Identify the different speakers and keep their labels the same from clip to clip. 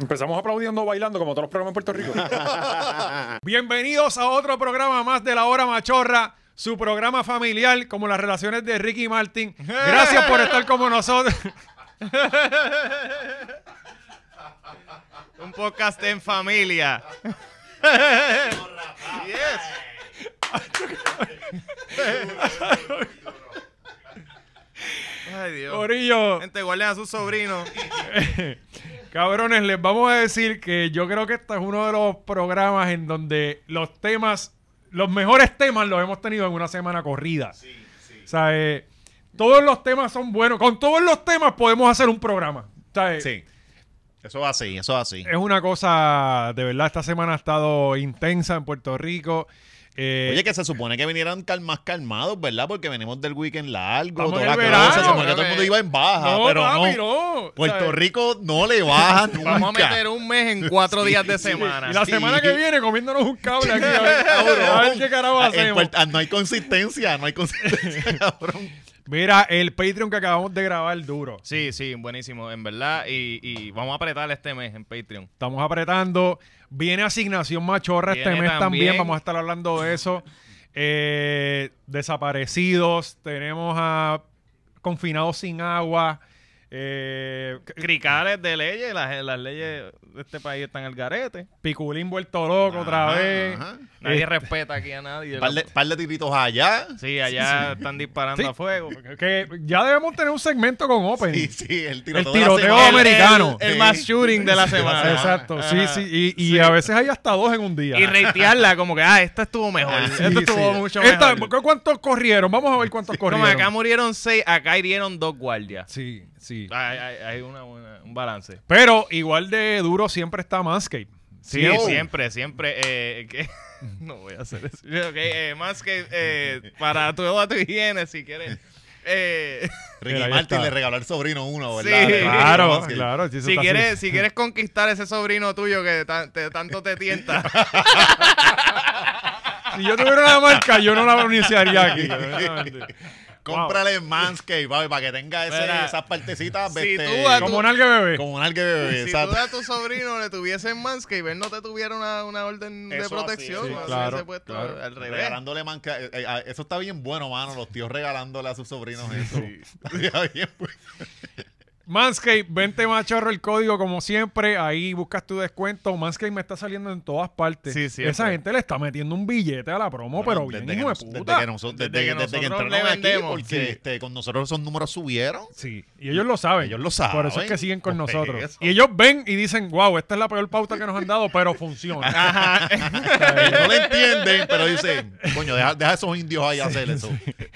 Speaker 1: Empezamos aplaudiendo, bailando, como todos los programas en Puerto Rico. Bienvenidos a otro programa más de La Hora Machorra, su programa familiar, como las relaciones de Ricky y Martin. Gracias por estar como nosotros.
Speaker 2: Un podcast en familia. yes. Ay, Dios.
Speaker 1: Corillo,
Speaker 2: Gente, guarden a sus sobrinos.
Speaker 1: cabrones, les vamos a decir que yo creo que este es uno de los programas en donde los temas, los mejores temas los hemos tenido en una semana corrida. O sea, eh, todos los temas son buenos. Con todos los temas podemos hacer un programa. O sea, eh,
Speaker 2: Sí. Eso va así, eso va así.
Speaker 1: Es una cosa, de verdad, esta semana ha estado intensa en Puerto Rico. Eh,
Speaker 3: Oye, que se supone que vinieran cal- más calmados, ¿verdad? Porque venimos del weekend largo,
Speaker 1: Estamos
Speaker 3: toda
Speaker 1: en
Speaker 3: la
Speaker 1: el verano,
Speaker 3: cosa. Se supone que
Speaker 2: bebé.
Speaker 3: todo el mundo iba en baja,
Speaker 1: no,
Speaker 3: pero
Speaker 1: papi,
Speaker 3: no.
Speaker 1: no.
Speaker 3: Puerto
Speaker 1: ¿sabes?
Speaker 3: Rico no le baja nunca.
Speaker 2: Vamos a meter un mes en cuatro días de semana.
Speaker 1: Y la
Speaker 3: sí.
Speaker 1: semana que viene comiéndonos un cable aquí. A ver,
Speaker 3: Cabrón.
Speaker 1: a ver qué carajo
Speaker 3: Ah, en
Speaker 1: hacemos.
Speaker 3: Puerto- ah, no hay consistencia, no hay consistencia, cabrón.
Speaker 1: Mira, el Patreon que acabamos de grabar duro.
Speaker 2: Sí, sí, buenísimo, en verdad. Y, y vamos a apretar este mes en Patreon.
Speaker 1: Estamos apretando. Viene asignación machorra este
Speaker 2: Viene
Speaker 1: mes también.
Speaker 2: también.
Speaker 1: Vamos a estar hablando de eso. Eh, desaparecidos. Tenemos a confinados sin agua. Eh,
Speaker 2: Cricales de leyes, las, las leyes de este país están al garete.
Speaker 1: Piculín vuelto loco otra
Speaker 3: Ajá,
Speaker 1: vez.
Speaker 3: ajá.
Speaker 2: Nadie
Speaker 1: Eh,
Speaker 2: respeta aquí a nadie.
Speaker 3: Un par de, par de tiritos allá.
Speaker 2: Sí, allá están disparando
Speaker 1: Sí.
Speaker 2: a fuego.
Speaker 1: Que ya debemos tener un segmento con Open.
Speaker 3: Sí, sí, el
Speaker 1: El
Speaker 3: tiroteo. de la
Speaker 1: tiroteo
Speaker 3: semana.
Speaker 1: americano.
Speaker 2: El, el mass shooting de la semana.
Speaker 1: Exacto, sí,
Speaker 2: Ajá.
Speaker 1: sí. Y, y a veces hay hasta dos en un día.
Speaker 2: Y reitearla como que, ah, esta estuvo mejor.
Speaker 3: Ah,
Speaker 2: esta estuvo mucho
Speaker 1: Esta-
Speaker 2: mejor.
Speaker 1: ¿Cuántos corrieron? Vamos a ver cuántos
Speaker 2: Como
Speaker 1: corrieron.
Speaker 2: acá murieron seis, acá hirieron dos guardias.
Speaker 1: Sí, sí.
Speaker 2: Hay, hay- hay una buena- un balance.
Speaker 1: Pero igual de duro siempre está Manscaped.
Speaker 2: Sí,
Speaker 3: Sí, oh.
Speaker 2: siempre, siempre. eh, que- no voy a hacer eso. Ok, eh, más que eh, para tu, tu higiene, si quieres. Eh,
Speaker 3: Ricky
Speaker 1: Mira, ahí
Speaker 3: Martin
Speaker 1: está.
Speaker 3: le regaló al sobrino uno,
Speaker 2: Sí.
Speaker 3: ¿verdad? Le regaló
Speaker 1: Claro,
Speaker 3: más que-
Speaker 1: claro. sí, eso
Speaker 2: si,
Speaker 1: está
Speaker 2: quieres,
Speaker 1: así.
Speaker 2: si quieres conquistar ese sobrino tuyo que ta- te- tanto te tienta.
Speaker 1: Si yo tuviera una marca, yo no la pronunciaría aquí. honestamente.
Speaker 3: Cómprale Manscaped, papi, para que tenga ese-
Speaker 2: Mira,
Speaker 3: esas partecitas.
Speaker 2: si
Speaker 3: este,
Speaker 2: tú a tu-
Speaker 1: Como nalga de bebé.
Speaker 3: como un algue bebé.
Speaker 2: si
Speaker 3: exacto.
Speaker 2: tú a tu sobrino le tuviesen Manscape, él no te tuviera una, una orden de
Speaker 3: Eso así,
Speaker 2: protección.
Speaker 3: sí,
Speaker 2: así
Speaker 1: claro,
Speaker 2: hubiese puesto
Speaker 1: claro.
Speaker 2: al revés.
Speaker 3: Regalándole manca. eh, eh, ah, eso está bien bueno, mano. Los tíos regalándole a sus sobrinos eso. Está bien bueno.
Speaker 1: Manscaped, vente machorro el código como siempre, ahí buscas tu descuento. Manscaped me está saliendo en todas partes.
Speaker 2: Sí, siempre.
Speaker 1: Esa gente le está metiendo un billete a la promo, pero bien
Speaker 3: Bueno, desde
Speaker 1: hijo
Speaker 3: que
Speaker 1: de
Speaker 3: nos-
Speaker 1: puta.
Speaker 3: Desde que, noso-
Speaker 2: Desde
Speaker 3: desde,
Speaker 2: que
Speaker 3: que, desde que
Speaker 2: nosotros
Speaker 3: entraron
Speaker 2: le
Speaker 3: aquí,
Speaker 2: vendemos,
Speaker 3: porque
Speaker 2: sí.
Speaker 3: este, con nosotros esos números subieron.
Speaker 1: Sí, y ellos lo saben.
Speaker 3: Ellos lo saben.
Speaker 1: Por eso es que siguen con
Speaker 3: Por
Speaker 1: nosotros.
Speaker 3: eso.
Speaker 1: Y ellos ven y dicen, wow, esta es la peor pauta que nos han dado, pero funciona.
Speaker 3: Ellos no lo entienden, pero dicen, coño, deja, deja a esos indios ahí hacer eso.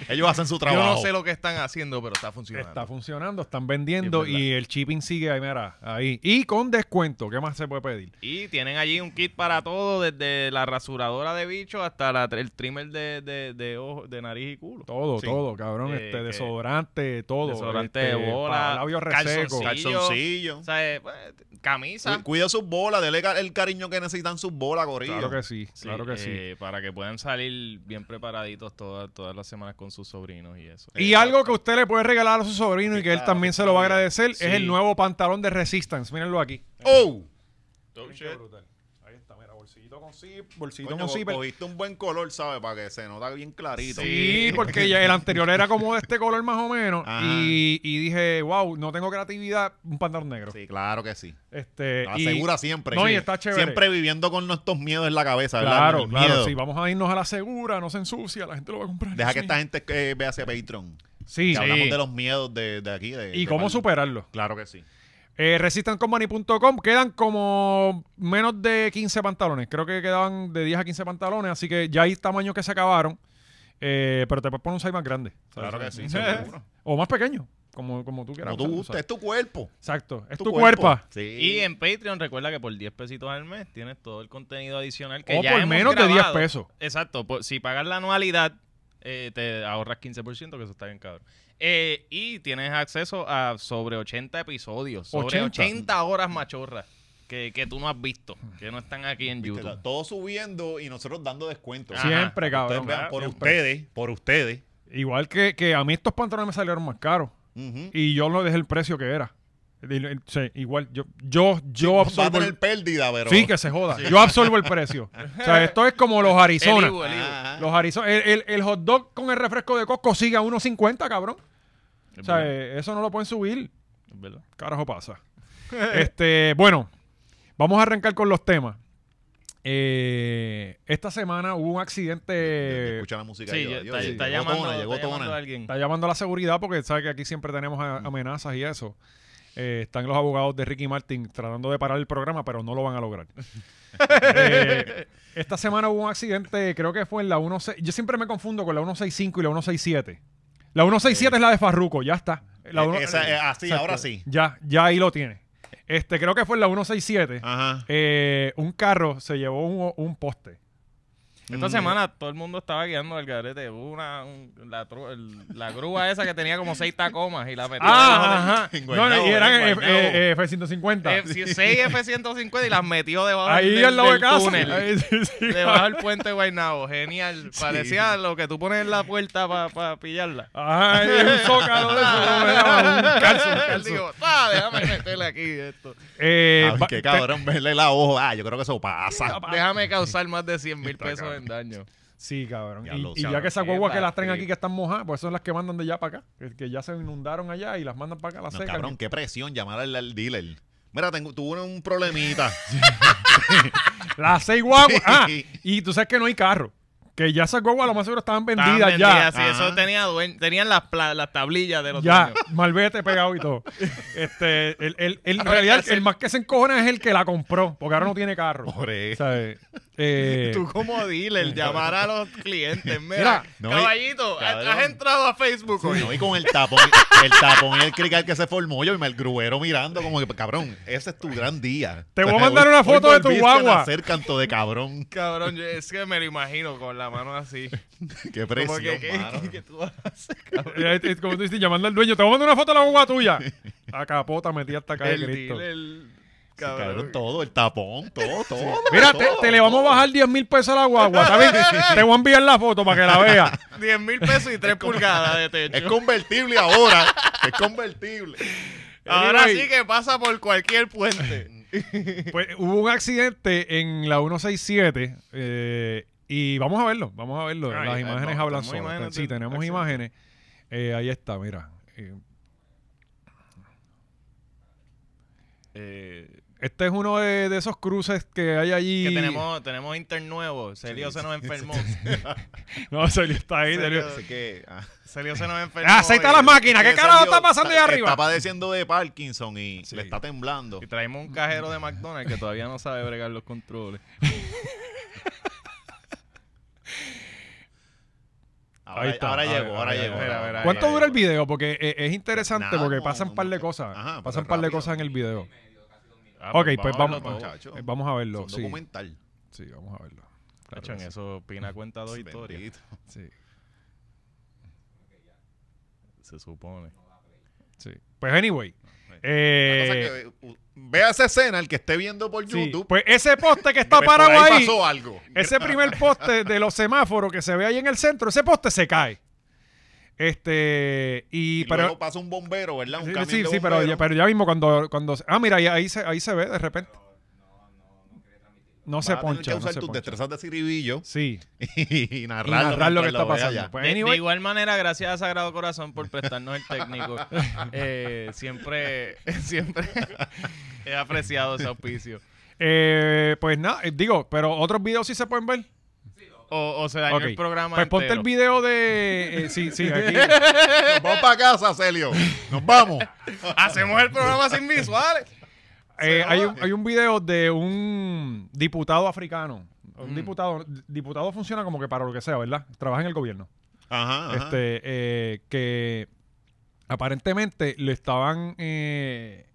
Speaker 3: Ellos hacen su
Speaker 2: Yo
Speaker 3: trabajo.
Speaker 2: no sé lo que están haciendo, pero está funcionando.
Speaker 1: Está funcionando, están vendiendo
Speaker 2: Es verdad.
Speaker 1: y el shipping sigue ahí, mira, ahí. Y con descuento, ¿qué más se puede pedir?
Speaker 2: Y tienen allí un kit para todo, desde la rasuradora de bicho hasta la- el trimmer de, de, de, ojo- de nariz y culo.
Speaker 1: Todo,
Speaker 3: Sí.
Speaker 1: todo, cabrón.
Speaker 2: Eh,
Speaker 1: este,
Speaker 2: que-
Speaker 1: desodorante, todo.
Speaker 2: Desodorante
Speaker 1: este,
Speaker 2: de bola,
Speaker 1: para labios resecos.
Speaker 2: calzoncillo.
Speaker 3: Calzoncillo.
Speaker 2: O sea, eh, pues, camisa.
Speaker 3: Cu- Cuida sus bolas, dele ca- el cariño que necesitan sus bolas, gorillo.
Speaker 1: Claro que sí,
Speaker 2: Sí,
Speaker 1: claro que sí.
Speaker 2: eh, para que puedan salir bien preparaditos todas, todas las semanas con sus sobrinos y eso.
Speaker 1: Y algo que usted le puede regalar a su sobrino y que él
Speaker 3: Claro,
Speaker 1: también se lo va a agradecer
Speaker 2: Sí.
Speaker 1: es el nuevo pantalón de Resistance. Mírenlo aquí.
Speaker 3: ¡Oh!
Speaker 1: Ahí está, mira, bolsillito con zip, bolsillito
Speaker 3: Coño,
Speaker 1: con zipper.
Speaker 3: cogiste un buen color, ¿sabes? Para que se nota bien clarito.
Speaker 1: Sí, porque ya el anterior era como de este color más o menos.
Speaker 3: Ajá.
Speaker 1: Y, y dije, wow, no tengo creatividad, un pantalón negro.
Speaker 3: Sí, claro que sí.
Speaker 1: Este,
Speaker 3: Lo
Speaker 1: y-
Speaker 3: asegura siempre.
Speaker 1: No,
Speaker 3: sí.
Speaker 1: y está chévere.
Speaker 3: Siempre viviendo con nuestros miedos en la cabeza, ¿verdad?
Speaker 1: Claro,
Speaker 3: Con el
Speaker 1: claro.
Speaker 3: miedo.
Speaker 1: Sí, vamos a irnos a la segura, no se ensucia, la gente lo va a comprar.
Speaker 3: Deja que
Speaker 1: Sí.
Speaker 3: esta gente eh, vea hacia Patreon.
Speaker 1: Sí, sí.
Speaker 3: Que hablamos de los miedos de, de aquí. de-
Speaker 1: y
Speaker 3: de
Speaker 1: cómo
Speaker 3: Pablo.
Speaker 1: superarlo.
Speaker 3: Claro que sí.
Speaker 1: Eh, resistancompany.com quedan como menos de 15 pantalones. Creo que quedaban de 10 a 15 pantalones, así que ya hay tamaños que se acabaron. Eh, pero te puedes poner un size más grande. ¿sabes?
Speaker 3: Claro que sí,
Speaker 1: ¿sabes?
Speaker 3: seguro.
Speaker 1: O más pequeño, como, como tú quieras.
Speaker 3: Como tú
Speaker 1: usarlo,
Speaker 3: gustes,
Speaker 1: ¿sabes?
Speaker 3: es tu cuerpo.
Speaker 1: Exacto. Es tu, cuerpo.
Speaker 3: Sí.
Speaker 2: Y en Patreon, recuerda que por 10 pesitos al mes tienes todo el contenido adicional que
Speaker 1: O
Speaker 2: ya
Speaker 1: por
Speaker 2: hemos
Speaker 1: menos de 10
Speaker 2: grabado.
Speaker 1: pesos.
Speaker 2: Exacto. por- si pagas la anualidad, eh, te ahorras 15%, que eso está bien cabrón. Eh, y tienes acceso a sobre 80 episodios, sobre
Speaker 1: 80.
Speaker 2: 80, horas machorras que, que tú no has visto, que no están aquí en
Speaker 3: Viste, la-
Speaker 2: YouTube.
Speaker 3: todo subiendo y nosotros dando descuentos.
Speaker 2: Ajá.
Speaker 1: Siempre,
Speaker 3: Ustedes
Speaker 1: cabrón. Ah,
Speaker 3: vean, por
Speaker 1: Siempre.
Speaker 3: ustedes, por ustedes.
Speaker 1: Igual que, que a mí estos pantalones me salieron más caros.
Speaker 3: Ujú.
Speaker 1: Y yo no dejé el precio que era. Dile, sí, igual, yo, yo, yo
Speaker 3: Va a
Speaker 1: absorbo.
Speaker 3: tener
Speaker 1: El,
Speaker 3: pérdida, pero. Ah,
Speaker 1: sí, que se joda. Yo absorbo el precio. O sea, esto es como los Arizona.
Speaker 2: Elibu, Elibu.
Speaker 3: Ah,
Speaker 1: Los Arizona. El, el- el hot dog con el refresco de Costco sigue a 1.50, cabrón. O
Speaker 2: Es
Speaker 1: sea,
Speaker 2: verdad,
Speaker 1: eh, eso no lo pueden subir.
Speaker 2: es verdad.
Speaker 1: Carajo pasa. este, bueno, vamos a arrancar con los temas. Eh, esta semana hubo un accidente.
Speaker 3: Escucha la música.
Speaker 2: Sí,
Speaker 3: ahí,
Speaker 2: está,
Speaker 3: yo- yo-
Speaker 2: está
Speaker 3: llegó
Speaker 2: llamando,
Speaker 3: Tona, llegó
Speaker 2: está llamando a
Speaker 3: Tona.
Speaker 2: alguien.
Speaker 1: Está llamando a la seguridad porque sabe que aquí siempre tenemos a- amenazas y eso. Eh, están los abogados de Ricky Martin tratando de parar el programa, pero no lo van a lograr. Eh, esta semana hubo un accidente, creo que fue en la 16. Yo siempre me confundo con la 165 y la 167. La 167 es la de Farruco, ya está. La
Speaker 3: Eh,
Speaker 1: uno-
Speaker 3: esa, eh, así,
Speaker 1: Exacto.
Speaker 3: ahora sí.
Speaker 1: Ya, ya ahí lo tiene. Este, creo que fue en la 167.
Speaker 3: Ajá.
Speaker 1: Eh, un carro se llevó un, un poste.
Speaker 2: Esta
Speaker 3: Mm.
Speaker 2: semana todo el mundo estaba guiando al garete. Hubo una, un- la, tru- el- la grúa esa que tenía como seis tacomas y la metió.
Speaker 1: Ah, ajá.
Speaker 3: en
Speaker 1: No, no, y
Speaker 3: Guaynabo,
Speaker 1: eran
Speaker 3: en
Speaker 1: eh,
Speaker 3: Guaynabo.
Speaker 1: eh, eh, F-150.
Speaker 2: F- sí, seis F-150 y las metió debajo
Speaker 1: Ahí
Speaker 2: del,
Speaker 1: al lado de
Speaker 2: del
Speaker 1: casa.
Speaker 2: túnel.
Speaker 1: Ahí, sí, sí.
Speaker 2: Debajo del puente de Guaynabo. Genial. Parecía lo que tú pones en la puerta para pillarla.
Speaker 1: Ay, un zócalo de eso.
Speaker 2: Ah,
Speaker 1: no me llama, un calzo, un calzo.
Speaker 2: Digo, "Ah, déjame meterle aquí esto.
Speaker 1: Eh,
Speaker 3: Ay,
Speaker 1: va-
Speaker 3: qué Ah, cabrón, verle la ojo. Ah, yo creo que eso pasa.
Speaker 2: Déjame causar más de 100 mil
Speaker 3: Está
Speaker 2: pesos
Speaker 3: cabrón.
Speaker 2: en daño.
Speaker 1: te- Sí, cabrón.
Speaker 3: Ya
Speaker 1: y,
Speaker 3: lo
Speaker 1: y ya
Speaker 3: sé, cabrón.
Speaker 1: que esas guaguas
Speaker 2: Qué
Speaker 1: que las traen
Speaker 2: batir.
Speaker 1: aquí que están mojadas, pues son las que mandan de allá para acá. Que, que ya se inundaron allá y las mandan para acá, las
Speaker 3: No,
Speaker 1: secan.
Speaker 3: cabrón, qué presión llamar al, al dealer. Mira, tengo, tuve un problemita.
Speaker 1: Las seis guaguas. Ah, y tú sabes que no hay carro. Que ya esas guaguas lo más seguro estaban vendidas,
Speaker 2: Estaban
Speaker 1: ya.
Speaker 2: vendidas, sí,
Speaker 3: Ajá.
Speaker 2: eso tenía duen- tenían las, pla- las tablillas de los
Speaker 1: Ya,
Speaker 2: dueños.
Speaker 1: malvete pegado y todo. Este, el, el, el- en realidad, el más que se encojona es el que la compró, porque ahora no tiene carro.
Speaker 3: Por eso.
Speaker 1: ¿Sabes? Eh,
Speaker 2: Tú como dealer, llamar a los clientes. Mira,
Speaker 1: Mira,
Speaker 3: no, y-
Speaker 2: caballito,
Speaker 3: cabrón.
Speaker 2: has entrado a Facebook hoy.
Speaker 3: No, y con el tapón, el tapón y el crical que se formó yo y el gruero mirando como que, cabrón, ese es tu gran día.
Speaker 1: Te voy a mandar una foto de tu
Speaker 3: volviste
Speaker 1: guagua.
Speaker 3: a nacer, canto de cabrón.
Speaker 2: Cabrón, yo- es que me lo imagino con la mano así.
Speaker 3: Qué
Speaker 2: Como
Speaker 3: presión,
Speaker 2: que, ¿qué-
Speaker 3: mano.
Speaker 2: qué- qué tú haces?
Speaker 1: Eh, eh, Como tú dices, llamando al dueño, te voy a mandar una foto de la guagua tuya. A capota metí hasta acá de
Speaker 2: El
Speaker 1: Cristo.
Speaker 2: dealer, el-
Speaker 3: Sí, cabrón,
Speaker 2: cabrón.
Speaker 3: todo, el tapón, todo, todo.
Speaker 1: Mira,
Speaker 3: todo,
Speaker 1: te, te le vamos a bajar 10 mil pesos a la guagua, ¿está bien? Te voy a enviar la foto para que la veas.
Speaker 2: 10 mil pesos y 3 pulgadas de techo.
Speaker 3: Es convertible ahora. Es convertible.
Speaker 2: Ahora
Speaker 1: Anyway.
Speaker 2: sí que pasa por cualquier puente.
Speaker 1: Pues hubo un accidente en la 167 eh, y vamos a verlo, vamos a verlo.
Speaker 2: Ahí,
Speaker 1: Las
Speaker 2: ahí,
Speaker 1: imágenes
Speaker 2: vamos,
Speaker 1: hablan
Speaker 2: tenemos
Speaker 1: solas.
Speaker 2: imágenes
Speaker 1: sí,
Speaker 2: del
Speaker 1: tenemos
Speaker 2: accidente.
Speaker 1: imágenes. Eh, ahí está, mira. Eh, Este es uno de, de esos cruces que hay allí.
Speaker 2: Eh, que tenemos, tenemos intern nuevo. Celio se nos enfermó.
Speaker 1: No, Celio está ahí.
Speaker 2: Celio.
Speaker 1: Celio.
Speaker 3: Así que, ah.
Speaker 2: Celio se nos enfermó.
Speaker 1: Ah, aceita
Speaker 2: y-
Speaker 1: las máquinas. ¿Qué
Speaker 3: Ese
Speaker 1: carajo
Speaker 3: Dios
Speaker 1: está pasando ahí
Speaker 3: está-
Speaker 1: arriba?
Speaker 3: Está padeciendo de Parkinson y
Speaker 1: Sí.
Speaker 3: le está temblando.
Speaker 2: Y traemos un cajero de McDonald's que todavía no sabe bregar los controles.
Speaker 3: Ahora,
Speaker 1: Ahí está.
Speaker 3: ahora
Speaker 1: A ver,
Speaker 3: llegó,
Speaker 1: a
Speaker 3: ahora
Speaker 1: ver,
Speaker 3: llegó.
Speaker 2: a ver, a ver, a ver.
Speaker 1: ¿Cuánto
Speaker 2: Ahí,
Speaker 1: dura
Speaker 2: ahí,
Speaker 1: el video? Porque eh, es interesante,
Speaker 3: Nada,
Speaker 1: porque
Speaker 3: no,
Speaker 1: pasan un par de
Speaker 3: no.
Speaker 1: cosas.
Speaker 3: Ajá, pero
Speaker 1: pasan un par de
Speaker 3: rápido.
Speaker 1: cosas en el video.
Speaker 2: Ah,
Speaker 1: Ok, pues
Speaker 2: a verlo
Speaker 1: vamos-
Speaker 2: todo.
Speaker 3: Muchacho,
Speaker 1: Eh, vamos a verlo.
Speaker 3: son
Speaker 1: Sí,
Speaker 3: documental.
Speaker 1: sí, vamos a verlo.
Speaker 2: De hecho, en eso Pina cuenta dos historias.
Speaker 3: Bendito.
Speaker 1: Sí,
Speaker 2: Se supone.
Speaker 1: sí. Pues anyway.
Speaker 3: Ah, La cosa
Speaker 1: eh,
Speaker 3: es que, uh, vea esa escena, el que esté viendo por
Speaker 1: sí,
Speaker 3: YouTube.
Speaker 1: Pues ese poste que está
Speaker 3: pues, por
Speaker 1: parado
Speaker 3: ahí
Speaker 1: ahí,
Speaker 3: pasó algo.
Speaker 1: ese primer poste de los semáforos que se ve ahí en el centro, ese poste se cae. Este, y,
Speaker 3: Y
Speaker 1: pero,
Speaker 3: luego pasa un bombero, ¿verdad? Un
Speaker 1: Sí,
Speaker 3: camión
Speaker 1: sí,
Speaker 3: de
Speaker 1: sí, pero, ya,
Speaker 3: bomberos.
Speaker 1: pero ya mismo cuando, cuando... Ah, mira, ahí, ahí se, ahí se ve de repente. No se
Speaker 3: Vas a tener
Speaker 1: poncha,
Speaker 3: que
Speaker 1: no
Speaker 3: usar
Speaker 1: se
Speaker 3: tus
Speaker 1: poncha.
Speaker 3: destrezas de ciribillo
Speaker 1: Sí,
Speaker 3: y,
Speaker 1: y
Speaker 3: narrar,
Speaker 1: narrar lo que está pasando. Pues,
Speaker 2: De, de
Speaker 1: anyway,
Speaker 2: igual manera, gracias a Sagrado Corazón por prestarnos el técnico. Eh, siempre, siempre he apreciado ese auspicio.
Speaker 1: eh, pues nada, eh, digo, pero otros videos sí se pueden ver.
Speaker 2: O, o se dañó
Speaker 1: Ok.
Speaker 2: el programa
Speaker 1: Pues ponte
Speaker 2: entero.
Speaker 1: el video de... eh, sí, sí, aquí.
Speaker 3: Nos vamos para casa, Celio. Nos vamos.
Speaker 2: Hacemos el programa sin visuales.
Speaker 1: Eh, hay, un, hay un video de un diputado africano. Un
Speaker 2: Mm.
Speaker 1: diputado... Diputado funciona como que para lo que sea, ¿verdad? Trabaja en el gobierno.
Speaker 3: Ajá. ajá.
Speaker 1: este eh, que aparentemente le estaban eh,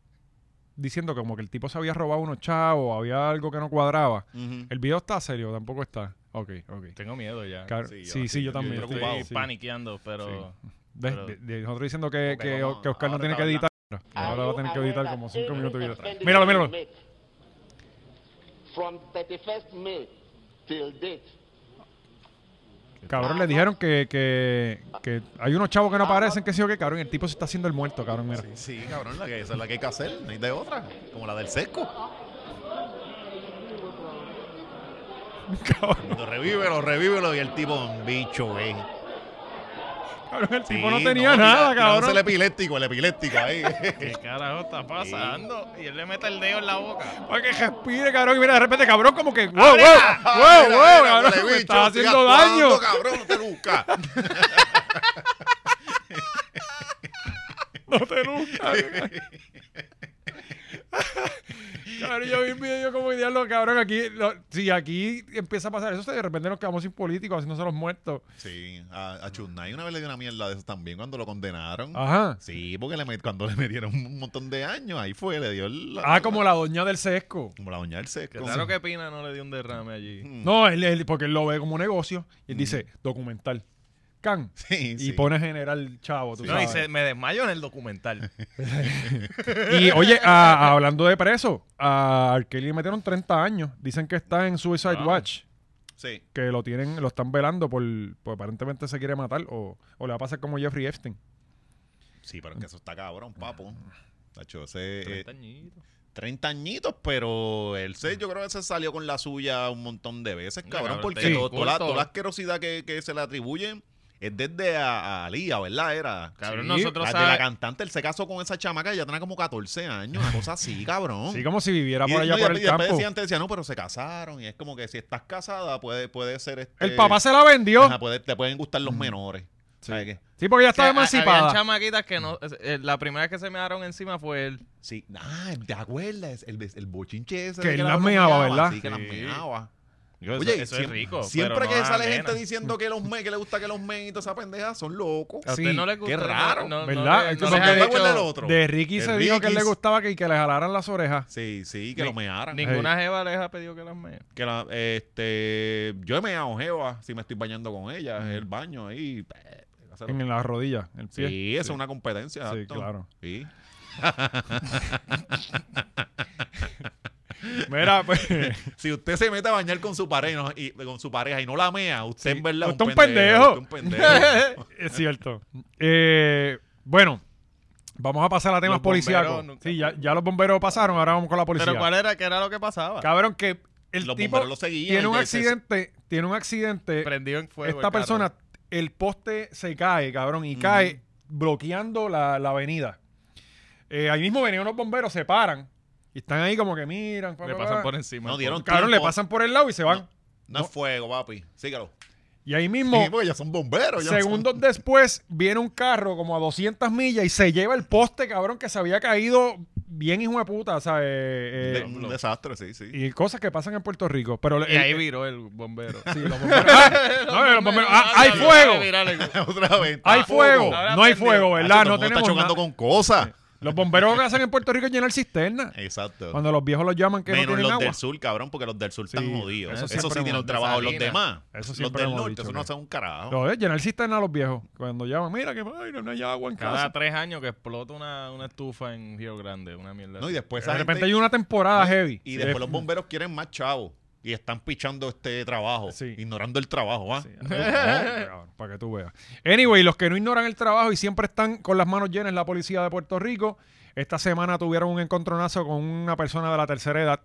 Speaker 1: diciendo que como que el tipo se había robado unos chavos, había algo que no cuadraba.
Speaker 3: Ujú.
Speaker 1: El video está serio, tampoco está. Ok, ok.
Speaker 2: Tengo miedo ya.
Speaker 1: Car-
Speaker 3: Sí,
Speaker 1: sí,
Speaker 3: yo-
Speaker 1: sí,
Speaker 3: sí,
Speaker 1: yo
Speaker 3: yo
Speaker 1: también.
Speaker 2: Estoy
Speaker 3: preocupado,
Speaker 1: sí.
Speaker 2: paniqueando, pero...
Speaker 1: Ves,
Speaker 2: pero-
Speaker 1: de- de- nosotros diciendo que,
Speaker 3: Ok,
Speaker 1: que-
Speaker 3: vamos,
Speaker 1: que Oscar no
Speaker 3: ahora
Speaker 1: tiene que
Speaker 3: está
Speaker 1: editar. Ahora va a tener que editar como 5 minutos de video. Míralo, míralo.
Speaker 4: From 31st May till date,
Speaker 1: Cabrón, le dijeron que, que, que hay unos chavos que no aparecen, que sí o qué, cabrón. y El tipo se está haciendo el muerto, cabrón, mira.
Speaker 3: Sí, cabrón, la que, esa es la que hay que hacer, no hay de otra. Como la del sesco.
Speaker 1: Cabrón,
Speaker 3: Cuando revívelo, revívelo y el tipo, un bicho, güey.
Speaker 1: cabrón, el tipo
Speaker 3: Sí,
Speaker 1: no tenía
Speaker 3: tira-
Speaker 1: nada,
Speaker 3: tirándose El
Speaker 1: cabrón.
Speaker 3: epiléptico, el epiléptico ahí.
Speaker 2: ¿Qué carajo está pasando? Y él le mete el dedo en la boca.
Speaker 1: Para que respire, cabrón. Y mira, de repente, cabrón, como que, wow, wow, wow,
Speaker 3: Ah, mira,
Speaker 1: wow,
Speaker 3: mira,
Speaker 1: cabrón,
Speaker 3: huele
Speaker 1: me
Speaker 3: bicho,
Speaker 1: estaba
Speaker 3: sigue
Speaker 1: haciendo daño.
Speaker 3: actuando, cabrón, no te luzcas.
Speaker 1: No te nunca. cabrón, yo vi un video yo como diablo, cabrón, aquí, lo- si aquí empieza a pasar eso, de repente nos quedamos sin políticos, haciéndose los muertos.
Speaker 3: Sí, a, a Chunay una vez le dio una mierda de eso también cuando lo condenaron.
Speaker 1: Ajá.
Speaker 3: Sí, porque le met- cuando le metieron un montón de años, ahí fue, le dio el-
Speaker 1: Ah, como la doña del sesco.
Speaker 3: como la doña del sesco.
Speaker 2: Claro que Pina no le dio un derrame allí.
Speaker 3: Mm.
Speaker 1: No, él, él- porque él lo ve como un negocio y él dice, documental. Can.
Speaker 3: Sí,
Speaker 1: Y
Speaker 3: sí.
Speaker 1: pone general chavo, tú
Speaker 2: No, y
Speaker 1: sabes.
Speaker 2: se- me desmayo en el documental.
Speaker 1: Y oye, a- a- hablando de preso, a R. Kelly le metieron 30 años. Dicen que está en Suicide
Speaker 2: Wow.
Speaker 1: Watch.
Speaker 3: Sí.
Speaker 1: Que lo tienen, lo están velando por, por aparentemente se quiere matar o, o le va a pasar como Jeffrey Epstein.
Speaker 3: Sí, pero es que eso está cabrón, papo.
Speaker 1: Ah.
Speaker 3: Tacho, ese, eh,
Speaker 2: 30
Speaker 3: 30.
Speaker 2: añitos.
Speaker 3: añitos, pero el se,
Speaker 1: Mm.
Speaker 3: yo creo que se salió con la suya un montón de veces,
Speaker 2: Ya,
Speaker 3: cabrón,
Speaker 2: cabrón,
Speaker 3: porque
Speaker 2: te-
Speaker 3: todo- toda, la,
Speaker 2: corto.
Speaker 3: toda la asquerosidad que, que se le atribuyen es desde a, a Lía, ¿verdad? Era.
Speaker 2: Cabrón,
Speaker 1: Sí,
Speaker 3: La,
Speaker 2: nosotros
Speaker 3: de la
Speaker 2: sabemos.
Speaker 3: cantante, él se casó con esa chamaca y ya tenía como 14 años, una cosa así, cabrón.
Speaker 1: Sí, como si viviera
Speaker 3: Oh. Y-
Speaker 1: por allá
Speaker 3: no, y
Speaker 1: por
Speaker 3: después-
Speaker 1: el
Speaker 3: y después
Speaker 1: campo.
Speaker 3: decía antes, decía, no, pero se casaron. Y es como que si estás casada, puede, puede ser este.
Speaker 1: el papá se la vendió.
Speaker 3: Ajá, puede- te pueden gustar los menores.
Speaker 1: Sí.
Speaker 3: ¿Sabes qué?
Speaker 1: Sí, porque ya estaba
Speaker 2: Habían
Speaker 1: emancipada.
Speaker 2: chamaquitas que no. eh, La primera vez que se me dieron encima fue él.
Speaker 3: Sí. Ah, ¿te acuerdas? El, el bochinche ese.
Speaker 1: Que
Speaker 3: de
Speaker 1: él
Speaker 3: la
Speaker 1: las
Speaker 3: broma
Speaker 1: meaba,
Speaker 3: meaba,
Speaker 1: ¿verdad?
Speaker 3: Sí, que las
Speaker 2: Sí.
Speaker 3: meaba.
Speaker 2: Digo,
Speaker 1: Pues
Speaker 3: Oye,
Speaker 2: eso, eso es
Speaker 3: siempre-
Speaker 2: rico.
Speaker 3: Siempre
Speaker 2: pero
Speaker 3: que
Speaker 2: no a
Speaker 3: sale
Speaker 2: nena.
Speaker 3: gente diciendo que los me, que le gusta que los men y toda esa pendeja son locos.
Speaker 2: A usted
Speaker 1: Sí,
Speaker 2: no le gusta.
Speaker 3: qué
Speaker 2: no-
Speaker 3: raro,
Speaker 2: no- no
Speaker 1: ¿verdad?
Speaker 2: le-
Speaker 1: Es que
Speaker 2: no
Speaker 1: porque
Speaker 2: les ha
Speaker 1: me
Speaker 2: hecho-
Speaker 3: acuerdo del otro.
Speaker 1: De Ricky
Speaker 3: De
Speaker 1: se dijo que él le
Speaker 3: Ricky's.
Speaker 1: gustaba que, que le jalaran las orejas.
Speaker 3: Sí, sí, que
Speaker 2: Ni-
Speaker 3: lo mearan.
Speaker 2: Ninguna jeva les ha pedido que las me.
Speaker 3: Que la, este, yo he meado Jeva si me estoy bañando con ella, el baño ahí. eh, hacer-
Speaker 1: En las rodillas, el
Speaker 3: Sí,
Speaker 1: pie.
Speaker 3: eso es una competencia.
Speaker 1: Sí,
Speaker 3: exacto.
Speaker 1: claro.
Speaker 3: Sí.
Speaker 1: Mira, pues.
Speaker 3: Si usted se mete a bañar con su pareja y no- y, con su pareja y no la mea, usted
Speaker 1: Sí,
Speaker 3: en verdad es
Speaker 1: usted un pendejo.
Speaker 3: usted es un pendejo.
Speaker 1: es cierto. Eh, bueno, vamos a pasar a temas
Speaker 2: Los bomberos
Speaker 1: policíacos.
Speaker 2: nunca-
Speaker 1: Sí, ya, ya los bomberos pasaron, ahora vamos con la policía.
Speaker 2: Pero ¿cuál era? ¿Qué era lo que pasaba?
Speaker 1: Cabrón, que el
Speaker 3: Los
Speaker 1: tipo
Speaker 3: bomberos lo seguían.
Speaker 1: tiene un
Speaker 3: y se-
Speaker 1: accidente, tiene un accidente.
Speaker 2: Prendido en fuego. el
Speaker 1: Esta
Speaker 2: carro.
Speaker 1: persona, el poste se cae, cabrón, y
Speaker 3: Ujú.
Speaker 1: cae bloqueando la, la avenida. Eh, ahí mismo venían unos bomberos, se paran y están ahí como que miran. pa,
Speaker 2: Le
Speaker 1: pa,
Speaker 2: pasan
Speaker 1: pa.
Speaker 2: por encima.
Speaker 3: No dieron
Speaker 1: Cabrón, le
Speaker 3: tiempo.
Speaker 1: pasan por el lado y se van.
Speaker 3: No, no es fuego, papi. Sígalo.
Speaker 1: Y ahí mismo,
Speaker 3: Sí, porque ya son bomberos. ya no son-
Speaker 1: segundos después, viene un carro como a 200 millas y se lleva el poste, cabrón, que se había caído bien hijo de puta, ¿sabes?
Speaker 3: De-
Speaker 1: Eh,
Speaker 3: un desastre, sí, sí.
Speaker 1: y cosas que pasan en Puerto Rico. Pero
Speaker 2: Y ahí viró el bombero.
Speaker 1: Sí, los bomberos- Ah, no, los bomberos- ah, ¡Hay fuego!
Speaker 3: Otra vez.
Speaker 1: Hay fuego,
Speaker 2: Ahora
Speaker 1: no hay
Speaker 2: aprendió.
Speaker 1: fuego, ¿verdad?
Speaker 3: Hacho, todo
Speaker 1: No
Speaker 3: el
Speaker 1: tenemos
Speaker 3: mundo está chocando
Speaker 1: nada.
Speaker 3: con cosas.
Speaker 1: Los bomberos lo que hacen en Puerto Rico es llenar cisternas.
Speaker 3: Exacto.
Speaker 1: Cuando los viejos los llaman que no
Speaker 3: Menos
Speaker 1: tienen
Speaker 3: los
Speaker 1: agua.
Speaker 3: del sur, cabrón, porque los del sur están
Speaker 1: Sí,
Speaker 3: jodidos.
Speaker 1: eso
Speaker 3: Eso,
Speaker 1: siempre
Speaker 3: sí tienen
Speaker 1: hemos-
Speaker 3: un trabajo. Los
Speaker 2: Salinas.
Speaker 3: demás,
Speaker 1: Eso
Speaker 3: los
Speaker 1: siempre
Speaker 3: del
Speaker 1: hemos
Speaker 3: norte,
Speaker 1: dicho
Speaker 3: eso no
Speaker 1: que-
Speaker 3: hacen un carajo.
Speaker 1: Lo de llenar cisternas a los viejos. Cuando llaman, mira que ay, no hay agua en
Speaker 2: Cada
Speaker 1: casa.
Speaker 2: tres años que explota una, una estufa en Río Grande, una mierda.
Speaker 3: No,
Speaker 2: así.
Speaker 3: y después esa
Speaker 1: De repente
Speaker 3: gente-
Speaker 1: hay una temporada heavy.
Speaker 3: Y después
Speaker 1: Eh,
Speaker 3: los bomberos quieren más chavos. Y están pichando este trabajo.
Speaker 1: Sí.
Speaker 3: Ignorando el trabajo, ¿ah?
Speaker 1: Sí, no, cabrón, para que tú veas. Anyway, los que no ignoran el trabajo y siempre están con las manos llenas, la policía de Puerto Rico. Esta semana tuvieron un encontronazo con una persona de la tercera edad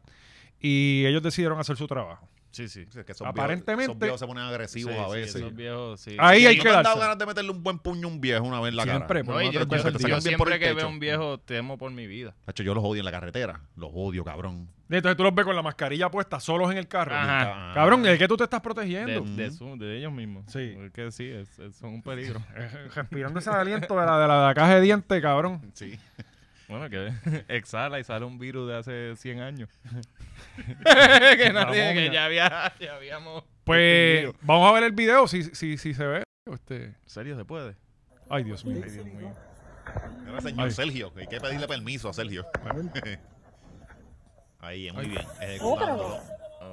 Speaker 1: y ellos decidieron hacer su trabajo.
Speaker 2: Sí, sí.
Speaker 3: Es que esos
Speaker 1: Aparentemente-
Speaker 3: viejos- esos viejos se ponen agresivos
Speaker 2: Sí,
Speaker 3: a
Speaker 2: sí,
Speaker 3: veces.
Speaker 2: esos viejos, sí.
Speaker 1: Ahí
Speaker 3: ¿No
Speaker 1: hay
Speaker 3: te
Speaker 1: que
Speaker 3: han dado
Speaker 1: darse.
Speaker 3: ganas de meterle un buen puño a un viejo una vez en la
Speaker 1: Siempre,
Speaker 3: cara.
Speaker 1: por
Speaker 2: No, y
Speaker 1: otras
Speaker 2: yo,
Speaker 1: veces
Speaker 2: yo-
Speaker 1: al
Speaker 2: yo
Speaker 1: día.
Speaker 3: sacan bien por
Speaker 2: siempre que
Speaker 3: el techo.
Speaker 2: veo un viejo temo por mi vida.
Speaker 3: Hacho, yo los odio en la carretera. Los odio, cabrón.
Speaker 1: Entonces tú los ves con la mascarilla puesta, solos en el carro.
Speaker 2: Ajá.
Speaker 1: Cabrón, ¿de qué tú te estás
Speaker 2: De,
Speaker 1: protegiendo?
Speaker 2: de su- de ellos mismos.
Speaker 1: Sí.
Speaker 2: Porque sí, es- es- son un peligro.
Speaker 1: Eh, Respirando ese aliento de la, de la, de la caja de dientes, cabrón.
Speaker 3: Sí.
Speaker 2: Bueno, que exhala y sale un virus de hace 100 años. que
Speaker 1: La
Speaker 2: nadie,
Speaker 1: momia.
Speaker 2: que ya, había, ya habíamos...
Speaker 1: Pues vamos a ver el video, si, si, si se ve. Este...
Speaker 2: ¿En serio se puede?
Speaker 1: Ay, Dios mío.
Speaker 2: Ay, Dios mío.
Speaker 3: Era señor
Speaker 1: Ay.
Speaker 3: Sergio. Hay que pedirle permiso a Sergio. Ahí, muy bien.
Speaker 1: Oh,
Speaker 3: Ejecutándolo.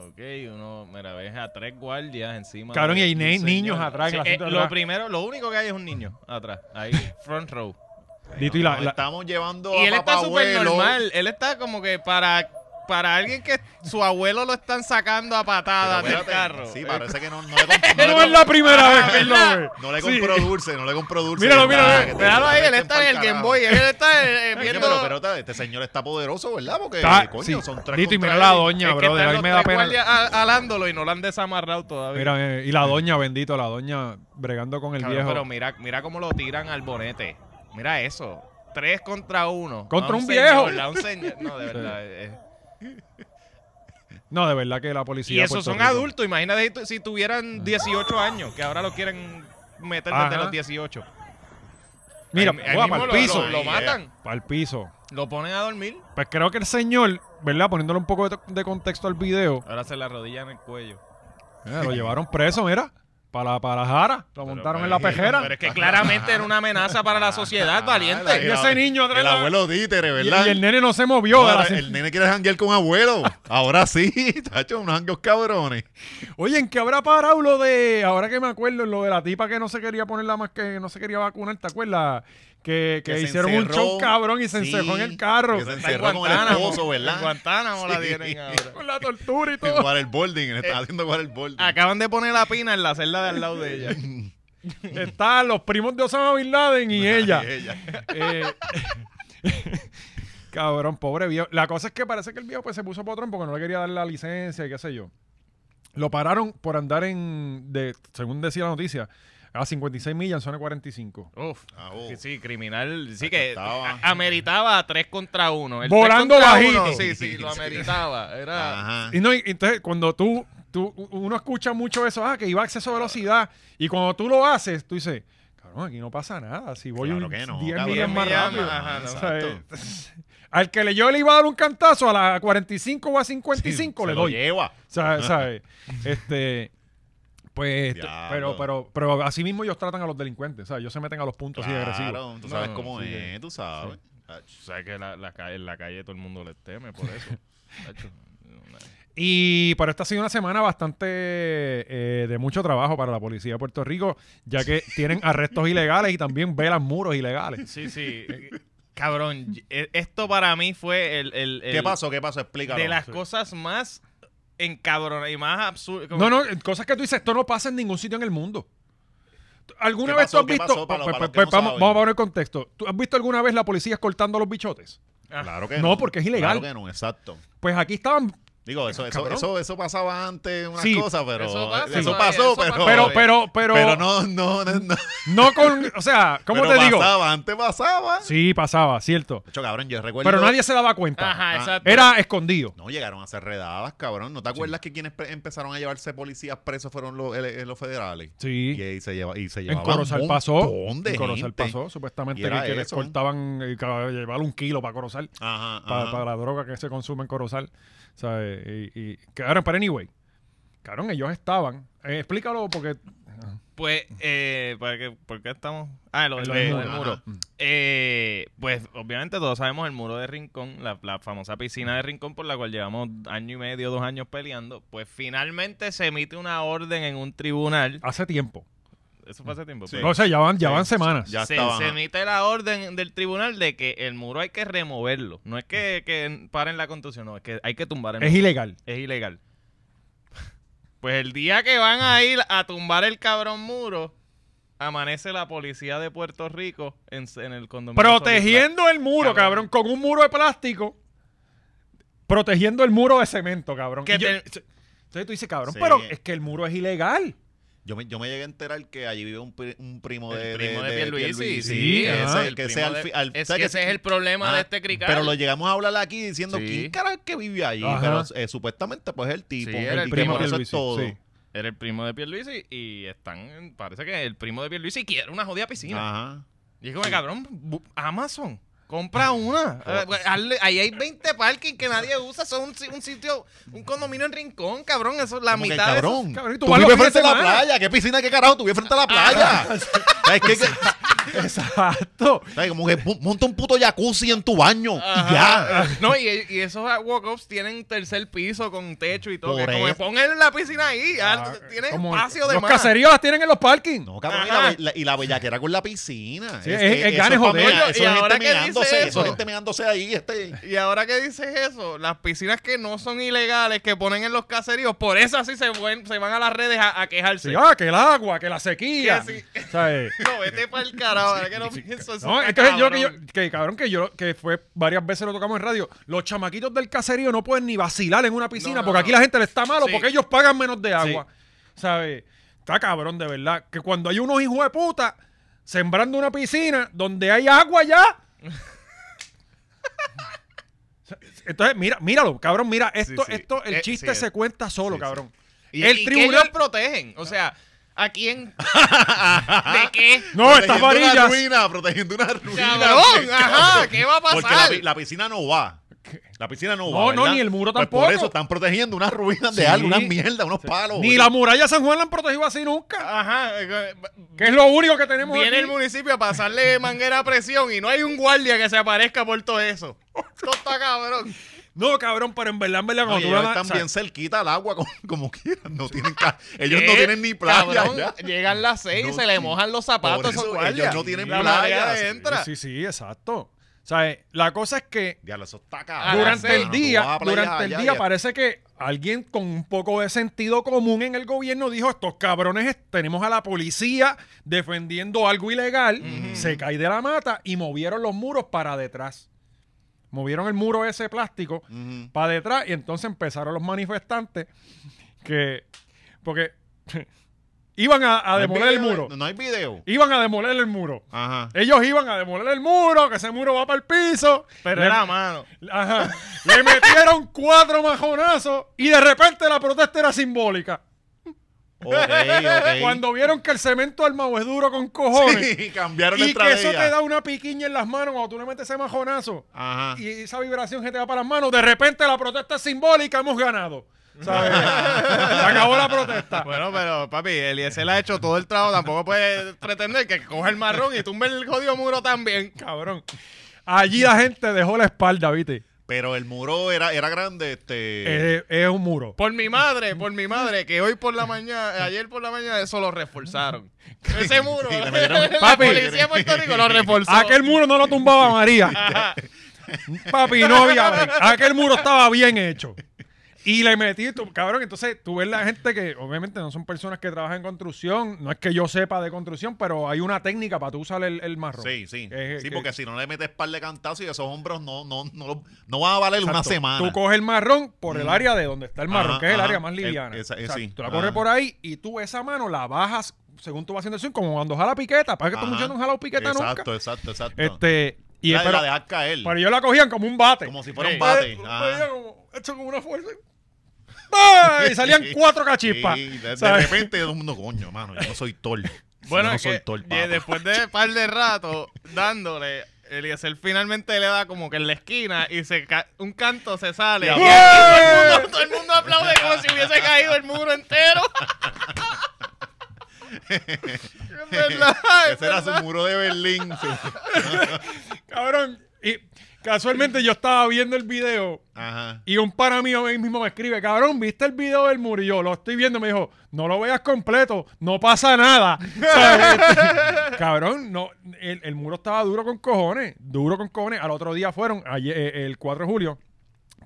Speaker 2: Ok, uno, mira, ves a tres guardias encima.
Speaker 1: Cabrón, y
Speaker 2: de-
Speaker 1: hay
Speaker 2: un
Speaker 1: ne-
Speaker 2: señor.
Speaker 1: niños atrás. en
Speaker 2: Sí,
Speaker 1: el
Speaker 2: eh,
Speaker 1: asiento de
Speaker 2: lo
Speaker 1: atrás.
Speaker 2: primero, lo único que hay es un niño atrás, ahí, front row.
Speaker 1: Dito, y
Speaker 3: Nos
Speaker 1: la- la-
Speaker 3: Estamos llevando
Speaker 2: Y
Speaker 3: a
Speaker 2: él está
Speaker 3: papá
Speaker 2: súper
Speaker 3: abuelo.
Speaker 2: normal, él está como que para para alguien que su abuelo lo están sacando a patadas
Speaker 3: Pero
Speaker 2: del
Speaker 3: espérate,
Speaker 2: carro.
Speaker 3: Sí,
Speaker 1: Eh,
Speaker 3: parece que no, no le comp- no le
Speaker 1: No es la
Speaker 3: comp-
Speaker 1: primera vez
Speaker 2: Ah,
Speaker 1: que él lo ve.
Speaker 3: no le
Speaker 1: Sí.
Speaker 3: compró dulce, no le compró dulce.
Speaker 1: Míralo,
Speaker 3: ¿verdad?
Speaker 1: míralo, eh.
Speaker 3: Que te-
Speaker 2: Déjalo ahí,
Speaker 3: te
Speaker 2: él
Speaker 3: meten
Speaker 2: está
Speaker 3: pa'l
Speaker 2: en el Game
Speaker 3: carajo.
Speaker 2: Boy, él está eh,
Speaker 3: Oye,
Speaker 2: viendo...
Speaker 3: pero, pero espérate, este señor está poderoso, ¿verdad? Porque,
Speaker 1: Está-
Speaker 3: coño,
Speaker 1: sí.
Speaker 3: son tres
Speaker 1: Dito, y
Speaker 3: contra
Speaker 1: mira la Ah,
Speaker 3: él.
Speaker 1: doña,
Speaker 2: Es que
Speaker 1: brother. A
Speaker 2: están
Speaker 1: mí
Speaker 2: los
Speaker 1: me da
Speaker 2: tres
Speaker 1: pena.
Speaker 2: guardias a- alándolo y no lo han desamarrado todavía.
Speaker 1: Mira, eh, y la doña, bendito, la doña bregando con el
Speaker 2: Cabrón,
Speaker 1: viejo.
Speaker 2: Pero mira, mira cómo lo tiran al bonete. Mira eso. Tres contra uno.
Speaker 1: Contra
Speaker 2: A
Speaker 1: un viejo.
Speaker 2: señor, a un señor. No, de verdad. eh.
Speaker 1: No, de verdad que la policía.
Speaker 2: y
Speaker 1: de
Speaker 2: esos
Speaker 1: Puerto
Speaker 2: son
Speaker 1: Rico- Ah.
Speaker 2: adultos. Imagínate si tu- si tuvieran 18 años, que ahora lo quieren meter desde
Speaker 1: Ajá.
Speaker 2: los 18.
Speaker 1: Mira,
Speaker 2: Ahí- ahí
Speaker 1: guau,
Speaker 2: mismo
Speaker 1: para el
Speaker 2: lo-
Speaker 1: piso.
Speaker 2: Lo, lo
Speaker 3: Ahí,
Speaker 2: matan.
Speaker 1: Para el piso.
Speaker 2: Lo ponen a dormir.
Speaker 1: Pues creo que el señor, ¿verdad? Poniéndole un poco de, de contexto al video,
Speaker 2: Ahora se la rodilla en el cuello.
Speaker 1: eh, lo llevaron preso, mira. Para la, para la jara. Lo montaron en la
Speaker 3: pero-
Speaker 1: pejera.
Speaker 2: Pero es que claramente era una amenaza para la sociedad,
Speaker 3: Ah,
Speaker 1: Y
Speaker 2: valiente.
Speaker 3: la-
Speaker 1: este, ese niño atrás
Speaker 3: El
Speaker 1: la-
Speaker 3: abuelo títere,
Speaker 1: Y,
Speaker 3: ¿verdad?
Speaker 1: y el nene no se movió. de
Speaker 3: Ahora,
Speaker 1: la-
Speaker 3: el nene quiere janguear con abuelo. Ahora sí, chacho, unos jangueos cabrones.
Speaker 1: Oye, ¿en qué habrá parado lo de, ahora que me acuerdo, lo de la tipa que no se quería poner la más que no se quería vacunar, ¿te acuerdas? Que, que
Speaker 3: se
Speaker 1: hicieron
Speaker 3: encerró.
Speaker 1: un show cabrón y se
Speaker 3: Sí,
Speaker 1: encerró en el carro.
Speaker 3: que se
Speaker 2: Está en
Speaker 3: encerró con el
Speaker 2: Guantánamo.
Speaker 3: esposo, ¿verdad?
Speaker 2: En Guantánamo la tienen ahora.
Speaker 1: Con la tortura y todo. Eh,
Speaker 3: Waterboarding, le está haciendo waterboarding.
Speaker 2: Acaban de poner la pina en la celda de al lado de ella.
Speaker 1: Están los primos de Osama Bin Laden y ella. Eh, cabrón, pobre viejo. La cosa es que parece que el viejo pues, se puso potrón porque no le quería dar la licencia y qué sé yo. Lo pararon por andar en, de, según decía la noticia, a 56 millas en zona 45.
Speaker 2: Uf.
Speaker 3: Ah, oh.
Speaker 2: Sí, Sí, criminal. Sí que
Speaker 3: Estaba.
Speaker 2: a- ameritaba tres contra uno. El
Speaker 1: Volando
Speaker 2: tres contra
Speaker 1: bajito.
Speaker 2: uno, sí, sí, lo ameritaba. Era...
Speaker 3: Ajá.
Speaker 1: Y no, y entonces cuando tú, tú, uno escucha mucho eso, ah, que iba a acceso a velocidad, y cuando tú lo haces, tú dices, cabrón, aquí no pasa nada, si voy
Speaker 3: Claro
Speaker 1: un-
Speaker 3: que no,
Speaker 1: 10
Speaker 3: cabrón.
Speaker 1: millas más
Speaker 2: Millas
Speaker 1: rápido.
Speaker 2: más, ajá, no.
Speaker 1: O sea,
Speaker 3: Exacto.
Speaker 1: eh, al que le yo le iba a dar un cantazo a la 45 o a 55
Speaker 3: Se
Speaker 1: le
Speaker 3: lo
Speaker 1: doy.
Speaker 3: lleva.
Speaker 1: ¿Sabes? ¿Sabes? Este. Pues, este,
Speaker 3: Diablo.
Speaker 1: pero, pero, pero así mismo ellos trtratan a los delincuentes, ¿sabes? Ellos se meten a los puntos y agresivos.
Speaker 3: Claro, tú sabes
Speaker 2: No,
Speaker 3: cómo
Speaker 2: sí
Speaker 3: es,
Speaker 2: que-
Speaker 3: tú sabes. Chacho.
Speaker 2: O sea que la, la calle, en la calle todo el mundo les teme por eso. Tacho, una-
Speaker 1: Y, pero esta ha sido una semana bastante eh, de mucho trabajo para la policía de Puerto Rico, ya que tienen arrestos ilegales y también velan muros ilegales.
Speaker 2: Sí, sí. Cabrón, y- e- esto para mí fue el... el- el-
Speaker 3: ¿Qué pasó? ¿Qué pasó? Explícanos.
Speaker 2: De las cosas más encabronas y más absurdas.
Speaker 1: No, no, cosas que tú dices, esto no pasa en ningún sitio en el mundo. ¿Alguna
Speaker 3: ¿Qué
Speaker 1: vez tú
Speaker 3: pasó?
Speaker 1: has
Speaker 3: ¿Qué
Speaker 1: visto?
Speaker 3: pasó? Para los-
Speaker 1: Pues,
Speaker 3: para los que
Speaker 1: pues,
Speaker 3: no
Speaker 1: vamos,
Speaker 3: saben.
Speaker 1: vamos a ver el contexto. ¿Tú has visto alguna vez la policía escoltando a los bichotes?
Speaker 3: Claro que
Speaker 1: No, porque es ilegal.
Speaker 3: Claro que no, exacto.
Speaker 1: Pues aquí estaban
Speaker 3: Digo, eso, eso,
Speaker 1: Cabrón.
Speaker 3: eso, eso pasaba antes, unas
Speaker 1: Sí.
Speaker 3: cosas, pero.
Speaker 2: Eso
Speaker 3: Eso,
Speaker 2: pasa todavía,
Speaker 3: pasó,
Speaker 2: eso pasa
Speaker 3: pero. eh,
Speaker 1: Pero, pero, pero,
Speaker 3: pero no, no, no. no.
Speaker 1: no con, o sea, ¿cómo
Speaker 3: Pero
Speaker 1: te digo?
Speaker 3: Pasaba, antes pasaba.
Speaker 1: Sí, pasaba, cierto.
Speaker 3: De hecho, cabrón, yo recuerdo.
Speaker 1: Pero nadie se daba cuenta.
Speaker 2: Ajá,
Speaker 3: Ah,
Speaker 2: exacto.
Speaker 1: Era escondido.
Speaker 3: No llegaron a ser redadas, cabrón. ¿No te acuerdas que quienes pre- empezaron a llevarse policías presos fueron los, el- el- los federales? Y
Speaker 1: Sí.
Speaker 3: ahí se lleva, y se
Speaker 1: En
Speaker 3: llevaban
Speaker 1: Corozal
Speaker 3: un
Speaker 1: pasó.
Speaker 3: montón de
Speaker 1: En Corozal
Speaker 3: gente.
Speaker 1: pasó, supuestamente
Speaker 3: Y
Speaker 1: que,
Speaker 3: era
Speaker 1: que les
Speaker 3: eso, ¿eh?
Speaker 1: cortaban eh, ca- llevar un kilo para Corozal,
Speaker 3: Ajá,
Speaker 1: para,
Speaker 3: ajá.
Speaker 1: para la droga que se consume en Corozal. ¿sabes? Y, y cabrón, pero anyway. Cabrón, ellos estaban. eh, explícalo porque.
Speaker 2: Pues, eh, ¿para qué- ¿por qué estamos? Ah, lo del,
Speaker 1: Lo del
Speaker 2: lo del
Speaker 3: muro,
Speaker 2: muro.
Speaker 3: ajá.
Speaker 2: Eh, pues, obviamente todos sabemos el muro de Rincón, la, la famosa piscina de Rincón por la cual llevamos año y medio, dos años peleando. Pues, finalmente se emite una orden en un tribunal.
Speaker 1: Hace tiempo.
Speaker 2: Eso fue hace tiempo.
Speaker 3: Sí.
Speaker 2: pero-
Speaker 1: No, o sea, ya van, ya
Speaker 3: Sí,
Speaker 1: van
Speaker 3: sí,
Speaker 1: semanas.
Speaker 3: ya.
Speaker 2: se,
Speaker 3: estaba,
Speaker 2: se
Speaker 3: ajá.
Speaker 2: emite la orden del tribunal de que el muro hay que removerlo. No es que, que paren la construcción, no, es que hay que tumbar el
Speaker 1: Es
Speaker 2: muro.
Speaker 1: ilegal.
Speaker 2: Es ilegal. Pues el día que van a ir a tumbar el cabrón muro, amanece la policía de Puerto Rico en, en el condominio.
Speaker 1: Protegiendo el muro, cabrón,
Speaker 2: Cabrón.
Speaker 1: con un muro de plástico. Protegiendo el muro de cemento, cabrón.
Speaker 2: Que
Speaker 1: Y yo-
Speaker 2: te-
Speaker 1: entonces tú dices, cabrón,
Speaker 3: Sí.
Speaker 1: pero es que el muro es ilegal.
Speaker 3: Yo me, yo me llegué a enterar que allí vive un, pri- un primo
Speaker 2: El
Speaker 3: de.
Speaker 2: primo de Pierluisi, sí,
Speaker 1: sí,
Speaker 3: ese,
Speaker 1: ajá.
Speaker 3: que
Speaker 2: El primo
Speaker 3: sea al
Speaker 2: de-
Speaker 3: fi- al-
Speaker 2: es
Speaker 3: ¿sabes
Speaker 2: que
Speaker 3: que-
Speaker 2: ese es el problema
Speaker 3: Ah,
Speaker 2: de este crical.
Speaker 3: Pero lo llegamos a hablar aquí diciendo
Speaker 2: Sí.
Speaker 3: quién carajo que vive allí.
Speaker 1: Ajá.
Speaker 3: Pero eh, supuestamente, pues es el tipo.
Speaker 2: Sí, era el
Speaker 3: que
Speaker 2: primo
Speaker 3: por eso es
Speaker 1: Pierluisi,
Speaker 3: todo.
Speaker 1: sí.
Speaker 2: Era el primo de Pierluisi y están... en- Parece que el primo de Pierluisi quiere una jodida piscina.
Speaker 3: Ajá.
Speaker 2: Y es como, cabrón, bu- Amazon, compra una. Eh, pues, hazle- Ahí hay 20 parking que nadie usa. Son un, si- un sitio, un condominio en rincón, cabrón. Eso, la
Speaker 3: Como que,
Speaker 2: mitad de esos-
Speaker 3: cabrón.
Speaker 1: cabrón, y tú
Speaker 3: tú
Speaker 1: vas los
Speaker 3: vives
Speaker 1: fines
Speaker 3: frente a
Speaker 1: de
Speaker 3: la
Speaker 1: semana.
Speaker 2: Ah,
Speaker 3: playa. ¿Qué piscina? ¿Qué carajo? Tú vives frente a la playa. ¿Sabes qué?
Speaker 1: Exacto.
Speaker 3: ¿Sabes? Como que mu- monta un puto jacuzzi en tu baño y ya.
Speaker 2: Ajá. No, y, y esos walk-ups tienen tercer piso con techo y todo.
Speaker 3: Por
Speaker 2: que como
Speaker 3: eso.
Speaker 2: que pongan la piscina ahí, ya
Speaker 1: Ah,
Speaker 2: tienes
Speaker 1: como
Speaker 2: espacio de
Speaker 1: Los
Speaker 2: más.
Speaker 1: caseríos las tienen en los parkings.
Speaker 3: No, cabrón, y
Speaker 2: Ajá.
Speaker 3: la, la- y la bellaquera con la piscina.
Speaker 1: Sí, es- es gane
Speaker 3: pa'
Speaker 1: joder.
Speaker 3: mea-
Speaker 2: Y
Speaker 3: Eso es
Speaker 2: ahora
Speaker 3: gente
Speaker 2: que dice
Speaker 3: meándose, eso
Speaker 2: eso.
Speaker 3: es gente meándose ahí. Este.
Speaker 2: Y ahora que dices eso, las piscinas que no son ilegales, que ponen en los caseríos, por esas sí se, buen- se van a las redes a, a quejarse.
Speaker 1: Sí, ah, que el agua, que la sequía.
Speaker 2: Que sí.
Speaker 1: ¿Sabes?
Speaker 2: No, vete para el carajo, ahora que no pienso eso.
Speaker 1: No,
Speaker 2: está
Speaker 1: es que yo, que yo,
Speaker 2: cabrón.
Speaker 1: que cabrón, que yo, que fue varias veces lo tocamos en radio. Los chamaquitos del caserío no pueden ni vacilar en una piscina
Speaker 2: No, no,
Speaker 1: porque aquí
Speaker 2: no.
Speaker 1: la gente le está malo
Speaker 2: Sí.
Speaker 1: porque ellos pagan menos de agua. ¿Sabes? Está cabrón, de verdad. Que cuando hay unos hijos de puta sembrando una piscina donde hay agua ya. Entonces, mira, míralo, cabrón, mira, esto,
Speaker 2: sí.
Speaker 1: esto, el
Speaker 2: Eh,
Speaker 1: chiste
Speaker 2: sí,
Speaker 1: se
Speaker 2: es.
Speaker 1: cuenta solo, cabrón.
Speaker 2: Y,
Speaker 1: el
Speaker 2: y que
Speaker 1: tribunal.
Speaker 2: ellos protegen. O sea, ¿a quién? ¿De qué?
Speaker 1: no, estas
Speaker 3: Protegiendo
Speaker 1: varillas.
Speaker 3: Una ruina, protegiendo una ruina.
Speaker 2: ¡Cabrón! ¡Ajá! ¿Qué va a
Speaker 3: Porque la,
Speaker 2: pasar?
Speaker 3: pi- la piscina no va. La piscina no,
Speaker 1: No,
Speaker 3: va.
Speaker 1: no,
Speaker 3: ¿verdad?
Speaker 1: ni el muro
Speaker 3: Pues
Speaker 1: tampoco.
Speaker 3: por eso están protegiendo unas ruinas de
Speaker 1: Sí.
Speaker 3: algo, unas mierdas, unos palos.
Speaker 1: Ni la muralla de San Juan la han protegido así nunca.
Speaker 2: Ajá. eh,
Speaker 1: Que es lo único que tenemos
Speaker 2: Viene
Speaker 1: aquí.
Speaker 2: el municipio a pasarle manguera a presión y no hay un guardia que se aparezca por todo eso. Esto está cabrón.
Speaker 1: No, cabrón, pero en verdad, en verdad,
Speaker 3: No,
Speaker 1: cuando
Speaker 3: y
Speaker 1: tú
Speaker 3: ellos
Speaker 1: la-
Speaker 3: están
Speaker 1: o sea,
Speaker 3: bien cerquita al agua como, como quieran. No tienen ca- ellos no
Speaker 2: ¿Qué?
Speaker 3: tienen ni playa.
Speaker 2: Cabrón,
Speaker 3: ya.
Speaker 2: llegan las seis y
Speaker 3: No,
Speaker 2: se le
Speaker 3: sí.
Speaker 2: mojan los zapatos
Speaker 3: Por
Speaker 2: a esos
Speaker 3: eso
Speaker 2: guardias.
Speaker 3: ellos no tienen
Speaker 2: La
Speaker 3: playas.
Speaker 2: marea entra.
Speaker 1: Sí, sí, exacto. O sea, eh, la cosa es que
Speaker 3: Diablo, eso está
Speaker 2: Ah,
Speaker 3: cabrón.
Speaker 1: durante
Speaker 2: sí.
Speaker 1: el
Speaker 3: mano, tú vas
Speaker 1: día,
Speaker 3: a playa
Speaker 1: durante el
Speaker 3: allá,
Speaker 1: día
Speaker 3: ya.
Speaker 1: parece que alguien con un poco de sentido común en el gobierno dijo, estos cabrones es- tenemos a la policía defendiendo algo ilegal, se cae de la mata y movieron los muros para detrás. Movieron el muro ese plástico
Speaker 3: Ujú.
Speaker 1: para detrás y entonces empezaron los manifestantes que porque iban a, a
Speaker 3: ¿No hay
Speaker 1: demoler el
Speaker 3: video?
Speaker 1: muro.
Speaker 3: No hay video.
Speaker 1: Iban a demoler el muro.
Speaker 3: Ajá.
Speaker 1: Ellos iban a demoler el muro, que ese muro va para el piso.
Speaker 2: Pero
Speaker 1: Le-
Speaker 2: era mano.
Speaker 1: Ajá. Le metieron cuatro majonazos y de repente la protesta era simbólica.
Speaker 3: Ok, ok.
Speaker 1: Cuando vieron que el cemento armado es duro con cojones
Speaker 3: Sí, cambiaron la
Speaker 1: y que eso
Speaker 3: estrategia.
Speaker 1: te da una piquiña en las manos cuando tú le metes ese majonazo
Speaker 3: Ajá.
Speaker 1: y esa vibración que te va para las manos, de repente la protesta es simbólica, hemos ganado. ¿Sabes? Se acabó la protesta.
Speaker 2: Bueno, pero papi, Eliezer ha hecho todo el trabajo. Tampoco puede pretender que coja el marrón y tumbe el jodido muro también.
Speaker 1: Cabrón. Allí la gente dejó la espalda, ¿viste?
Speaker 3: Pero el muro era, era grande, este.
Speaker 1: Es, es un muro.
Speaker 2: Por mi madre, por mi madre, que hoy por la mañana, ayer por la mañana, eso lo reforzaron. Ese muro,
Speaker 3: Sí, le metieron-
Speaker 2: la
Speaker 1: Papi.
Speaker 2: policía de Puerto Rico lo reforzó.
Speaker 1: Aquel muro no lo tumbaba María.
Speaker 2: Ajá.
Speaker 1: Papi, no había break. Aquel muro estaba bien hecho. Y le metí, tú- cabrón, entonces tú ves la gente que obviamente no son personas que trabajan en construcción, no es que yo sepa de construcción, pero hay una técnica para tú usar el, el marrón.
Speaker 3: Sí, sí.
Speaker 1: Es-
Speaker 3: sí,
Speaker 1: que-
Speaker 3: porque si no le metes par de cantazos y esos hombros no, no, no, lo- no van a valer una
Speaker 1: Exacto.
Speaker 3: semana.
Speaker 1: Tú coges el marrón por el área de donde está el marrón,
Speaker 3: Ajá,
Speaker 1: que es el
Speaker 3: ajá.
Speaker 1: área más
Speaker 3: El-
Speaker 1: liviana.
Speaker 3: esa- eh,
Speaker 1: O sea,
Speaker 3: sí.
Speaker 1: Tú la corres
Speaker 3: Ajá.
Speaker 1: por ahí y tú esa mano la bajas según tú vas haciendo el swing, como cuando jala piqueta. Para que todo
Speaker 3: Ajá.
Speaker 1: mundo no han jalado piqueta
Speaker 3: Exacto,
Speaker 1: nunca.
Speaker 3: exacto, exacto.
Speaker 1: Este, y
Speaker 3: la,
Speaker 1: pero,
Speaker 3: la dejas caer.
Speaker 1: pero ellos la cogían como un bate.
Speaker 3: como si fuera
Speaker 2: Sí.
Speaker 3: un bate.
Speaker 1: Eh,
Speaker 3: Ajá.
Speaker 1: veía como- hecho con una fuerza. ¡Ah! Y salían cuatro cachispas.
Speaker 3: Sí, de, de
Speaker 1: ¿sabes?
Speaker 3: repente todo el mundo, coño, mano, yo no soy tol.
Speaker 2: Bueno,
Speaker 3: yo no
Speaker 2: es que,
Speaker 3: soy tol,
Speaker 2: eh,
Speaker 3: papá.
Speaker 2: después de un par de rato dándole, Eliezer finalmente le da como que en la esquina y se ca- un canto se sale. Y- y todo, el mundo, todo el mundo aplaude como si hubiese caído el muro entero. es verdad. es
Speaker 3: Ese era su
Speaker 2: verdad.
Speaker 3: muro de Berlín. sí.
Speaker 1: Cabrón. Y casualmente yo estaba viendo el video
Speaker 3: Ajá.
Speaker 1: y un pana mío ahí mismo me escribe, cabrón, ¿viste el video del muro? Y yo lo estoy viendo. Me dijo, no lo veas completo, no pasa nada. ¿Sabes? cabrón, no, el, el muro estaba duro con cojones, duro con cojones. Al otro día fueron, ayer, eh, el 4 de julio.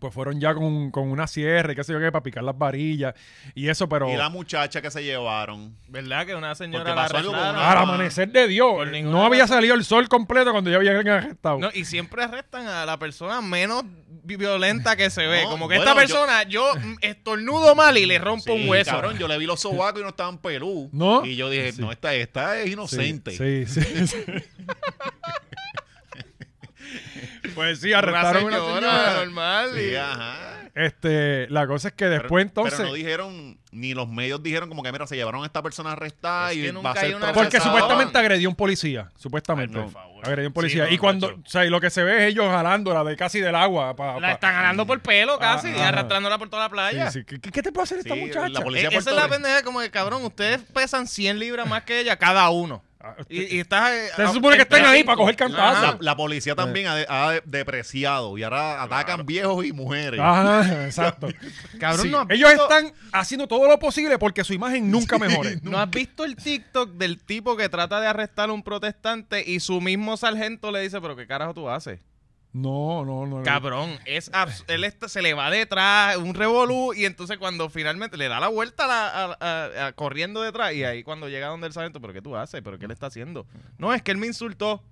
Speaker 1: Pues fueron ya con, con una sierra y qué sé yo qué, para picar las varillas y eso, pero...
Speaker 3: Y la muchacha que se llevaron.
Speaker 2: ¿Verdad que una señora
Speaker 3: Porque
Speaker 2: la
Speaker 3: pasó algo con
Speaker 2: arrestaron?
Speaker 3: una-
Speaker 1: Al amanecer de Dios.
Speaker 2: Por ninguna
Speaker 1: No había
Speaker 2: razón.
Speaker 1: salido el sol completo cuando ya habían arrestado.
Speaker 2: No, y siempre arrestan a la persona menos vi- violenta que se ve.
Speaker 3: No,
Speaker 2: como que
Speaker 3: bueno,
Speaker 2: esta persona, yo, mm, estornudo mal y le rompo un
Speaker 3: Sí,
Speaker 2: hueso.
Speaker 3: Cabrón, yo le vi los sobacos y no estaban pelú.
Speaker 1: ¿No?
Speaker 3: Y yo dije,
Speaker 1: Sí.
Speaker 3: no, esta, esta es inocente.
Speaker 1: Sí, sí. sí. pues sí,
Speaker 2: Una
Speaker 1: arrestaron a una
Speaker 2: señora
Speaker 1: señora. ah,
Speaker 2: normal. y-
Speaker 3: Sí, ajá.
Speaker 1: Este, la cosa es que
Speaker 3: Pero-
Speaker 1: después entonces.
Speaker 3: Pero no dijeron, ni los medios dijeron como que, mira, se llevaron a esta persona arrestada
Speaker 2: Es que
Speaker 3: y
Speaker 2: nunca
Speaker 3: va a
Speaker 2: hay
Speaker 3: ser
Speaker 2: una
Speaker 1: porque
Speaker 2: Esa-
Speaker 3: procesada.
Speaker 1: supuestamente agredió a un policía. Supuestamente.
Speaker 3: Ay, por favor.
Speaker 1: Agredió a un policía.
Speaker 3: Sí, no,
Speaker 1: y cuando.
Speaker 3: macho.
Speaker 1: O sea, y lo que se ve es ellos jalándola de casi del agua. pa-
Speaker 2: La
Speaker 1: pa-
Speaker 2: están ganando por pelo casi
Speaker 1: Ah,
Speaker 2: y
Speaker 1: ah.
Speaker 2: arrastrándola por toda la
Speaker 1: Sí,
Speaker 2: playa.
Speaker 1: sí. ¿Qué, qué te puede hacer esta
Speaker 3: Sí,
Speaker 1: muchacha?
Speaker 3: la
Speaker 2: E-
Speaker 3: policía
Speaker 2: esa es
Speaker 3: Puerto
Speaker 2: la
Speaker 3: Rico.
Speaker 2: pendeja como que, cabrón, ustedes pesan 100 libras más que ella cada uno.
Speaker 1: Ah,
Speaker 2: Y, y estás. eh,
Speaker 1: Se supone que
Speaker 2: en
Speaker 1: estén ahí
Speaker 2: P5.
Speaker 1: para coger cantazo.
Speaker 2: Ajá.
Speaker 3: La, la policía también ha, de- ha de- depreciado y ahora atacan viejos y mujeres.
Speaker 1: Ah, Ajá, exacto.
Speaker 2: Cabrón,
Speaker 1: Sí,
Speaker 2: no has
Speaker 1: Ellos
Speaker 2: visto-
Speaker 1: están haciendo todo lo posible porque su imagen nunca mejore.
Speaker 2: ¿No has visto el TikTok del tipo que trata de arrestar a un protestante y su mismo sargento le dice, pero qué carajo tú haces?
Speaker 1: No, no, no.
Speaker 2: Cabrón, es abs- él está- se le va detrás, un revolú, y entonces cuando finalmente le da la vuelta a la- a- a- a- corriendo detrás, y ahí cuando llega donde el sargento, pero qué tú haces, pero qué le está haciendo. No, es que él me insultó.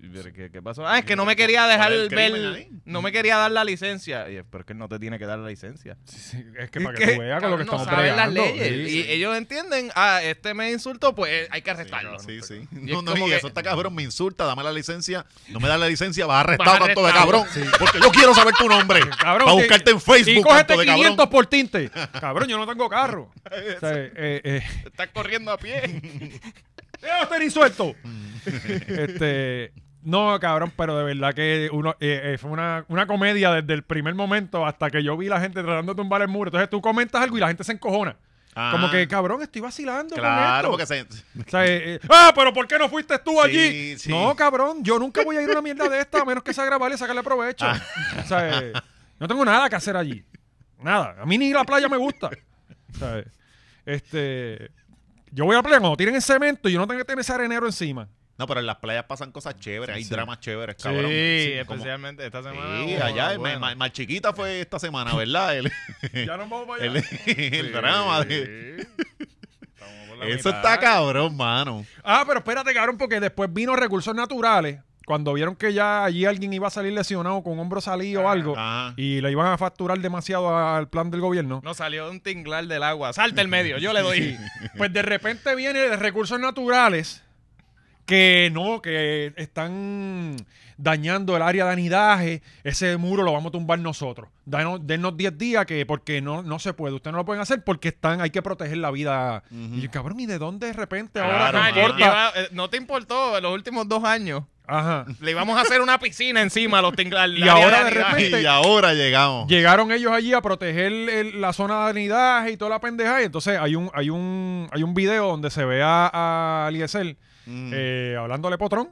Speaker 2: Y, "¿Pero ¿Qué, qué pasó? Ah, es que no me quería dejar
Speaker 3: ¿Cuál es el crimen
Speaker 2: ver,
Speaker 3: ahí?
Speaker 2: no me quería dar la licencia. Y, yo, pero es que él no te tiene que dar la licencia.
Speaker 1: Sí, sí, es que para que tú veas con lo que
Speaker 2: Cabrón,
Speaker 1: estamos
Speaker 2: no saben las
Speaker 1: bregando.
Speaker 2: leyes.
Speaker 1: Sí,
Speaker 2: y ellos entienden, ah, este me insultó, pues hay que arrestarlo.
Speaker 3: Sí, sí.
Speaker 2: Y
Speaker 3: No,
Speaker 2: es
Speaker 3: no,
Speaker 2: como
Speaker 3: y
Speaker 2: que-
Speaker 3: eso está cabrón, me insulta, dame la licencia. No me das la licencia, vas arrestado
Speaker 2: Vas
Speaker 3: tanto de
Speaker 2: arrestado.
Speaker 3: cabrón. Porque yo quiero saber tu nombre.
Speaker 1: Cabrón,
Speaker 3: para
Speaker 1: que-
Speaker 3: buscarte en
Speaker 1: Y
Speaker 3: Facebook,
Speaker 1: cógete
Speaker 3: tanto de
Speaker 1: 500
Speaker 3: cabrón.
Speaker 1: por tinte. Cabrón, yo no tengo carro. O sea, eh, eh,
Speaker 2: Estás corriendo a pie.
Speaker 1: ¡Eh, tenis suelto! este, no, cabrón, pero de verdad que uno, eh, eh, fue una, una comedia desde el primer momento hasta que yo vi la gente tratando de tumbar el muro. Entonces tú comentas algo y la gente se encojona.
Speaker 3: Ah,
Speaker 1: Como que, cabrón, estoy vacilando. con
Speaker 3: Claro,
Speaker 1: esto.
Speaker 3: porque se.
Speaker 1: O sea, eh, eh, ah, pero ¿por qué no fuiste tú
Speaker 3: Sí,
Speaker 1: allí?
Speaker 3: sí.
Speaker 1: No, cabrón, yo nunca voy a ir a una mierda de esta a menos que sea grabar y sacarle provecho.
Speaker 3: Ah.
Speaker 1: O sea, eh, no tengo nada que hacer allí. Nada. A mí ni la playa me gusta. O sea, eh, Este, yo voy a la playa cuando tiren el cemento y yo no tengo que tener ese arenero encima.
Speaker 3: No, pero en las playas pasan cosas chéveres, hay dramas chéveres,
Speaker 2: Sí,
Speaker 3: cabrón. como-
Speaker 2: especialmente esta semana.
Speaker 3: Sí,
Speaker 2: hubo
Speaker 3: allá,
Speaker 2: algo bueno.
Speaker 3: más chiquita fue esta semana, ¿verdad? El,
Speaker 1: Ya no vamos para
Speaker 3: el-
Speaker 1: allá.
Speaker 3: el
Speaker 2: Sí.
Speaker 3: drama. de-
Speaker 2: Estamos por la
Speaker 3: eso
Speaker 2: mitad.
Speaker 3: está cabrón, mano.
Speaker 1: Ah, pero espérate, cabrón, porque después vino recursos naturales. Cuando vieron que ya allí alguien iba a salir lesionado con hombro salido
Speaker 3: Ah,
Speaker 1: o algo
Speaker 3: Ajá.
Speaker 1: y le iban a facturar demasiado al plan del gobierno.
Speaker 2: No salió un tinglar del agua. Salta el medio, yo le doy.
Speaker 1: Pues de repente viene de recursos naturales que no, que están dañando el área de anidaje. Ese muro lo vamos a tumbar nosotros. Danos- dennos 10 días que porque no, no se puede. Ustedes no lo pueden hacer porque están, hay que proteger la vida.
Speaker 3: Ujú.
Speaker 1: Y yo, cabrón, ¿y de dónde de repente
Speaker 2: Ahora,
Speaker 1: ahora
Speaker 3: Claro,
Speaker 1: te
Speaker 2: ah,
Speaker 3: mano.
Speaker 1: importa?
Speaker 2: lleva- eh, no te importó los últimos dos años.
Speaker 1: Ajá.
Speaker 2: Le íbamos a hacer una piscina encima a los tinglares.
Speaker 1: Y ahora de repente-
Speaker 3: Y ahora llegamos.
Speaker 1: Llegaron ellos allí a proteger el- la zona de anidaje y toda la pendeja. Y entonces hay un, hay un, hay un video donde se ve a, a Eliezer
Speaker 3: Mm.
Speaker 1: eh, hablándole potrón,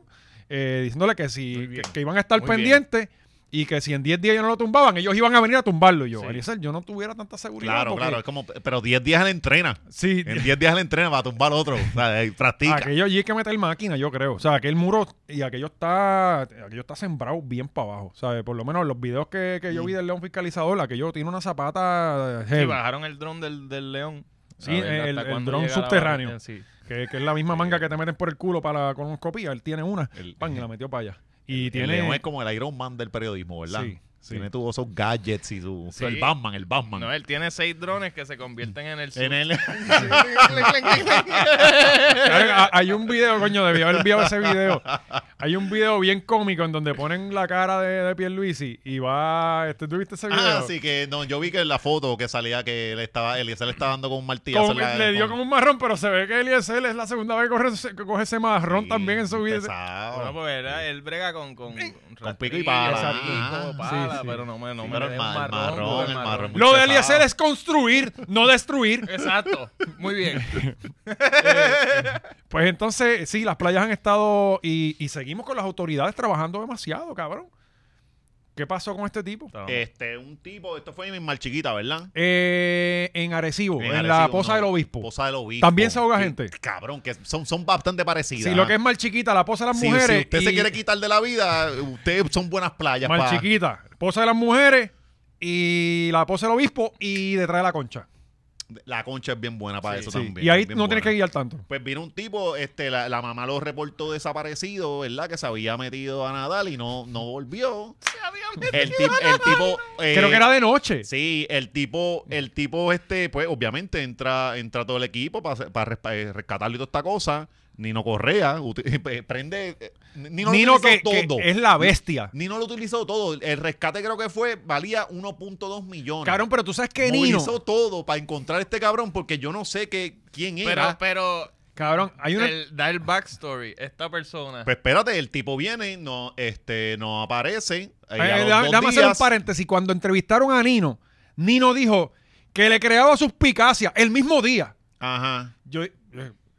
Speaker 1: eh, diciéndole que si
Speaker 2: Muy
Speaker 1: que,
Speaker 2: bien.
Speaker 1: que iban a estar
Speaker 2: Muy
Speaker 1: pendientes y que si en 10 días ellos no lo tumbaban, ellos iban a venir a tumbarlo. Y yo,
Speaker 2: Sí.
Speaker 1: Eliezer, yo no tuviera tanta seguridad.
Speaker 3: Claro,
Speaker 1: porque-
Speaker 3: claro, es como, pero 10 días le entrena.
Speaker 1: Sí,
Speaker 3: En 10 días le entrena para tumbar otro. O sea, eh, practica.
Speaker 1: aquello allí hay Ah, que meter máquina, yo creo. O sea, aquel muro y aquello está aquello está sembrado bien para abajo. ¿sabes? Por lo menos los videos que, que yo
Speaker 2: Mm.
Speaker 1: vi del León Fiscalizador, aquello tiene una zapata
Speaker 2: Y
Speaker 1: heavy,
Speaker 2: bajaron el dron del, del león.
Speaker 1: Sí,
Speaker 2: A ver hasta
Speaker 1: el- el
Speaker 2: cuándo
Speaker 1: dron
Speaker 2: llega la
Speaker 1: subterráneo.
Speaker 2: batería, sí.
Speaker 1: que, que es la
Speaker 3: Este,
Speaker 1: misma manga que te meten por el culo para la colonoscopía. Él tiene una, pan, y la metió para allá. Y
Speaker 3: eh, El
Speaker 1: tiene...
Speaker 3: León es como el Iron Man del periodismo, ¿verdad?
Speaker 1: Sí, sí.
Speaker 3: Tiene todos esos gadgets y su.
Speaker 2: Sí.
Speaker 3: El Batman, el Batman.
Speaker 2: No, él tiene seis drones que se convierten en el...
Speaker 3: en el,
Speaker 1: Cabrón, ha- Hay un video, coño, debí haber enviado ese video. Hay un video bien cómico en donde ponen la cara de, de Pierluisi y va. Este, ¿Tú viste ese video?
Speaker 3: Ah, sí, que no, yo vi que en la foto que salía que él estaba, él, le estaba dando con un martillo.
Speaker 1: Como
Speaker 3: hacer la-
Speaker 1: que le dio como un marrón, pero se ve que Eliezer es la segunda vez que corre ese- que coge, ese marrón
Speaker 3: Sí,
Speaker 1: también en su vida.
Speaker 3: pesado.
Speaker 2: Bueno, pues era, él brega con, con,
Speaker 3: Con pico y
Speaker 2: rastrillo,
Speaker 3: pala.
Speaker 2: pico,
Speaker 3: Ajá.
Speaker 2: pala,
Speaker 1: Ah, Sí, sí.
Speaker 2: pero no me, no
Speaker 3: Sí,
Speaker 2: me
Speaker 3: pero
Speaker 2: dé
Speaker 3: el
Speaker 2: un
Speaker 3: ma- el
Speaker 2: marrón,
Speaker 3: marrón,
Speaker 2: no,
Speaker 3: el marrón.
Speaker 1: Lo de
Speaker 3: pesado.
Speaker 1: Eliezer es construir, no destruir.
Speaker 2: Exacto, muy bien.
Speaker 1: Pues entonces, sí, las playas han estado y, y seguimos con las autoridades trabajando demasiado, cabrón. ¿Qué pasó con este tipo?
Speaker 2: Eh,
Speaker 3: Este, un tipo, esto fue en Mar Chiquita, ¿verdad?
Speaker 1: Eh, en Arecibo, en, la
Speaker 3: Arecibo,
Speaker 1: Poza
Speaker 3: no,
Speaker 1: del Obispo.
Speaker 3: Poza del Obispo.
Speaker 1: También se ahoga
Speaker 3: Que-
Speaker 1: gente.
Speaker 3: Cabrón, que son, son bastante parecidas.
Speaker 1: Sí, lo que es mal chiquita, la posa de las
Speaker 3: Si-
Speaker 1: mujeres.
Speaker 3: Si usted se
Speaker 1: y-
Speaker 3: quiere quitar de la vida, ustedes son buenas playas.
Speaker 1: Mal
Speaker 3: pa-
Speaker 1: chiquita, posa de las mujeres y la posa del obispo y detrás de la concha.
Speaker 3: La concha es bien buena
Speaker 2: Sí,
Speaker 3: para Ah, eso
Speaker 1: Sí,
Speaker 3: también.
Speaker 1: y ahí
Speaker 3: es bien
Speaker 1: no tienes
Speaker 3: buena.
Speaker 1: que guiar tanto.
Speaker 3: Pues vino un tipo, este, la, la mamá lo reportó desaparecido, ¿verdad? Que se había metido a Nadal y no, no volvió. El, tip- el tipo. eh,
Speaker 1: Creo que era de noche.
Speaker 3: Sí, el tipo, el tipo, este, pues obviamente entra, entra todo el equipo para eh, rescatarle toda esta cosa. Nino Correa uti- eh, prende. eh, Nino, lo
Speaker 1: Nino, que,
Speaker 3: utilizó
Speaker 1: que
Speaker 3: todo.
Speaker 1: es la bestia.
Speaker 3: Nino lo utilizó todo. El rescate creo que fue, valía 1.2 millones.
Speaker 1: Cabrón, pero tú sabes que Nino.
Speaker 3: Movilizó todo para encontrar este cabrón porque yo no sé que, quién
Speaker 2: Pero,
Speaker 3: era.
Speaker 2: pero,
Speaker 1: Cabrón, hay una. eh,
Speaker 2: el- da el backstory, esta persona.
Speaker 3: Pues espérate, el tipo viene, no, este, no aparece. eh,
Speaker 1: eh,
Speaker 3: a los
Speaker 1: dame
Speaker 3: dos
Speaker 1: dame hacer un
Speaker 3: días-
Speaker 1: paréntesis. Cuando entrevistaron a Nino, Nino dijo que le creaba suspicacia el mismo día.
Speaker 3: Ajá.
Speaker 1: Yo. eh,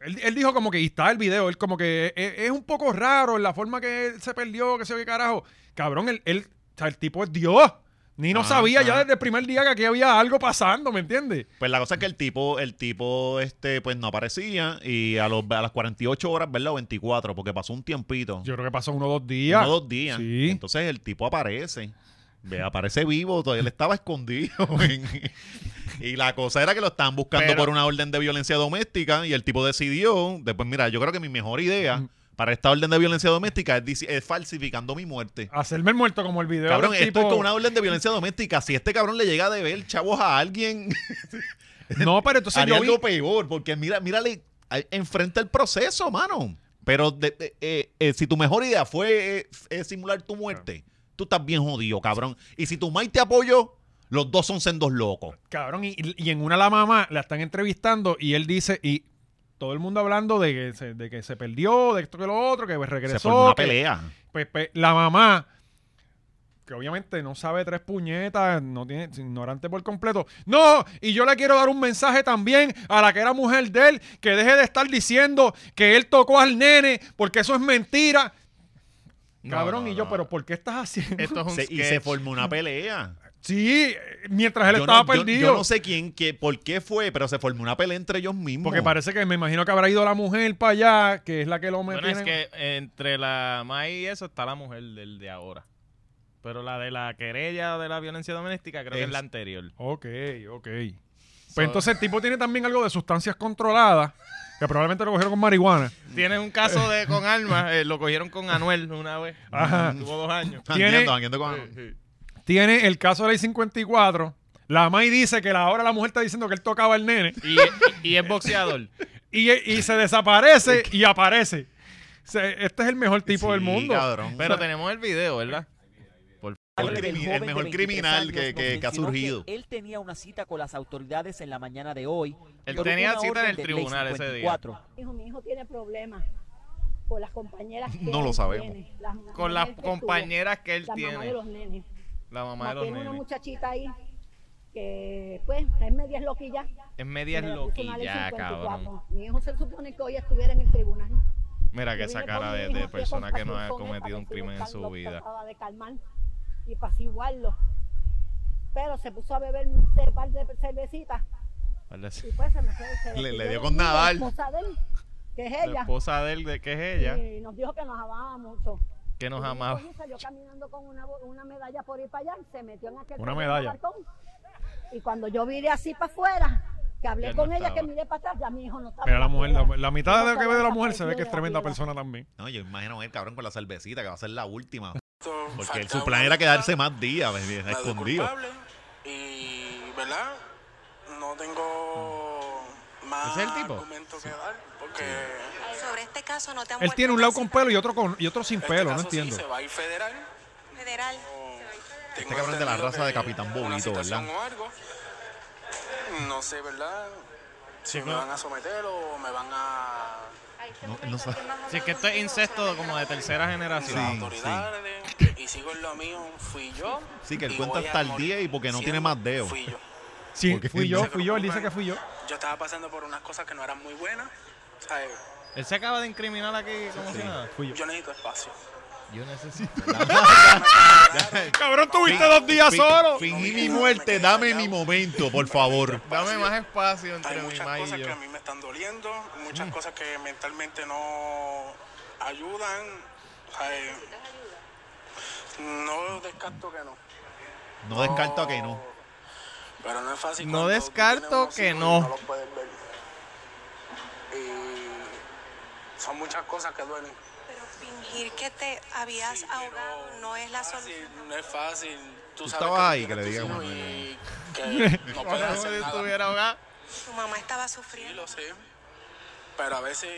Speaker 1: Él, él dijo como que, y está el video, él como que "Eh, es, es un poco raro en la forma que él se perdió, que se qué carajo. Cabrón, él, él- o sea, el tipo es Dios. Ni no
Speaker 3: Ah,
Speaker 1: sabía ya
Speaker 3: ah.
Speaker 1: desde el primer día que aquí había algo pasando, ¿me entiendes?
Speaker 3: Pues la cosa es que el tipo, el tipo, este, pues no aparecía y a, los, a las 48 horas, ¿verdad? O 24, porque pasó un tiempito.
Speaker 1: Yo creo que pasó uno o dos días.
Speaker 3: Uno o dos días.
Speaker 1: Sí.
Speaker 3: Entonces el tipo aparece. Ve, aparece vivo, todavía él estaba escondido. en- y la cosa era que lo estaban buscando
Speaker 2: Pero-
Speaker 3: por una orden de violencia doméstica y el tipo decidió, después mira, yo creo que mi mejor idea para esta orden de violencia doméstica es, dici- es falsificando mi muerte.
Speaker 1: Hacerme el muerto como el video.
Speaker 3: Cabrón,
Speaker 1: del
Speaker 3: esto es
Speaker 1: tipo-
Speaker 3: con una orden de violencia doméstica. Si este cabrón le llega a deber chavos a alguien,
Speaker 1: No, pero entonces
Speaker 3: haría
Speaker 1: yo vi...
Speaker 3: algo peor, porque mira, mírale, a- enfrenta el proceso, mano. Pero de- de- eh, eh, si tu mejor idea fue eh, eh, simular tu muerte, tú estás bien jodido, cabrón. Y si tu maíz te apoyó, los dos son sendos locos.
Speaker 1: Cabrón, y, y en una la mamá la están entrevistando y él dice, y todo el mundo hablando de que se, de que se perdió, de esto que lo otro, que regresó.
Speaker 3: Se formó una
Speaker 1: que-
Speaker 3: pelea.
Speaker 1: pues, pues, la mamá, que obviamente no sabe tres puñetas, no tiene, es ignorante por completo. No, y yo le quiero dar un mensaje también a la que era mujer de él, que deje de estar diciendo que él tocó al nene, porque eso es mentira.
Speaker 2: No,
Speaker 1: Cabrón,
Speaker 2: no,
Speaker 1: y yo,
Speaker 2: no.
Speaker 1: pero ¿por qué estás haciendo?
Speaker 2: Esto es un
Speaker 3: Se- y
Speaker 2: sketch.
Speaker 3: se formó una pelea.
Speaker 1: Sí, mientras él
Speaker 3: Yo
Speaker 1: estaba
Speaker 3: no- yo-
Speaker 1: perdido.
Speaker 3: Yo, no sé quién, qué, por qué fue, pero se formó una pelea entre ellos mismos.
Speaker 1: Porque parece que me imagino que habrá ido la mujer para allá, que es la que lo metió.
Speaker 2: Bueno, es que entre la May y eso está la mujer del de ahora. Pero la de la querella de la violencia doméstica creo que
Speaker 3: Es-
Speaker 2: es la anterior.
Speaker 1: Ok, ok. Pues
Speaker 2: So-
Speaker 1: entonces el tipo tiene también algo de sustancias controladas, que probablemente lo cogieron con marihuana.
Speaker 2: Tiene un caso de con armas, eh, lo cogieron con Anuel una vez.
Speaker 1: Ajá.
Speaker 2: Tuvo dos años.
Speaker 3: Jangueando,
Speaker 1: tiene-
Speaker 3: jangueando con-
Speaker 1: Tiene el caso de la I-54. La May dice que la- ahora la mujer está diciendo que él tocaba al nene.
Speaker 2: Y, y es boxeador.
Speaker 1: Y, y se desaparece y aparece. Se- este es el mejor tipo
Speaker 3: Sí,
Speaker 1: del mundo.
Speaker 3: cabrón.
Speaker 2: Pero tenemos el video, ¿verdad? Por
Speaker 3: El
Speaker 2: favor.
Speaker 3: Porque- crimi-
Speaker 4: del joven
Speaker 3: el mejor
Speaker 4: de 23
Speaker 3: criminal
Speaker 4: años
Speaker 3: que-
Speaker 4: nos
Speaker 3: que- que ha
Speaker 4: mencionó
Speaker 3: surgido.
Speaker 4: él tenía una cita con las autoridades en la mañana de hoy.
Speaker 2: Él
Speaker 4: por
Speaker 2: tenía
Speaker 4: una
Speaker 2: cita en
Speaker 4: orden
Speaker 2: el
Speaker 4: de ley
Speaker 2: tribunal ese día.
Speaker 4: 54.
Speaker 5: Hijo, mi hijo tiene problemas con las compañeras. que
Speaker 3: No
Speaker 5: él
Speaker 3: lo sabemos.
Speaker 5: tiene, las mujeres
Speaker 2: Con las
Speaker 5: que tuvo,
Speaker 2: compañeras que él
Speaker 5: la mamá de
Speaker 2: tiene.
Speaker 5: los nenes.
Speaker 2: La mamá
Speaker 5: Como
Speaker 2: de los
Speaker 5: tiene una
Speaker 2: nenes.
Speaker 5: muchachita ahí que, pues, es media loquilla.
Speaker 2: Es media
Speaker 5: Le puso una ley
Speaker 2: loquilla,
Speaker 5: 54.
Speaker 2: cabrón.
Speaker 5: Mi hijo se supone que hoy estuviera en el tribunal.
Speaker 2: Mira que esa cara de, de persona que no ha cometido un crimen en su vida.
Speaker 5: Trataba de calmar y apaciguarlo. Pero se puso a beber un par de cervecitas y pues se me fue. se
Speaker 3: Le- le dio
Speaker 5: despidió de
Speaker 3: con
Speaker 5: mí, la
Speaker 3: Nadal.
Speaker 5: esposa de él, que es
Speaker 2: La
Speaker 5: ella.
Speaker 2: esposa de él, de que es ella,
Speaker 5: Y nos dijo que nos amaba mucho.
Speaker 2: que
Speaker 5: Y
Speaker 2: nos
Speaker 5: yo
Speaker 2: amaba.
Speaker 5: cogí, salió caminando con una, bo- una medalla por ir para allá y se metió en aquel
Speaker 1: Una
Speaker 5: pequeño
Speaker 1: medalla.
Speaker 5: balcón. Y cuando yo viré así para afuera, que hablé
Speaker 2: Ya no
Speaker 5: con ella,
Speaker 2: estaba.
Speaker 5: que miré para atrás, ya mi hijo no estaba.
Speaker 1: Pero la mujer, la,
Speaker 5: afuera.
Speaker 1: la mitad de lo
Speaker 5: Ella
Speaker 1: que ve de la
Speaker 5: estaba
Speaker 1: mujer se ve que es
Speaker 5: desaparecida de
Speaker 1: tremenda
Speaker 5: la vida.
Speaker 1: persona también.
Speaker 3: No, yo imagino el cabrón con la cervecita que va a ser la última. Porque él- su plan era quedarse más días, baby,
Speaker 6: la del
Speaker 3: escondido.
Speaker 6: culpable, Y, ¿verdad? No tengo más
Speaker 2: ¿Ese es el tipo?
Speaker 6: argumento que dar porque
Speaker 7: Sobre este caso no te han
Speaker 1: Él
Speaker 7: vuelto
Speaker 1: tiene un
Speaker 7: una
Speaker 1: lado con
Speaker 7: cita
Speaker 1: pelo y otro, con, y otro sin
Speaker 6: este
Speaker 1: pelo, no
Speaker 6: caso sí
Speaker 1: entiendo.
Speaker 6: se va a ir federal.
Speaker 7: federal.
Speaker 6: Tengo
Speaker 3: Este cabrón es de la
Speaker 6: entendido
Speaker 3: raza de
Speaker 6: que
Speaker 3: Capitán
Speaker 6: una
Speaker 3: Bobito,
Speaker 6: citación
Speaker 3: ¿verdad?
Speaker 6: o algo. No sé, ¿verdad? Si me van a someter o me van a
Speaker 3: No, no sabe.
Speaker 2: Si es que esto es incesto como de tercera
Speaker 6: las
Speaker 2: generación.
Speaker 3: Ah, Sí.
Speaker 6: autoridades y sigo en lo mío, fui yo.
Speaker 3: Sí, que él
Speaker 6: y
Speaker 3: cuenta
Speaker 6: voy a
Speaker 3: hasta el
Speaker 6: morir
Speaker 3: 10 y porque no tiene
Speaker 6: diciendo,
Speaker 3: más dedos.
Speaker 6: Fui yo.
Speaker 1: Sí,
Speaker 3: Porque-
Speaker 1: fui yo, fui yo, él dice que fui yo.
Speaker 6: Yo estaba pasando por unas cosas que no eran muy buenas. ¿sabes?
Speaker 2: Él se acaba de incriminar aquí como si nada.
Speaker 1: Fui yo.
Speaker 6: Yo necesito espacio.
Speaker 2: Yo necesito.
Speaker 1: Cabrón, tuviste dos días
Speaker 3: Fin-
Speaker 1: solo.
Speaker 3: Fingí mi muerte, dame mi momento, por favor.
Speaker 2: Dame más espacio
Speaker 6: Hay
Speaker 2: entre mi
Speaker 6: muchas
Speaker 2: ma
Speaker 6: cosas
Speaker 2: y yo. Mm.
Speaker 6: que a mí me están doliendo, muchas cosas que mentalmente no ayudan. ¿sabes? No descarto que no.
Speaker 3: No descarto a que no.
Speaker 6: Pero no es fácil.
Speaker 2: No
Speaker 6: cuando tú
Speaker 2: descarto
Speaker 6: tienes unos
Speaker 2: que
Speaker 6: hijos y
Speaker 2: no.
Speaker 6: No los puedes ver. Y son muchas cosas que duelen.
Speaker 7: Pero fingir que te habías ahogado no es la
Speaker 6: fácil,
Speaker 7: solución.
Speaker 6: No es fácil. Tú,
Speaker 3: Tú
Speaker 6: sabes
Speaker 3: estabas
Speaker 6: tú
Speaker 3: ahí, que
Speaker 6: tienes
Speaker 3: le
Speaker 6: tus
Speaker 3: digan,
Speaker 6: hijos
Speaker 3: "Manuel".
Speaker 6: y que no puedes
Speaker 2: Como si
Speaker 6: hacer nada.
Speaker 2: estuviera ahogado.
Speaker 7: Tu mamá estaba
Speaker 6: Sí,
Speaker 7: sufriendo.
Speaker 6: lo sé. Pero a veces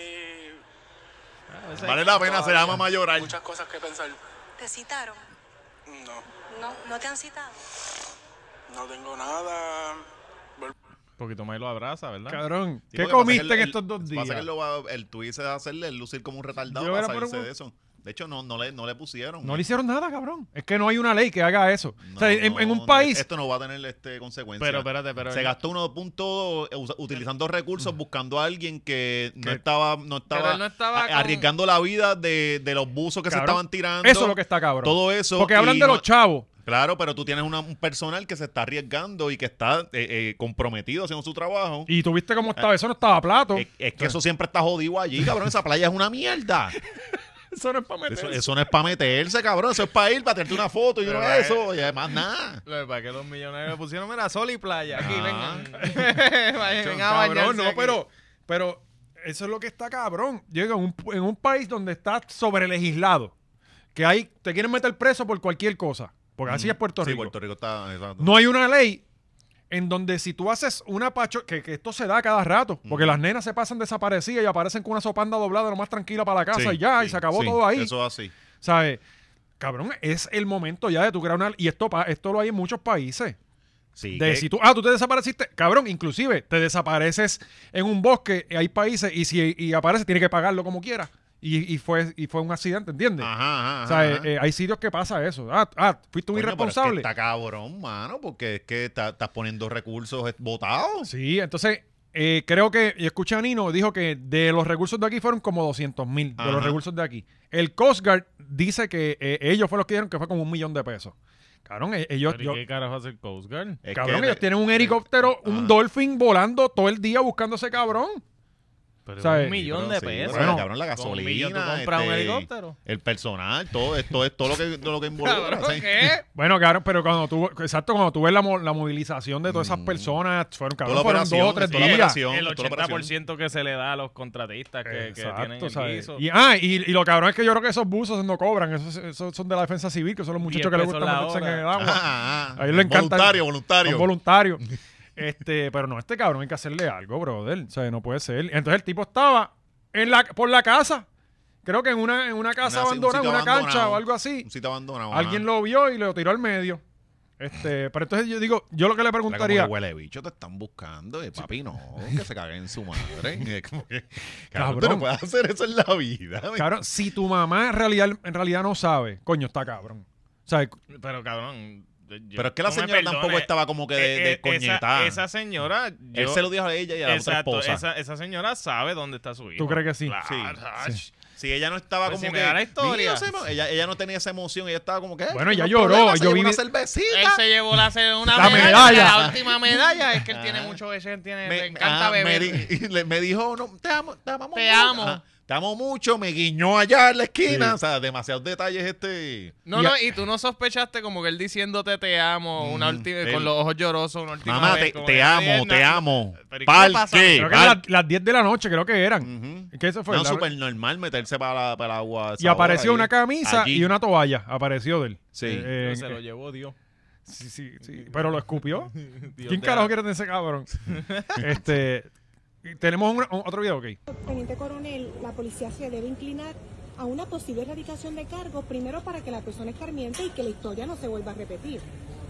Speaker 3: Vale la pena ser ama mayor.
Speaker 6: hay muchas cosas que pensar.
Speaker 7: ¿Te citaron?
Speaker 6: No,
Speaker 7: No, no te han citado.
Speaker 6: no tengo nada. Vol-
Speaker 2: Porque Tomás lo abraza, ¿verdad?
Speaker 1: Cabrón,
Speaker 3: Sí,
Speaker 1: ¿qué
Speaker 3: porque pasa
Speaker 1: comiste
Speaker 3: que él-
Speaker 1: en
Speaker 3: él-
Speaker 1: estos dos días?
Speaker 3: Pasa que él lo va, el tweet se va a hacerle el lucir como un retardado
Speaker 1: Yo
Speaker 3: para
Speaker 1: era por
Speaker 3: salirse
Speaker 1: un-
Speaker 3: de eso. De hecho, no, no, le, no le pusieron.
Speaker 1: No le hicieron nada, cabrón. Es que no hay una ley que haga eso. o sea,
Speaker 3: No,
Speaker 1: en, en
Speaker 3: no,
Speaker 1: un país...
Speaker 3: Esto no va a tener este, consecuencias.
Speaker 2: Pero espérate, pero.
Speaker 3: se gastó 1.2 eh, usa- utilizando recursos, buscando a alguien que no
Speaker 1: Que-
Speaker 3: estaba, no estaba,
Speaker 2: él no estaba
Speaker 3: a-
Speaker 2: con-
Speaker 3: arriesgando la vida de, de los buzos que se
Speaker 1: Cabrón,
Speaker 3: estaban tirando.
Speaker 1: Eso es lo que está cabrón.
Speaker 3: Todo eso.
Speaker 1: Porque
Speaker 3: y
Speaker 1: hablan de
Speaker 3: no-
Speaker 1: los chavos.
Speaker 3: Claro, pero tú tienes una- un personal que se está arriesgando y que está eh, eh, comprometido haciendo su trabajo.
Speaker 1: Y tú viste cómo estaba. Eso no estaba plato.
Speaker 3: Es, es que eso siempre está jodido allí, cabrón. Esa playa es una mierda.
Speaker 1: Eso no es para
Speaker 3: Eso, eso no es para meterse, cabrón. Eso es para ir, para tirarte una foto y no
Speaker 2: Pero, eh,
Speaker 3: eso. Y además, nada.
Speaker 2: Lo que pasa es que los millonarios pusieron, mira, sol y playa. Aquí,
Speaker 3: Ah.
Speaker 2: vengan. Vayan, vengan a
Speaker 1: Cabrón, no,
Speaker 2: bañarse aquí.
Speaker 1: pero, pero eso es lo que está cabrón. Llega en un, en un país donde está sobrelegislado. Que ahí te quieren meter preso por cualquier cosa. Porque así es Puerto
Speaker 3: Sí,
Speaker 1: Rico.
Speaker 3: Puerto Rico está. exacto.
Speaker 1: No hay una ley en donde si tú haces una pacho... Que, que esto se da cada rato. Porque las nenas se pasan desaparecidas y aparecen con una sopanda doblada lo más tranquila para la casa
Speaker 3: Sí,
Speaker 1: y ya. y
Speaker 3: sí,
Speaker 1: se acabó
Speaker 3: sí,
Speaker 1: todo ahí.
Speaker 3: Eso es así.
Speaker 1: ¿Sabes? Cabrón, es el momento ya de tu crear una... Y esto, pa- esto lo hay en muchos países.
Speaker 3: Sí,
Speaker 1: De
Speaker 3: que-
Speaker 1: si tú, ah, tú te desapareciste, cabrón, inclusive te desapareces en un bosque, hay países, y si y aparece, tiene que pagarlo como quiera. Y, y fue, y fue un accidente, ¿entiendes?
Speaker 3: Ajá, ajá.
Speaker 1: o sea, eh,
Speaker 3: ajá.
Speaker 1: eh, hay sitios que pasa eso. Ah, ah, fuiste un
Speaker 3: Coño, pero es que
Speaker 1: irresponsable.
Speaker 3: está cabrón, mano, porque es que está- estás poniendo recursos votados.
Speaker 1: Sí, entonces eh, creo que, y escuché a Nino, dijo que de los recursos de aquí fueron como 200 mil, de los
Speaker 3: Ajá.
Speaker 1: recursos de aquí. El Coast Guard dice que eh, ellos fueron los que dieron que fue como un millón de pesos. Cabrón, eh, ellos...
Speaker 2: ¿Pero y
Speaker 1: yo-
Speaker 2: ¿Qué carajo hace el Coast Guard?
Speaker 3: Es
Speaker 1: Cabrón,
Speaker 3: que-
Speaker 1: ellos tienen un helicóptero, un
Speaker 3: Ajá.
Speaker 1: dolphin volando todo el día buscando a ese cabrón.
Speaker 2: Pero
Speaker 1: ¿Sabes?
Speaker 2: un millón
Speaker 3: Sí,
Speaker 2: de
Speaker 3: pero sí,
Speaker 2: pesos.
Speaker 3: bueno, cabrón, la
Speaker 2: Con un millón tú
Speaker 3: gasolina,
Speaker 2: compras un
Speaker 3: este,
Speaker 2: helicóptero.
Speaker 3: El personal, todo esto es todo lo que, todo lo que involucra.
Speaker 2: Cabrón,
Speaker 3: ¿sí?
Speaker 2: ¿qué?
Speaker 1: Bueno, claro, pero cuando tú, exacto, cuando tú ves la, mo- la movilización de todas esas personas, fueron, cabrón,
Speaker 3: Mm. la
Speaker 1: fueron dos o
Speaker 3: operación,
Speaker 1: tres
Speaker 3: toda la
Speaker 1: días.
Speaker 3: operación.
Speaker 2: El
Speaker 3: toda la
Speaker 2: 80% que se le da a los contratistas que, que tienen
Speaker 1: Exacto,
Speaker 2: el
Speaker 1: ¿sabes?
Speaker 2: guiso.
Speaker 1: Y, ah, y, y lo cabrón es que yo creo que esos buzos no cobran, esos, esos son de la defensa civil, que son los muchachos
Speaker 2: Diez
Speaker 1: que les
Speaker 2: pesos
Speaker 1: gusta
Speaker 2: la
Speaker 1: meterse en
Speaker 2: hora.
Speaker 1: el agua.
Speaker 3: Ah, ah,
Speaker 1: A él le encanta-
Speaker 3: Voluntario,
Speaker 1: Son
Speaker 3: voluntario.
Speaker 1: voluntarios. Este, pero no, este cabrón hay que hacerle algo, brother. O sea, no puede ser. Entonces el tipo estaba en la, por la casa. Creo que en una, en una casa
Speaker 3: Una- un
Speaker 1: abandonada,
Speaker 3: sitio
Speaker 1: una cancha
Speaker 3: abandonado.
Speaker 1: o algo así.
Speaker 3: Un sitio abandonado.
Speaker 1: Alguien lo vio y lo tiró al medio. Este, pero entonces yo digo, yo lo que le preguntaría,
Speaker 3: Huele de bicho, te están buscando. eh, papi, no, que se caguen en su madre. Eh, como que, cabrón, tú
Speaker 1: Cabrón.
Speaker 3: no puedes hacer eso en la vida. men.
Speaker 1: cabrón, si tu mamá en realidad, en realidad no sabe, coño, está cabrón. O sea,
Speaker 2: Pero cabrón. yo-
Speaker 3: Pero es que la
Speaker 2: no me
Speaker 3: señora
Speaker 2: perdones.
Speaker 3: tampoco estaba como que de,
Speaker 2: Eh,
Speaker 3: de
Speaker 2: eh,
Speaker 3: coñetada.
Speaker 2: Esa, esa señora. yo-
Speaker 3: Él se lo dijo a ella y a la
Speaker 2: Exacto,
Speaker 3: otra esposa.
Speaker 2: Esa, esa señora sabe dónde está su hijo.
Speaker 1: ¿Tú crees que sí?
Speaker 2: Claro,
Speaker 3: Sí,
Speaker 2: ach.
Speaker 3: Ah, Si ella no estaba
Speaker 2: Pues
Speaker 3: como
Speaker 2: si me
Speaker 3: que.
Speaker 2: da la historia.
Speaker 3: "Mira, se mo-". Ella, ella no tenía esa emoción, ella estaba como que. "Eh,
Speaker 1: Bueno,
Speaker 3: no
Speaker 1: ella
Speaker 3: hay
Speaker 1: lloró,
Speaker 3: problema, se
Speaker 1: yo
Speaker 3: llevó
Speaker 1: vi-
Speaker 3: una
Speaker 2: Él
Speaker 3: cervecita.
Speaker 2: se llevó la, ce- una
Speaker 1: La
Speaker 2: medalla,
Speaker 1: medalla.
Speaker 2: La última medalla es que él tiene mucho ese, él tiene, le encanta
Speaker 3: ah,
Speaker 2: beber.
Speaker 3: Me, di- le- me dijo, no, te amo, te amamos
Speaker 2: Te
Speaker 3: mucho".
Speaker 2: amo.
Speaker 3: Ajá, te amo mucho, me guiñó allá en la esquina.
Speaker 1: Sí.
Speaker 3: O sea, demasiados detalles este.
Speaker 2: No,
Speaker 1: Y
Speaker 2: no,
Speaker 1: a-
Speaker 2: y tú no sospechaste como que él diciéndote te amo, una
Speaker 3: Mm,
Speaker 2: última,
Speaker 3: él-
Speaker 2: con los ojos llorosos, una última
Speaker 3: Mamá,
Speaker 2: vez,
Speaker 3: te,
Speaker 2: como
Speaker 3: te
Speaker 2: que,
Speaker 3: amo,
Speaker 2: "Ay,
Speaker 3: te
Speaker 2: na-
Speaker 1: Eh,
Speaker 3: amo.
Speaker 2: Pero ¿y cómo
Speaker 3: Parque.
Speaker 2: pasa?
Speaker 1: creo que eran las, las 10 de la noche, creo que eran.
Speaker 3: Ujú.
Speaker 1: ¿Qué eso fue?
Speaker 3: No,
Speaker 1: La-
Speaker 3: súper normal meterse para, la- para el agua. a esa
Speaker 1: y apareció
Speaker 3: hora
Speaker 1: una
Speaker 3: ahí.
Speaker 1: camisa
Speaker 3: Allí.
Speaker 1: y una toalla, apareció de él.
Speaker 3: Sí.
Speaker 1: Eh,
Speaker 2: Pero
Speaker 1: eh,
Speaker 2: se lo llevó Dios.
Speaker 1: sí, sí, sí. Pero lo escupió.
Speaker 2: Dios
Speaker 1: ¿Quién
Speaker 2: te
Speaker 1: carajo
Speaker 2: ama.
Speaker 1: quiere tener ese cabrón? este, tenemos un- un- otro video, ok. Este,
Speaker 8: Teniente coronel, la policía se debe inclinar a una posible erradicación de cargos, primero para que la persona escarmiente y que la historia no se vuelva a repetir,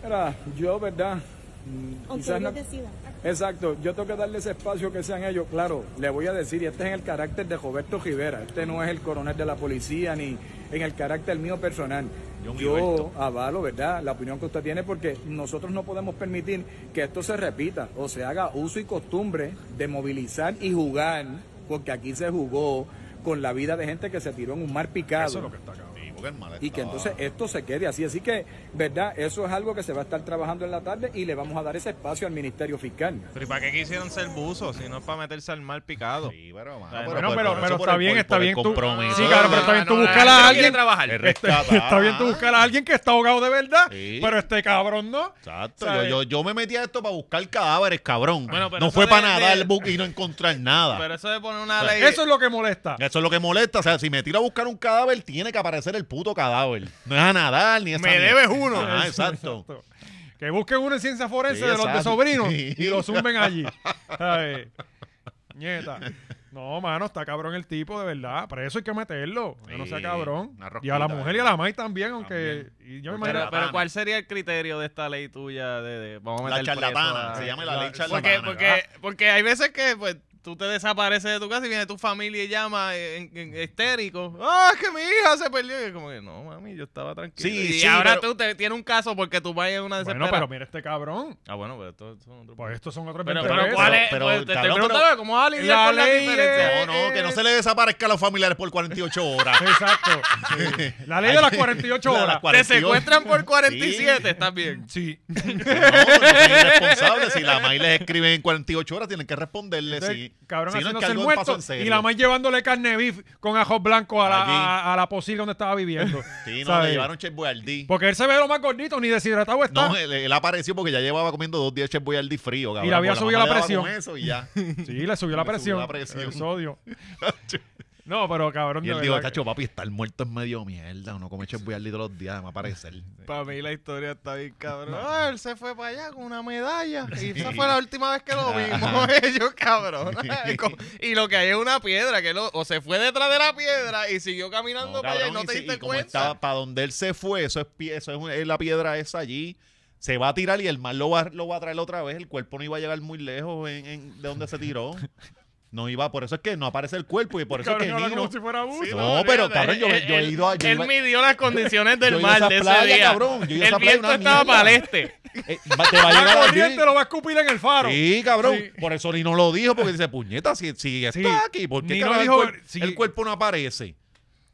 Speaker 9: Mira, yo, ¿verdad? Mm,
Speaker 8: aunque
Speaker 9: Quizás no-
Speaker 8: ellos decidan.
Speaker 9: Exacto, yo tengo que darle ese espacio que sean ellos. Claro, le voy a decir, y este es en el carácter de Roberto Rivera, este no es el coronel de la policía ni en el carácter mío personal.
Speaker 3: Yo,
Speaker 9: Yo
Speaker 3: Gilberto.
Speaker 9: avalo, ¿verdad?, la opinión que usted tiene porque nosotros no podemos permitir que esto se repita o se haga uso y costumbre de movilizar y jugar, porque aquí se jugó con la vida de gente que se tiró en un mar picado
Speaker 1: Eso es lo que está cabrón.
Speaker 3: Sí, porque el mal
Speaker 9: y que
Speaker 3: estaba-
Speaker 9: entonces esto se quede así. Así que, ¿verdad? Eso es algo que se va a estar trabajando en la tarde y le vamos a dar ese espacio al Ministerio Fiscal.
Speaker 2: Pero ¿y para qué quisieron ser buzos si no es para meterse al mal picado?
Speaker 3: Sí, pero,
Speaker 2: Bueno,
Speaker 3: mano, por-
Speaker 1: Bueno,
Speaker 3: por-
Speaker 1: pero,
Speaker 3: por
Speaker 1: pero
Speaker 3: eso, por
Speaker 1: está
Speaker 3: el-
Speaker 1: bien,
Speaker 3: por-
Speaker 1: está
Speaker 3: por el
Speaker 1: bien. Tú,
Speaker 3: compromiso.
Speaker 1: sí, claro,
Speaker 2: Ah.
Speaker 1: pero está bien. Tú
Speaker 2: No, no,
Speaker 1: buscas
Speaker 2: no, no
Speaker 1: a
Speaker 2: quiere
Speaker 1: alguien.
Speaker 2: trabajar.
Speaker 3: Es
Speaker 1: Está,
Speaker 3: rescatar.
Speaker 1: está bien tú buscar a alguien que está ahogado de verdad,
Speaker 3: Sí.
Speaker 1: pero este cabrón no.
Speaker 3: Exacto, yo,
Speaker 1: ¿Sabes?
Speaker 3: yo, yo me metí a esto para buscar cadáveres, cabrón.
Speaker 2: Bueno, pero
Speaker 3: no
Speaker 2: eso
Speaker 3: fue
Speaker 2: de-
Speaker 3: para nadar
Speaker 2: de-
Speaker 3: el bu- y no encontrar nada.
Speaker 2: Pero Pues, eso de poner una
Speaker 3: O sea,
Speaker 2: ley...
Speaker 1: Eso es lo que molesta.
Speaker 3: Eso es lo que molesta. O sea, si me tiro a buscar un cadáver, tiene que aparecer el puto cadáver. No es a nadar ni esa
Speaker 2: Me
Speaker 3: mierda.
Speaker 2: debes uno.
Speaker 3: Ajá, exacto.
Speaker 1: Que busquen uno en ciencia forense
Speaker 3: Sí,
Speaker 1: de los de
Speaker 3: exacto.
Speaker 1: sobrinos
Speaker 3: Sí.
Speaker 1: y lo zumben allí. ¿Sabes? Nieta. No, mano, está cabrón el tipo, de verdad. Para eso hay que meterlo. que no sea
Speaker 3: Sí,
Speaker 1: cabrón.
Speaker 3: una
Speaker 1: Y a la
Speaker 3: rosquita,
Speaker 1: mujer y a la maíz también, aunque. y yo me imagino.
Speaker 3: Porque
Speaker 2: Pero,
Speaker 3: Charlatana.
Speaker 2: pero ¿cuál sería el criterio de esta ley tuya de, de- vamos a
Speaker 3: La
Speaker 2: meter preso
Speaker 3: charlatana,
Speaker 2: a-
Speaker 3: se llama la ley
Speaker 2: Porque,
Speaker 3: charlatana.
Speaker 2: porque, porque hay veces que pues, tú te desapareces de tu casa y viene tu familia y llama en, en- histérico. ¡Ah, es que mi hija se perdió! Y es como que, no, mami, yo estaba tranquilo.
Speaker 3: Sí,
Speaker 2: y
Speaker 3: sí,
Speaker 2: ahora
Speaker 3: pero-
Speaker 2: tú te, tienes un caso porque tu país es
Speaker 1: bueno,
Speaker 2: una desesperada.
Speaker 1: pero mira este cabrón.
Speaker 2: Ah, bueno, pero esto, esto es otro
Speaker 1: Pues estos son otros
Speaker 2: Pero,
Speaker 1: 20
Speaker 2: pero
Speaker 1: pesos.
Speaker 2: ¿cuál es?
Speaker 3: Pero,
Speaker 2: Pues, te estoy
Speaker 3: cabrón,
Speaker 2: preguntando
Speaker 3: pero-
Speaker 2: cómo vas a lidiar
Speaker 1: La
Speaker 2: con la
Speaker 1: ley
Speaker 2: diferencia.
Speaker 1: es-
Speaker 3: No, no, que no se le desaparezca a los familiares por 48 horas.
Speaker 1: Exacto. sí. La ley de las 48
Speaker 3: La de las
Speaker 1: horas.
Speaker 3: 48.
Speaker 2: Te secuestran por 47, estás bien.
Speaker 1: Sí.
Speaker 3: No, es irresponsable. Si la maíz les escribe en 48 horas, tienen que responderle.
Speaker 1: Entonces,
Speaker 3: Sí.
Speaker 1: Cabrón,
Speaker 3: si no, es que
Speaker 1: haciéndose el
Speaker 3: algo pasó
Speaker 1: muerto.
Speaker 3: en serio.
Speaker 1: Y la maíz llevándole carne beef con ajos blancos a la,
Speaker 3: Allí.
Speaker 1: a, a la posible donde estaba viviendo.
Speaker 3: Sí, no,
Speaker 1: ¿Sabes?
Speaker 3: le llevaron Chef Boyardee.
Speaker 1: Porque él se ve lo más gordito, ni deshidratado está.
Speaker 3: No, eh, él, él apareció porque ya llevaba comiendo dos días Chef Boyardee frío, cabrón.
Speaker 1: Ah. Y le había
Speaker 3: porque
Speaker 1: subido
Speaker 3: mamá
Speaker 1: la
Speaker 3: le daba con
Speaker 1: presión.
Speaker 3: eso y ya.
Speaker 1: Sí, le subió la
Speaker 3: Le
Speaker 1: presión.
Speaker 3: subió la presión.
Speaker 1: El sodio. No, pero cabrón.
Speaker 3: Y
Speaker 1: de
Speaker 3: él dijo,
Speaker 1: verdad que-
Speaker 3: cacho, papi, estar muerto es medio mierda. Uno come Chef Boyardee todos los días, me va a parecer.
Speaker 2: Para mí la historia está bien cabrón. Ah, él se fue para allá con una medalla. Y esa fue la última vez que lo vimos ellos, cabrón. Y co- y lo que hay es una piedra, que lo- o se fue detrás de la piedra y siguió caminando
Speaker 3: No,
Speaker 2: para allá y no
Speaker 3: cabrón, y
Speaker 2: te
Speaker 3: si- y
Speaker 2: diste
Speaker 3: como
Speaker 2: cuenta.
Speaker 3: estaba para donde él se fue, eso es, pie- eso es, un- es la piedra esa allí. Se va a tirar y el mar lo va, lo va a traer otra vez. El cuerpo no iba a llegar muy lejos en- en- de donde se tiró. No iba, por eso es que no aparece el cuerpo y por eso es
Speaker 1: Cabrón,
Speaker 3: que
Speaker 1: habla
Speaker 3: Nino-
Speaker 1: como si fuera bus.
Speaker 3: Sí, no, pero,
Speaker 2: fíjate,
Speaker 3: cabrón, yo-
Speaker 2: él-
Speaker 3: yo he
Speaker 2: él-
Speaker 3: ido a- yo
Speaker 2: Él
Speaker 3: iba-
Speaker 2: midió las condiciones
Speaker 3: yo
Speaker 2: del
Speaker 3: he ido a
Speaker 2: mar
Speaker 3: esa
Speaker 2: de ese
Speaker 3: playa,
Speaker 2: día.
Speaker 3: cabrón, yo he ido a
Speaker 2: El
Speaker 3: esa playa,
Speaker 2: viento
Speaker 3: una
Speaker 2: estaba
Speaker 3: mierda.
Speaker 2: para el este.
Speaker 3: Eh, va- te va a
Speaker 1: La
Speaker 3: llegar allí.
Speaker 1: corriente lo va a escupir en el faro.
Speaker 3: Sí, cabrón.
Speaker 1: Sí.
Speaker 3: Por eso Nino lo dijo, porque dice, puñeta, si, si está
Speaker 1: Sí.
Speaker 3: aquí, ¿por qué
Speaker 1: Nino
Speaker 3: carajo
Speaker 1: dijo-
Speaker 3: el, cuer-
Speaker 1: sí.
Speaker 3: el cuerpo no aparece?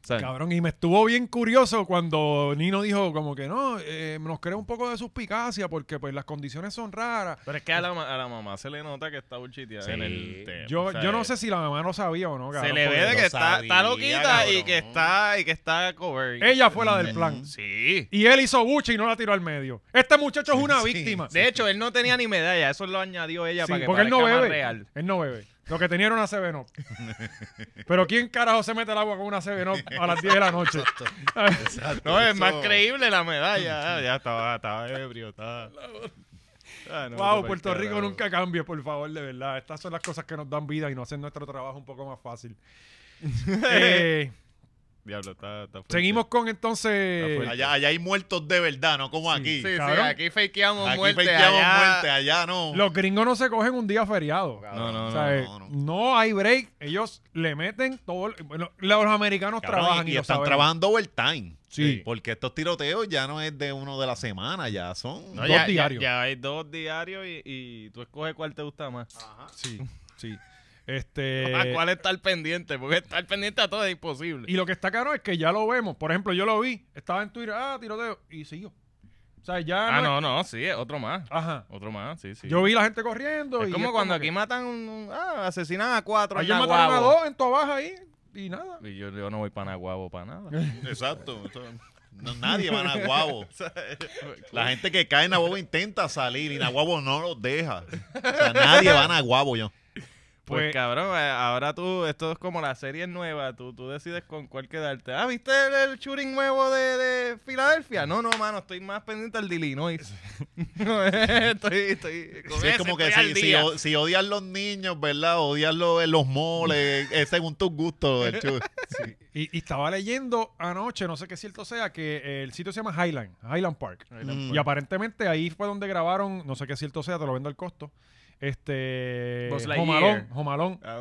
Speaker 3: ¿Sabes?
Speaker 1: Cabrón, y me estuvo bien curioso cuando Nino dijo como que no, eh, nos crea un poco de suspicacia porque pues las condiciones son raras.
Speaker 2: Pero es que a la, ma- a la mamá se le nota que está bulchiteada
Speaker 3: Sí.
Speaker 2: en el tema,
Speaker 1: Yo, yo no
Speaker 2: ¿sabes?
Speaker 1: sé si la mamá no sabía o no,
Speaker 2: pues, eh, Se
Speaker 1: cabrón,
Speaker 2: le ve
Speaker 1: porque
Speaker 2: de
Speaker 3: lo
Speaker 2: que está, está
Speaker 3: sabía,
Speaker 2: loquita y
Speaker 3: cabrón.
Speaker 2: que está y que está cover.
Speaker 1: Ella fue
Speaker 2: Mm.
Speaker 1: la del plan.
Speaker 2: Sí.
Speaker 1: Y él hizo buche y no la tiró al medio. Este muchacho es una víctima.
Speaker 2: De hecho, él no tenía ni medalla, eso lo añadió ella
Speaker 1: Sí,
Speaker 2: para que
Speaker 1: porque él no
Speaker 2: parezca más
Speaker 1: bebe.
Speaker 2: real.
Speaker 1: Él no bebe. Lo que tenía era una CB Pero ¿quién carajo se mete al agua con una CB a las 10 de la noche?
Speaker 2: No, es más creíble la medalla. Ah, ya estaba, estaba ebrio, estaba. Ah, no,
Speaker 1: wow,
Speaker 2: no,
Speaker 1: Puerto
Speaker 2: cualquiera,
Speaker 1: Rico
Speaker 2: no.
Speaker 1: nunca cambie, por favor, de verdad. Estas son las cosas que nos dan vida y nos hacen nuestro trabajo un poco más fácil. Eh,
Speaker 2: Diablo, está, está fuerte.
Speaker 1: seguimos eh, con
Speaker 2: Ah,
Speaker 1: entonces.
Speaker 2: fue-
Speaker 3: Allá, allá hay muertos de verdad, no como aquí.
Speaker 2: Sí, sí,
Speaker 1: cabrón.
Speaker 2: aquí fakeamos
Speaker 3: Aquí
Speaker 2: muerte.
Speaker 3: fakeamos
Speaker 2: allá-
Speaker 3: muerte, allá no.
Speaker 1: Los gringos no se cogen un día feriado.
Speaker 2: No, no,
Speaker 1: O
Speaker 2: no.
Speaker 1: sea, eh,
Speaker 3: no,
Speaker 1: no,
Speaker 3: no.
Speaker 1: hay break. Ellos le meten todo. el- bueno, los americanos
Speaker 3: Cabrón,
Speaker 1: trabajan
Speaker 3: y,
Speaker 1: y,
Speaker 3: y
Speaker 1: lo
Speaker 3: están
Speaker 1: saben.
Speaker 3: trabajando overtime.
Speaker 1: Sí.
Speaker 3: Porque estos tiroteos ya no es de uno de la semana, ya son.
Speaker 2: No,
Speaker 1: Dos
Speaker 2: ya, ya-
Speaker 1: diarios.
Speaker 2: Ya, hay dos diarios y, y tú escoges cuál te gusta más. Eh,
Speaker 1: Sí, sí. Este.
Speaker 2: ¿A Ah, cuál estar pendiente? Porque estar pendiente a todo es imposible.
Speaker 1: Y lo que está caro es que ya lo vemos. Por ejemplo, yo lo vi. Estaba en Twitter. Ah, tiroteo. Y siguió. O sea, ya.
Speaker 2: Ah,
Speaker 1: es-
Speaker 2: no, no, sí, es otro más.
Speaker 1: Ajá.
Speaker 2: Otro más, sí, sí.
Speaker 1: Yo vi la gente corriendo.
Speaker 2: Es
Speaker 1: y
Speaker 2: como cuando
Speaker 1: que-
Speaker 2: aquí matan un, un- ah, asesinan a cuatro. en
Speaker 1: Ayer mataron a
Speaker 2: Naguabo.
Speaker 1: dos en Toabaja ahí. Y nada.
Speaker 2: Y yo, yo no voy para Naguabo para nada.
Speaker 3: Exacto. eso- no- nadie va a Nahuabo. La gente que cae en Nahuabo intenta salir y Nahuabo no los deja. O sea, nadie va a Nahuabo yo.
Speaker 2: Pues,
Speaker 1: Pues-
Speaker 2: cabrón, eh, ahora tú, esto es como la serie nueva, tú, tú decides con cuál quedarte. Ah, ¿viste el, el shooting nuevo de, de Filadelfia? No, no, mano, estoy más pendiente al de Illinois. No, eh, estoy, estoy, con
Speaker 3: Sí,
Speaker 2: ese
Speaker 3: es como que
Speaker 2: estoy al
Speaker 3: si, si,
Speaker 2: día.
Speaker 3: o- si odias los niños, ¿verdad? Odias los, los moles, es según tus gustos. el chu-
Speaker 1: Y, y estaba leyendo anoche, no sé qué cierto sea, que eh, el sitio se llama Highland, Highland Park.
Speaker 3: Mm.
Speaker 1: Y aparentemente ahí fue donde grabaron, no sé qué cierto sea, te lo vendo al costo. Este.
Speaker 2: Buzz
Speaker 1: Jomalón,
Speaker 2: Lightyear.
Speaker 1: Jomalón. Mm,
Speaker 2: Ah,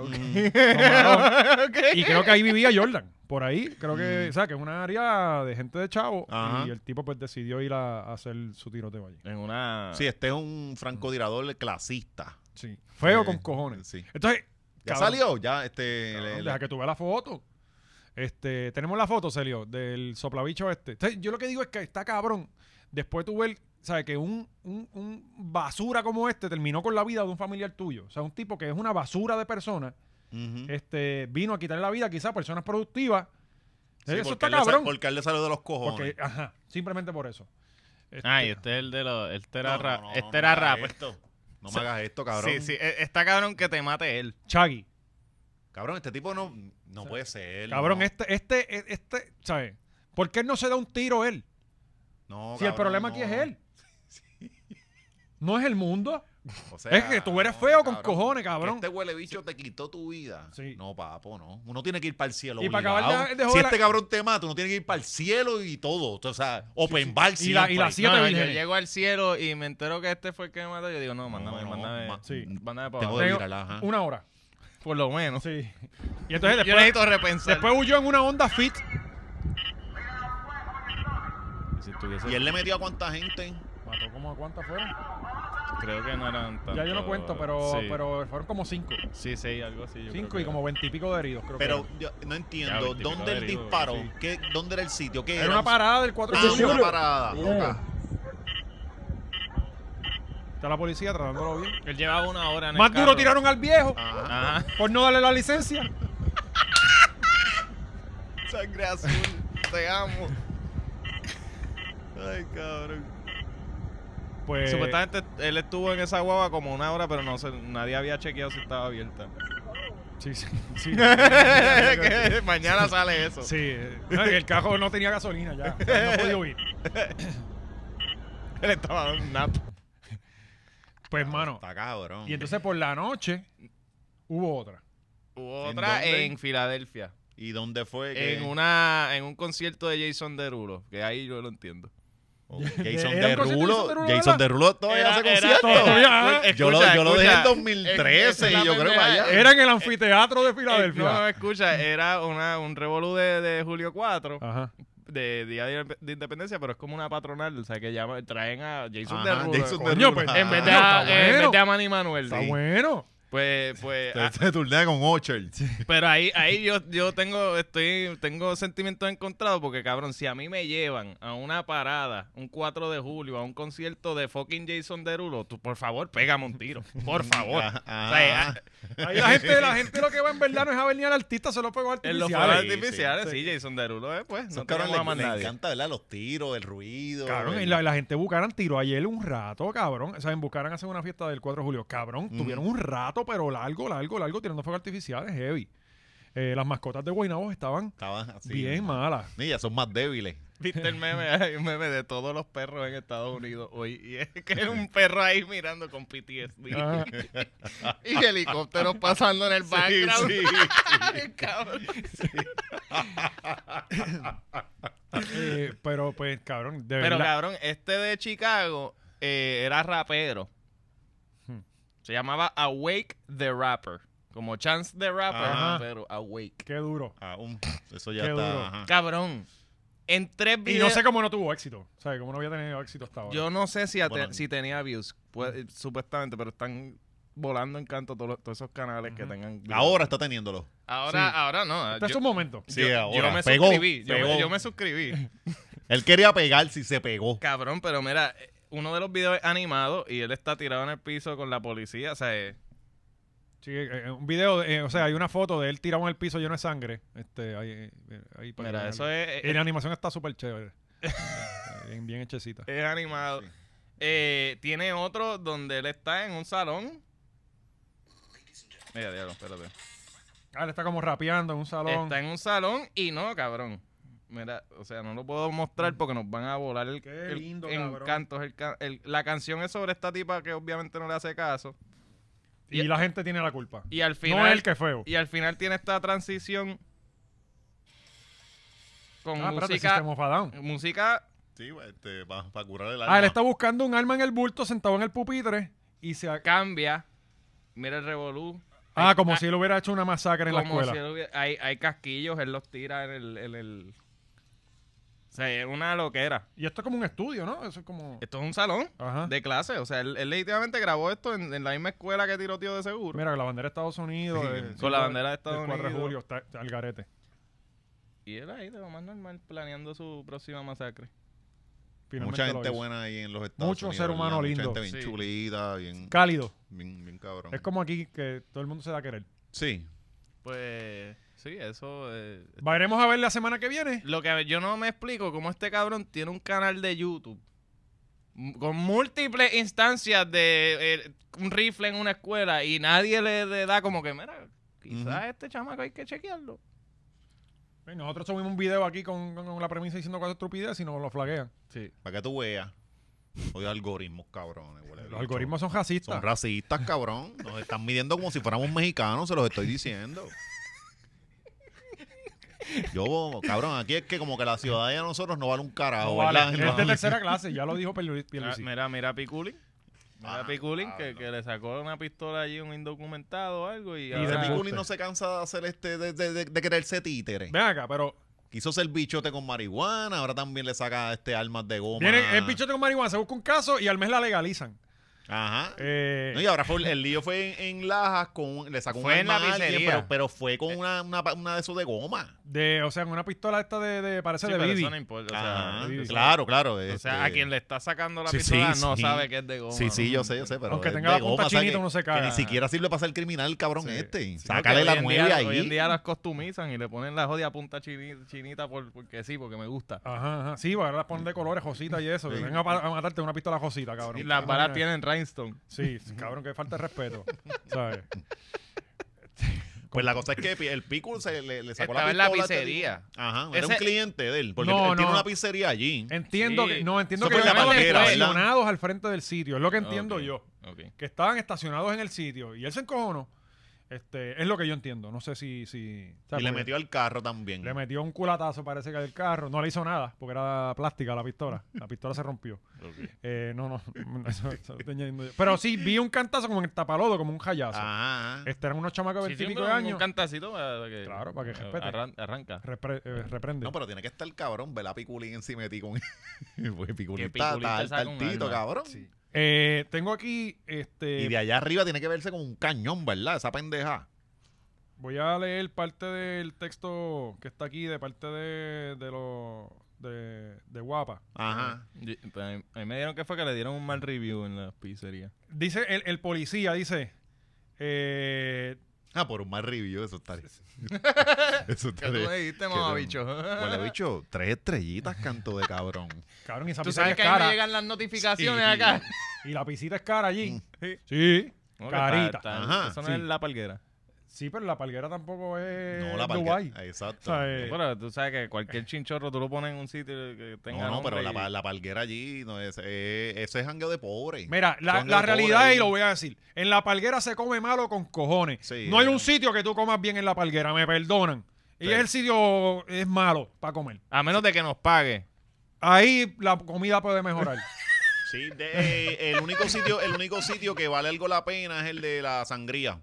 Speaker 2: ok.
Speaker 1: Jomalón.
Speaker 2: Ok.
Speaker 1: Y creo que ahí vivía Jordan. Por ahí, creo que, o sea, que es una área de gente de chavo.
Speaker 3: Ajá.
Speaker 1: Y el tipo pues decidió ir a, a hacer su tiroteo allí.
Speaker 2: En una...
Speaker 3: Sí, este es un francotirador clasista.
Speaker 1: Sí. Feo
Speaker 3: Sí.
Speaker 1: con cojones.
Speaker 3: Sí.
Speaker 1: Entonces.
Speaker 3: Ya
Speaker 1: cabrón,
Speaker 3: salió, ya este.
Speaker 1: cabrón,
Speaker 3: le- le-
Speaker 1: deja que tú veas la foto. Este, tenemos la foto, Celio, del soplabicho este. Entonces, yo lo que digo es que está cabrón. Después tú ves, ¿sabes? Que un, un- un basura como este terminó con la vida de un familiar tuyo. O sea, un tipo que es una basura de persona,
Speaker 3: Ujú.
Speaker 2: Eh,
Speaker 1: este, vino a quitarle la vida quizás a personas productivas.
Speaker 3: Sí,
Speaker 1: Eso
Speaker 3: porque
Speaker 1: está
Speaker 3: él le sa-
Speaker 1: cabrón.
Speaker 3: Porque él le salió de los cojones.
Speaker 2: este
Speaker 1: Porque, ajá, simplemente por eso. Este,
Speaker 2: Ah, y este es el de los... Este era,
Speaker 3: No,
Speaker 2: ra-
Speaker 3: no, no,
Speaker 2: este
Speaker 3: no
Speaker 2: era
Speaker 3: me hagas
Speaker 2: rapper.
Speaker 3: esto. No me hagas esto, cabrón.
Speaker 2: Sí, sí, e- está cabrón que te mate él.
Speaker 1: Chaggy.
Speaker 3: Cabrón, este tipo no, no puede ser.
Speaker 1: Cabrón,
Speaker 3: no.
Speaker 1: este, este, este, ¿sabes? ¿Por qué él no se da un tiro él?
Speaker 3: No,
Speaker 1: si el
Speaker 3: cabrón,
Speaker 1: problema aquí
Speaker 3: no.
Speaker 1: es él. No es el mundo.
Speaker 3: O sea,
Speaker 1: Es que tú eres
Speaker 3: no,
Speaker 1: feo con
Speaker 3: cabrón.
Speaker 1: cojones,
Speaker 3: Que
Speaker 1: cabrón.
Speaker 3: Este huele bicho te quitó tu vida.
Speaker 1: Sí.
Speaker 3: No, papo, no. Uno tiene que ir para el cielo.
Speaker 1: Y para
Speaker 3: obligado.
Speaker 1: acabar de- de
Speaker 3: Si
Speaker 1: joder-
Speaker 3: este cabrón te mata, uno tiene que ir para el cielo y todo. O sea, open bar
Speaker 1: Y la- y la
Speaker 3: siempre.
Speaker 1: Siete
Speaker 2: No, no, yo
Speaker 1: vírgenes.
Speaker 2: llego al cielo y me entero que este fue el que me mató. Yo digo, no, mándame,
Speaker 3: no,
Speaker 2: mándame.
Speaker 3: ma-
Speaker 1: sí.
Speaker 2: Mándame para abajo.
Speaker 3: Tengo de
Speaker 1: Tengo
Speaker 3: virarla, ajá.
Speaker 1: Una hora.
Speaker 2: Por lo menos.
Speaker 1: Sí. Y entonces
Speaker 2: Yo
Speaker 1: después,
Speaker 2: necesito repensar.
Speaker 1: después huyó en una onda fit.
Speaker 2: si tuviese-
Speaker 3: Y él le metió a cuánta gente.
Speaker 1: Mató como a cuántas fueron.
Speaker 2: Creo que no eran tantos.
Speaker 1: Ya yo no cuento, pero,
Speaker 2: Sí.
Speaker 1: pero fueron como cinco.
Speaker 2: Sí, sí, algo así. yo creo
Speaker 1: Cinco
Speaker 2: que
Speaker 1: y como
Speaker 2: era.
Speaker 1: veintipico de heridos, creo
Speaker 3: Pero
Speaker 1: que
Speaker 3: yo no
Speaker 2: Ya,
Speaker 3: entiendo.
Speaker 2: 20 y pico
Speaker 3: ¿Dónde el
Speaker 2: heridos,
Speaker 3: disparo?
Speaker 2: sí.
Speaker 3: ¿Qué, ¿Dónde era el sitio? ¿Qué
Speaker 1: era. Era una parada del 4
Speaker 3: Ah, una parada. Ok.
Speaker 1: Está la policía tratándolo bien.
Speaker 2: Él llevaba una hora en el
Speaker 1: Más duro
Speaker 2: carro.
Speaker 1: tiraron al viejo
Speaker 3: Ah.
Speaker 2: Ajá.
Speaker 1: por no darle la licencia.
Speaker 2: Sangre azul, te amo. Ay, cabrón.
Speaker 1: Pues.
Speaker 2: Supuestamente él estuvo en esa guagua como una hora, pero no sé, nadie había chequeado si estaba abierta.
Speaker 1: Sí, sí. sí.
Speaker 2: Que Mañana sale eso.
Speaker 1: Sí, eh, no, y el cajo no tenía gasolina ya. o sea, No podía huir.
Speaker 2: Él estaba dando un nap.
Speaker 1: Pues, hermano.
Speaker 3: Está cabrón.
Speaker 1: Y entonces por la noche hubo otra.
Speaker 2: Hubo
Speaker 3: ¿En
Speaker 2: otra
Speaker 3: dónde?
Speaker 2: en Filadelfia.
Speaker 3: ¿Y dónde fue? que-
Speaker 2: En una en un concierto de Jason Derulo, que ahí yo lo entiendo.
Speaker 3: Ok,
Speaker 1: Era
Speaker 3: Jason
Speaker 1: un
Speaker 3: Derulo.
Speaker 1: concierto de Jason Derulo, ¿verdad?
Speaker 3: Jason Derulo todavía hace conciertos.
Speaker 1: todavía,
Speaker 2: Escucha,
Speaker 3: Yo lo- yo lo dejé en
Speaker 2: escucha.
Speaker 3: 2013
Speaker 2: Esa es
Speaker 3: y
Speaker 2: la
Speaker 3: yo creo que
Speaker 2: pendeja.
Speaker 3: allá.
Speaker 1: Era en el anfiteatro de
Speaker 2: Eh, No,
Speaker 1: Filadelfia.
Speaker 2: escucha, era una, un revolú de, de Julio 4,
Speaker 1: Ajá.
Speaker 2: de Día de, de Independencia, pero es como una patronal, o sea, que llama, traen a Jason
Speaker 3: Ajá,
Speaker 2: Derulo.
Speaker 3: Jason
Speaker 2: coño,
Speaker 3: Derulo.
Speaker 1: pues,
Speaker 2: En vez de,
Speaker 1: Ah,
Speaker 2: a,
Speaker 1: está
Speaker 2: eh, en vez de
Speaker 1: bueno.
Speaker 2: a Manny Manuel.
Speaker 1: Está
Speaker 2: sí.
Speaker 1: bueno.
Speaker 2: Pues, pues, a-
Speaker 3: Se- Se turnea con Ocher.
Speaker 2: pero ahí, ahí yo, yo tengo, estoy, tengo sentimientos encontrados porque, cabrón, si a mí me llevan a una parada, un 4 de julio, a un concierto de fucking Jason Derulo, tú, por favor, pégame un tiro. Por favor.
Speaker 3: Ah,
Speaker 2: O sea,
Speaker 3: ah.
Speaker 1: Ahí la gente, la gente lo que va en verdad no es a venir al artista, se lo pegó al
Speaker 2: en los fuegos
Speaker 3: sí,
Speaker 2: artificiales, sí, Jason Derulo, eh, pues,
Speaker 3: Esos
Speaker 2: no te
Speaker 3: cabrones
Speaker 2: a más
Speaker 3: les, les
Speaker 2: nadie.
Speaker 3: encanta, ¿verdad? Los tiros, el ruido.
Speaker 1: Cabrón,
Speaker 3: el-
Speaker 1: y la, la gente Bucaran tiró ayer un rato, cabrón. O sea, en Bucaran hacen una fiesta del 4 de julio. Cabrón,
Speaker 3: Ujú.
Speaker 1: tuvieron un rato, pero largo, largo, largo, tirando fuegos artificiales, heavy. Eh, las mascotas de Guaynabos estaban
Speaker 3: Estaban así.
Speaker 1: bien malas.
Speaker 3: Ni, ya son más débiles.
Speaker 2: ¿Viste el meme? Hay un meme de todos los perros en Estados Unidos hoy. Y es que es un perro ahí mirando con PTSD.
Speaker 1: Ah,
Speaker 2: Y helicópteros pasando en el background.
Speaker 3: sí,
Speaker 2: Ay, cabrón.
Speaker 1: eh, pero, pues, cabrón, de
Speaker 2: Pero
Speaker 1: verdad.
Speaker 2: cabrón, este de Chicago eh, era rapero.
Speaker 1: Hmm.
Speaker 2: Se llamaba Awake the Rapper. Como Chance the Rapper,
Speaker 1: Ajá.
Speaker 2: pero Awake.
Speaker 1: Qué duro.
Speaker 3: Ah, un- eso ya
Speaker 1: Qué duro.
Speaker 3: está. ajá.
Speaker 2: Cabrón, en tres
Speaker 1: Y no
Speaker 2: videos...
Speaker 1: sé cómo no tuvo éxito. O sea, cómo no había tenido éxito hasta ahora.
Speaker 2: Yo no sé si, ate-
Speaker 3: Bueno.
Speaker 2: si tenía views, pues, eh, supuestamente, pero están volando en canto todos los- todos esos canales que tengan. views.
Speaker 3: Ahora está teniéndolo.
Speaker 2: ahora,
Speaker 1: Sí.
Speaker 2: ahora no.
Speaker 1: este es
Speaker 2: yo,
Speaker 1: un momento.
Speaker 3: Sí,
Speaker 2: yo- yo
Speaker 3: ahora.
Speaker 2: me
Speaker 3: Pegó,
Speaker 2: suscribí. yo me-
Speaker 3: pegó.
Speaker 2: yo me suscribí.
Speaker 3: Él quería pegar si se pegó.
Speaker 2: Cabrón, pero mira, eh, uno de los videos es animado y él está tirado en el piso con la policía. O sea, eh,
Speaker 1: Sí, eh, eh, un video, de- eh, o sea, hay una foto de él tirado en el piso lleno de sangre. Este, ahí, eh, eh, ahí para que
Speaker 2: mira,
Speaker 1: vean.
Speaker 2: eso es,
Speaker 1: Y
Speaker 2: eh,
Speaker 1: la animación está súper chévere. Eh, bien, bien hechecita.
Speaker 2: es animado. Eh, tiene otro donde él está en un salón. Mira, diablo, espérate.
Speaker 1: Ah, él está como rapeando en un salón.
Speaker 2: Está en un salón y no, cabrón. Mira, o sea, no lo puedo mostrar porque nos van a volar el,
Speaker 1: Qué
Speaker 2: el-
Speaker 1: lindo,
Speaker 2: en
Speaker 1: cabrón.
Speaker 2: cantos. el ca- el- la canción es sobre esta tipa que obviamente no le hace caso.
Speaker 1: Y la gente tiene la culpa.
Speaker 2: Y al final.
Speaker 1: no es el que es feo.
Speaker 2: Y al final tiene esta transición con
Speaker 1: ah, espérate,
Speaker 2: música.
Speaker 1: System of a Down.
Speaker 2: música.
Speaker 3: Sí, este, para curar el
Speaker 1: Ah, él está buscando un arma en el bulto sentado en el pupitre y se... ac-
Speaker 2: cambia. Mira el revolú.
Speaker 1: Ah,
Speaker 2: Hay-
Speaker 1: como
Speaker 2: hay-
Speaker 1: si él hubiera hecho una masacre en la
Speaker 2: como
Speaker 1: escuela.
Speaker 2: si él hubiera- hay, hay casquillos, él los tira en el, en el- O sea, es una loquera.
Speaker 1: Y esto es como un estudio, ¿no? Eso es como...
Speaker 2: Esto es un salón
Speaker 1: Ajá.
Speaker 2: de clase. O sea, él, él legítimamente grabó esto en, en la misma escuela que tiró tío de seguro.
Speaker 1: Mira, la bandera de Estados Unidos.
Speaker 3: Sí,
Speaker 1: del-
Speaker 2: con la bandera de
Speaker 1: del
Speaker 2: Estados
Speaker 1: 4 de
Speaker 2: Unidos.
Speaker 1: julio, está está al garete.
Speaker 2: Y él ahí de lo más normal planeando su próxima masacre.
Speaker 1: Finalmente
Speaker 3: Mucha
Speaker 1: lo
Speaker 3: gente
Speaker 1: hizo.
Speaker 3: buena ahí en los Estados
Speaker 1: Mucho
Speaker 3: Unidos.
Speaker 1: ser
Speaker 3: ¿verdad?
Speaker 1: humano
Speaker 3: Mucha
Speaker 1: lindo.
Speaker 3: gente bien
Speaker 2: Sí.
Speaker 3: chulita, bien,
Speaker 1: Cálido.
Speaker 3: bien, bien cabrón.
Speaker 1: Es como aquí que todo el mundo se da a querer.
Speaker 3: Sí.
Speaker 2: Pues sí, eso... eh,
Speaker 1: Veremos a ver la semana que viene.
Speaker 2: Lo que yo no me explico, cómo este cabrón tiene un canal de YouTube m- con múltiples instancias de eh, un rifle en una escuela y nadie le, le da como que, mira, quizás
Speaker 3: Ujú.
Speaker 2: este chamaco hay que chequearlo.
Speaker 1: Eh, Nosotros subimos un video aquí con, con- con la premisa diciendo cosas estupideces y nos lo flaguean.
Speaker 2: Sí.
Speaker 3: Para que tú veas. Odio algoritmos, cabrones. huele
Speaker 1: Los
Speaker 3: bicho.
Speaker 1: algoritmos son racistas.
Speaker 3: Son racistas, cabrón. Nos están midiendo como si fuéramos mexicanos, se los estoy diciendo. Yo, cabrón, aquí es que como que la ciudadanía de nosotros no vale un carajo,
Speaker 1: No vale, Este
Speaker 3: ¿verdad?
Speaker 1: es
Speaker 3: No
Speaker 1: de
Speaker 3: vale.
Speaker 1: tercera clase, ya lo dijo Pierlu-
Speaker 2: Mira,
Speaker 1: Pierluisi.
Speaker 2: Ah, mira, mira a Piculín. Mira
Speaker 3: Ah,
Speaker 2: a Piculín que,
Speaker 3: cabrón.
Speaker 2: que le sacó una pistola allí a un indocumentado o algo.
Speaker 1: Y
Speaker 2: Y,
Speaker 3: Ese
Speaker 2: ahora-
Speaker 1: de
Speaker 3: este Piculín no se cansa de hacer este, de, de, de- de creerse títere.
Speaker 1: Ven acá, pero
Speaker 3: Quiso ser bichote con marihuana, ahora también le saca este armas de goma.
Speaker 1: viene el bichote con marihuana, se busca un caso y al mes la legalizan.
Speaker 3: Ajá.
Speaker 1: Eh,
Speaker 3: No, y ahora fue, el lío fue en, en Lajas con un- le sacó un
Speaker 2: Fue en
Speaker 3: arma
Speaker 2: la
Speaker 3: a alguien,
Speaker 2: pizzería.
Speaker 3: pero, pero fue
Speaker 1: Eh.
Speaker 3: con una, una, pa- una de esos de goma.
Speaker 1: de, o sea, en una pistola esta de, de parece
Speaker 2: Sí,
Speaker 1: de
Speaker 2: pero
Speaker 1: Bibi.
Speaker 2: eso no importa. o sea,
Speaker 3: Ajá,
Speaker 1: sí, sí.
Speaker 3: Ah, claro, claro. este,
Speaker 2: O sea, a quien le está sacando la pistola no sabe que es de goma.
Speaker 3: Sí, sí,
Speaker 2: ¿no?
Speaker 3: yo sé, yo sé, pero
Speaker 1: Aunque
Speaker 3: es
Speaker 1: tenga
Speaker 3: de
Speaker 1: la punta
Speaker 3: o sea,
Speaker 1: chinita,
Speaker 3: que-
Speaker 1: uno se
Speaker 3: que
Speaker 1: caga.
Speaker 3: ni siquiera sirve para ser criminal el cabrón
Speaker 1: Sí.
Speaker 3: este.
Speaker 1: Sí,
Speaker 2: Porque
Speaker 3: Sácale la
Speaker 2: hoy en
Speaker 3: nueve
Speaker 2: día- Hoy en
Speaker 3: ahí.
Speaker 2: día las costumizan y le ponen la jodida punta chini- chinita por, porque sí, porque me gusta.
Speaker 1: Ajá, ajá. Sí, ahora las ponen de colores, Josita y eso.
Speaker 3: Sí.
Speaker 1: Venga pa- a matarte una pistola Josita, cabrón.
Speaker 2: Y las
Speaker 1: Imagínate.
Speaker 2: balas tienen rhinestone.
Speaker 1: Sí, cabrón, que falta de respeto. ¿Sabes?
Speaker 3: Pues la cosa es que pi- el Pico se le, le sacó
Speaker 2: Estaba en
Speaker 3: la
Speaker 2: la
Speaker 3: pistola. a este
Speaker 2: pizzería.
Speaker 3: tipo. Ajá, era un
Speaker 2: Ese-
Speaker 3: cliente de él, porque
Speaker 1: No,
Speaker 3: él tiene
Speaker 1: no.
Speaker 3: una pizzería allí.
Speaker 1: Entiendo
Speaker 2: Sí.
Speaker 1: que. No, entiendo
Speaker 3: Eso
Speaker 1: que
Speaker 3: fue en la
Speaker 1: estaban
Speaker 3: palmera, ¿verdad?
Speaker 1: estacionados al frente del sitio. Es lo que entiendo
Speaker 2: Ok,
Speaker 1: yo.
Speaker 2: ok.
Speaker 1: Que estaban estacionados en el sitio. Y él se encojonó. Este, es lo que yo entiendo. No sé si. si o sea,
Speaker 3: Y le
Speaker 1: porque
Speaker 3: metió al carro también.
Speaker 1: le metió un culatazo, parece que del carro. No le hizo nada, porque era plástica la pistola. La pistola se rompió. Eh, no, no. eso- eso lo estoy añadiendo yo. Pero sí, vi un cantazo como en el tapalodo, como un jayazo.
Speaker 3: Ajá. ajá.
Speaker 1: Este, eran unos chamacos de
Speaker 2: Sí, sí,
Speaker 1: veintipico
Speaker 2: pero
Speaker 1: de
Speaker 2: un-
Speaker 1: años.
Speaker 2: Un cantacito para que. eh,
Speaker 1: Claro, para que respete.
Speaker 2: arran- arranca.
Speaker 1: Repre- eh, reprende.
Speaker 3: No, pero tiene que estar cabrón, ver a Piculín encima de ti con Porque Piculín
Speaker 2: Que
Speaker 3: está,
Speaker 2: Piculín
Speaker 3: está
Speaker 2: te saca un
Speaker 3: altito,
Speaker 2: arma.
Speaker 3: cabrón.
Speaker 1: Eh, tengo aquí,
Speaker 3: Y
Speaker 1: este,
Speaker 3: de allá arriba tiene que verse con un cañón, ¿verdad? Esa pendeja.
Speaker 1: voy a leer parte del texto que está aquí de parte de, de los de, de Guapa.
Speaker 3: Ajá.
Speaker 2: Yo- pues, A mí a mí me dieron que fue que le dieron un mal review en la pizzería.
Speaker 1: Dice el, el policía, dice, eh,
Speaker 3: Ah, por un mal review, eso está. eso
Speaker 2: ¿Qué tú
Speaker 3: estaría-
Speaker 2: me dijiste,
Speaker 3: que-
Speaker 2: mamabicho?
Speaker 3: Huele bicho, tres estrellitas, canto de cabrón.
Speaker 1: cabrón, y esa
Speaker 2: Tú
Speaker 1: pisita
Speaker 2: sabes
Speaker 1: es
Speaker 2: que ahí me
Speaker 1: cara.
Speaker 2: llegan las notificaciones
Speaker 1: Sí.
Speaker 2: acá.
Speaker 1: Y la pisita es cara
Speaker 3: Mm.
Speaker 1: allí. Sí,
Speaker 2: No, que pues, está-
Speaker 1: carita.
Speaker 2: está-
Speaker 3: Ajá,
Speaker 2: Eso no
Speaker 1: sí.
Speaker 2: es la palguera.
Speaker 1: Sí, pero la palguera tampoco
Speaker 2: Eh,
Speaker 1: es
Speaker 3: No, la palguera.
Speaker 1: Dubái.
Speaker 3: Exacto.
Speaker 1: O sea, eh,
Speaker 2: Bueno, tú sabes que cualquier chinchorro tú lo pones en un sitio que tenga.
Speaker 3: no, no, pero
Speaker 2: nombre
Speaker 3: la,
Speaker 2: y-
Speaker 3: pa- la palguera allí, no es, eh, eso es jangueo de pobre.
Speaker 1: Mira, la,
Speaker 3: Son
Speaker 1: la
Speaker 3: de pobre
Speaker 1: realidad,
Speaker 3: ahí.
Speaker 1: y lo voy a decir, en la palguera se come malo con cojones.
Speaker 3: Sí,
Speaker 1: no hay
Speaker 3: eh.
Speaker 1: un sitio que tú comas bien en la palguera, me perdonan. Y
Speaker 3: Sí.
Speaker 1: el sitio es malo para comer.
Speaker 2: A menos de que nos pague.
Speaker 1: Ahí la comida puede mejorar.
Speaker 3: Sí, de- eh, el, único sitio, el único sitio que vale algo la pena es el de la sangría.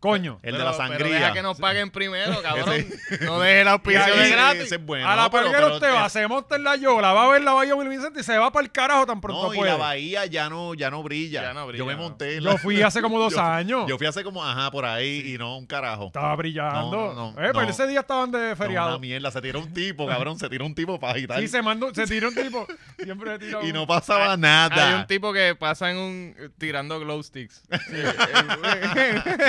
Speaker 1: Coño.
Speaker 3: El
Speaker 2: Pero-
Speaker 3: de la
Speaker 2: Pero
Speaker 3: sangría.
Speaker 2: deja que nos paguen primero, cabrón. no deje el auspicio
Speaker 1: Y ahí-
Speaker 2: de
Speaker 3: Ese
Speaker 2: gratis.
Speaker 3: es bueno.
Speaker 1: a la
Speaker 3: No, pero-
Speaker 1: palguera
Speaker 3: pero-
Speaker 1: usted va, se monta en la yola, va a ver la Bahía Will Vicente y se va para el carajo tan pronto
Speaker 3: No, y
Speaker 1: puede.
Speaker 3: la bahía ya no, ya no brilla.
Speaker 2: pues. Ya no brilla,
Speaker 3: Yo me
Speaker 2: no.
Speaker 3: monté. en la-
Speaker 1: Yo fui hace como dos
Speaker 3: Yo-
Speaker 1: años.
Speaker 3: Yo fui hace como, ajá, por ahí y no, un carajo.
Speaker 1: Estaba brillando.
Speaker 3: No, no, no,
Speaker 1: Eh, pero
Speaker 3: no.
Speaker 1: ese día estaban de
Speaker 3: No, Una
Speaker 1: feriado.
Speaker 3: mierda, se tiró un tipo, cabrón, se tiró un tipo para agitar.
Speaker 1: Y se mandó, se tiró un tipo. Siempre le tira
Speaker 3: y
Speaker 1: un-
Speaker 3: no pasaba nada.
Speaker 2: Hay un tipo que pasa en un tirando glow sticks.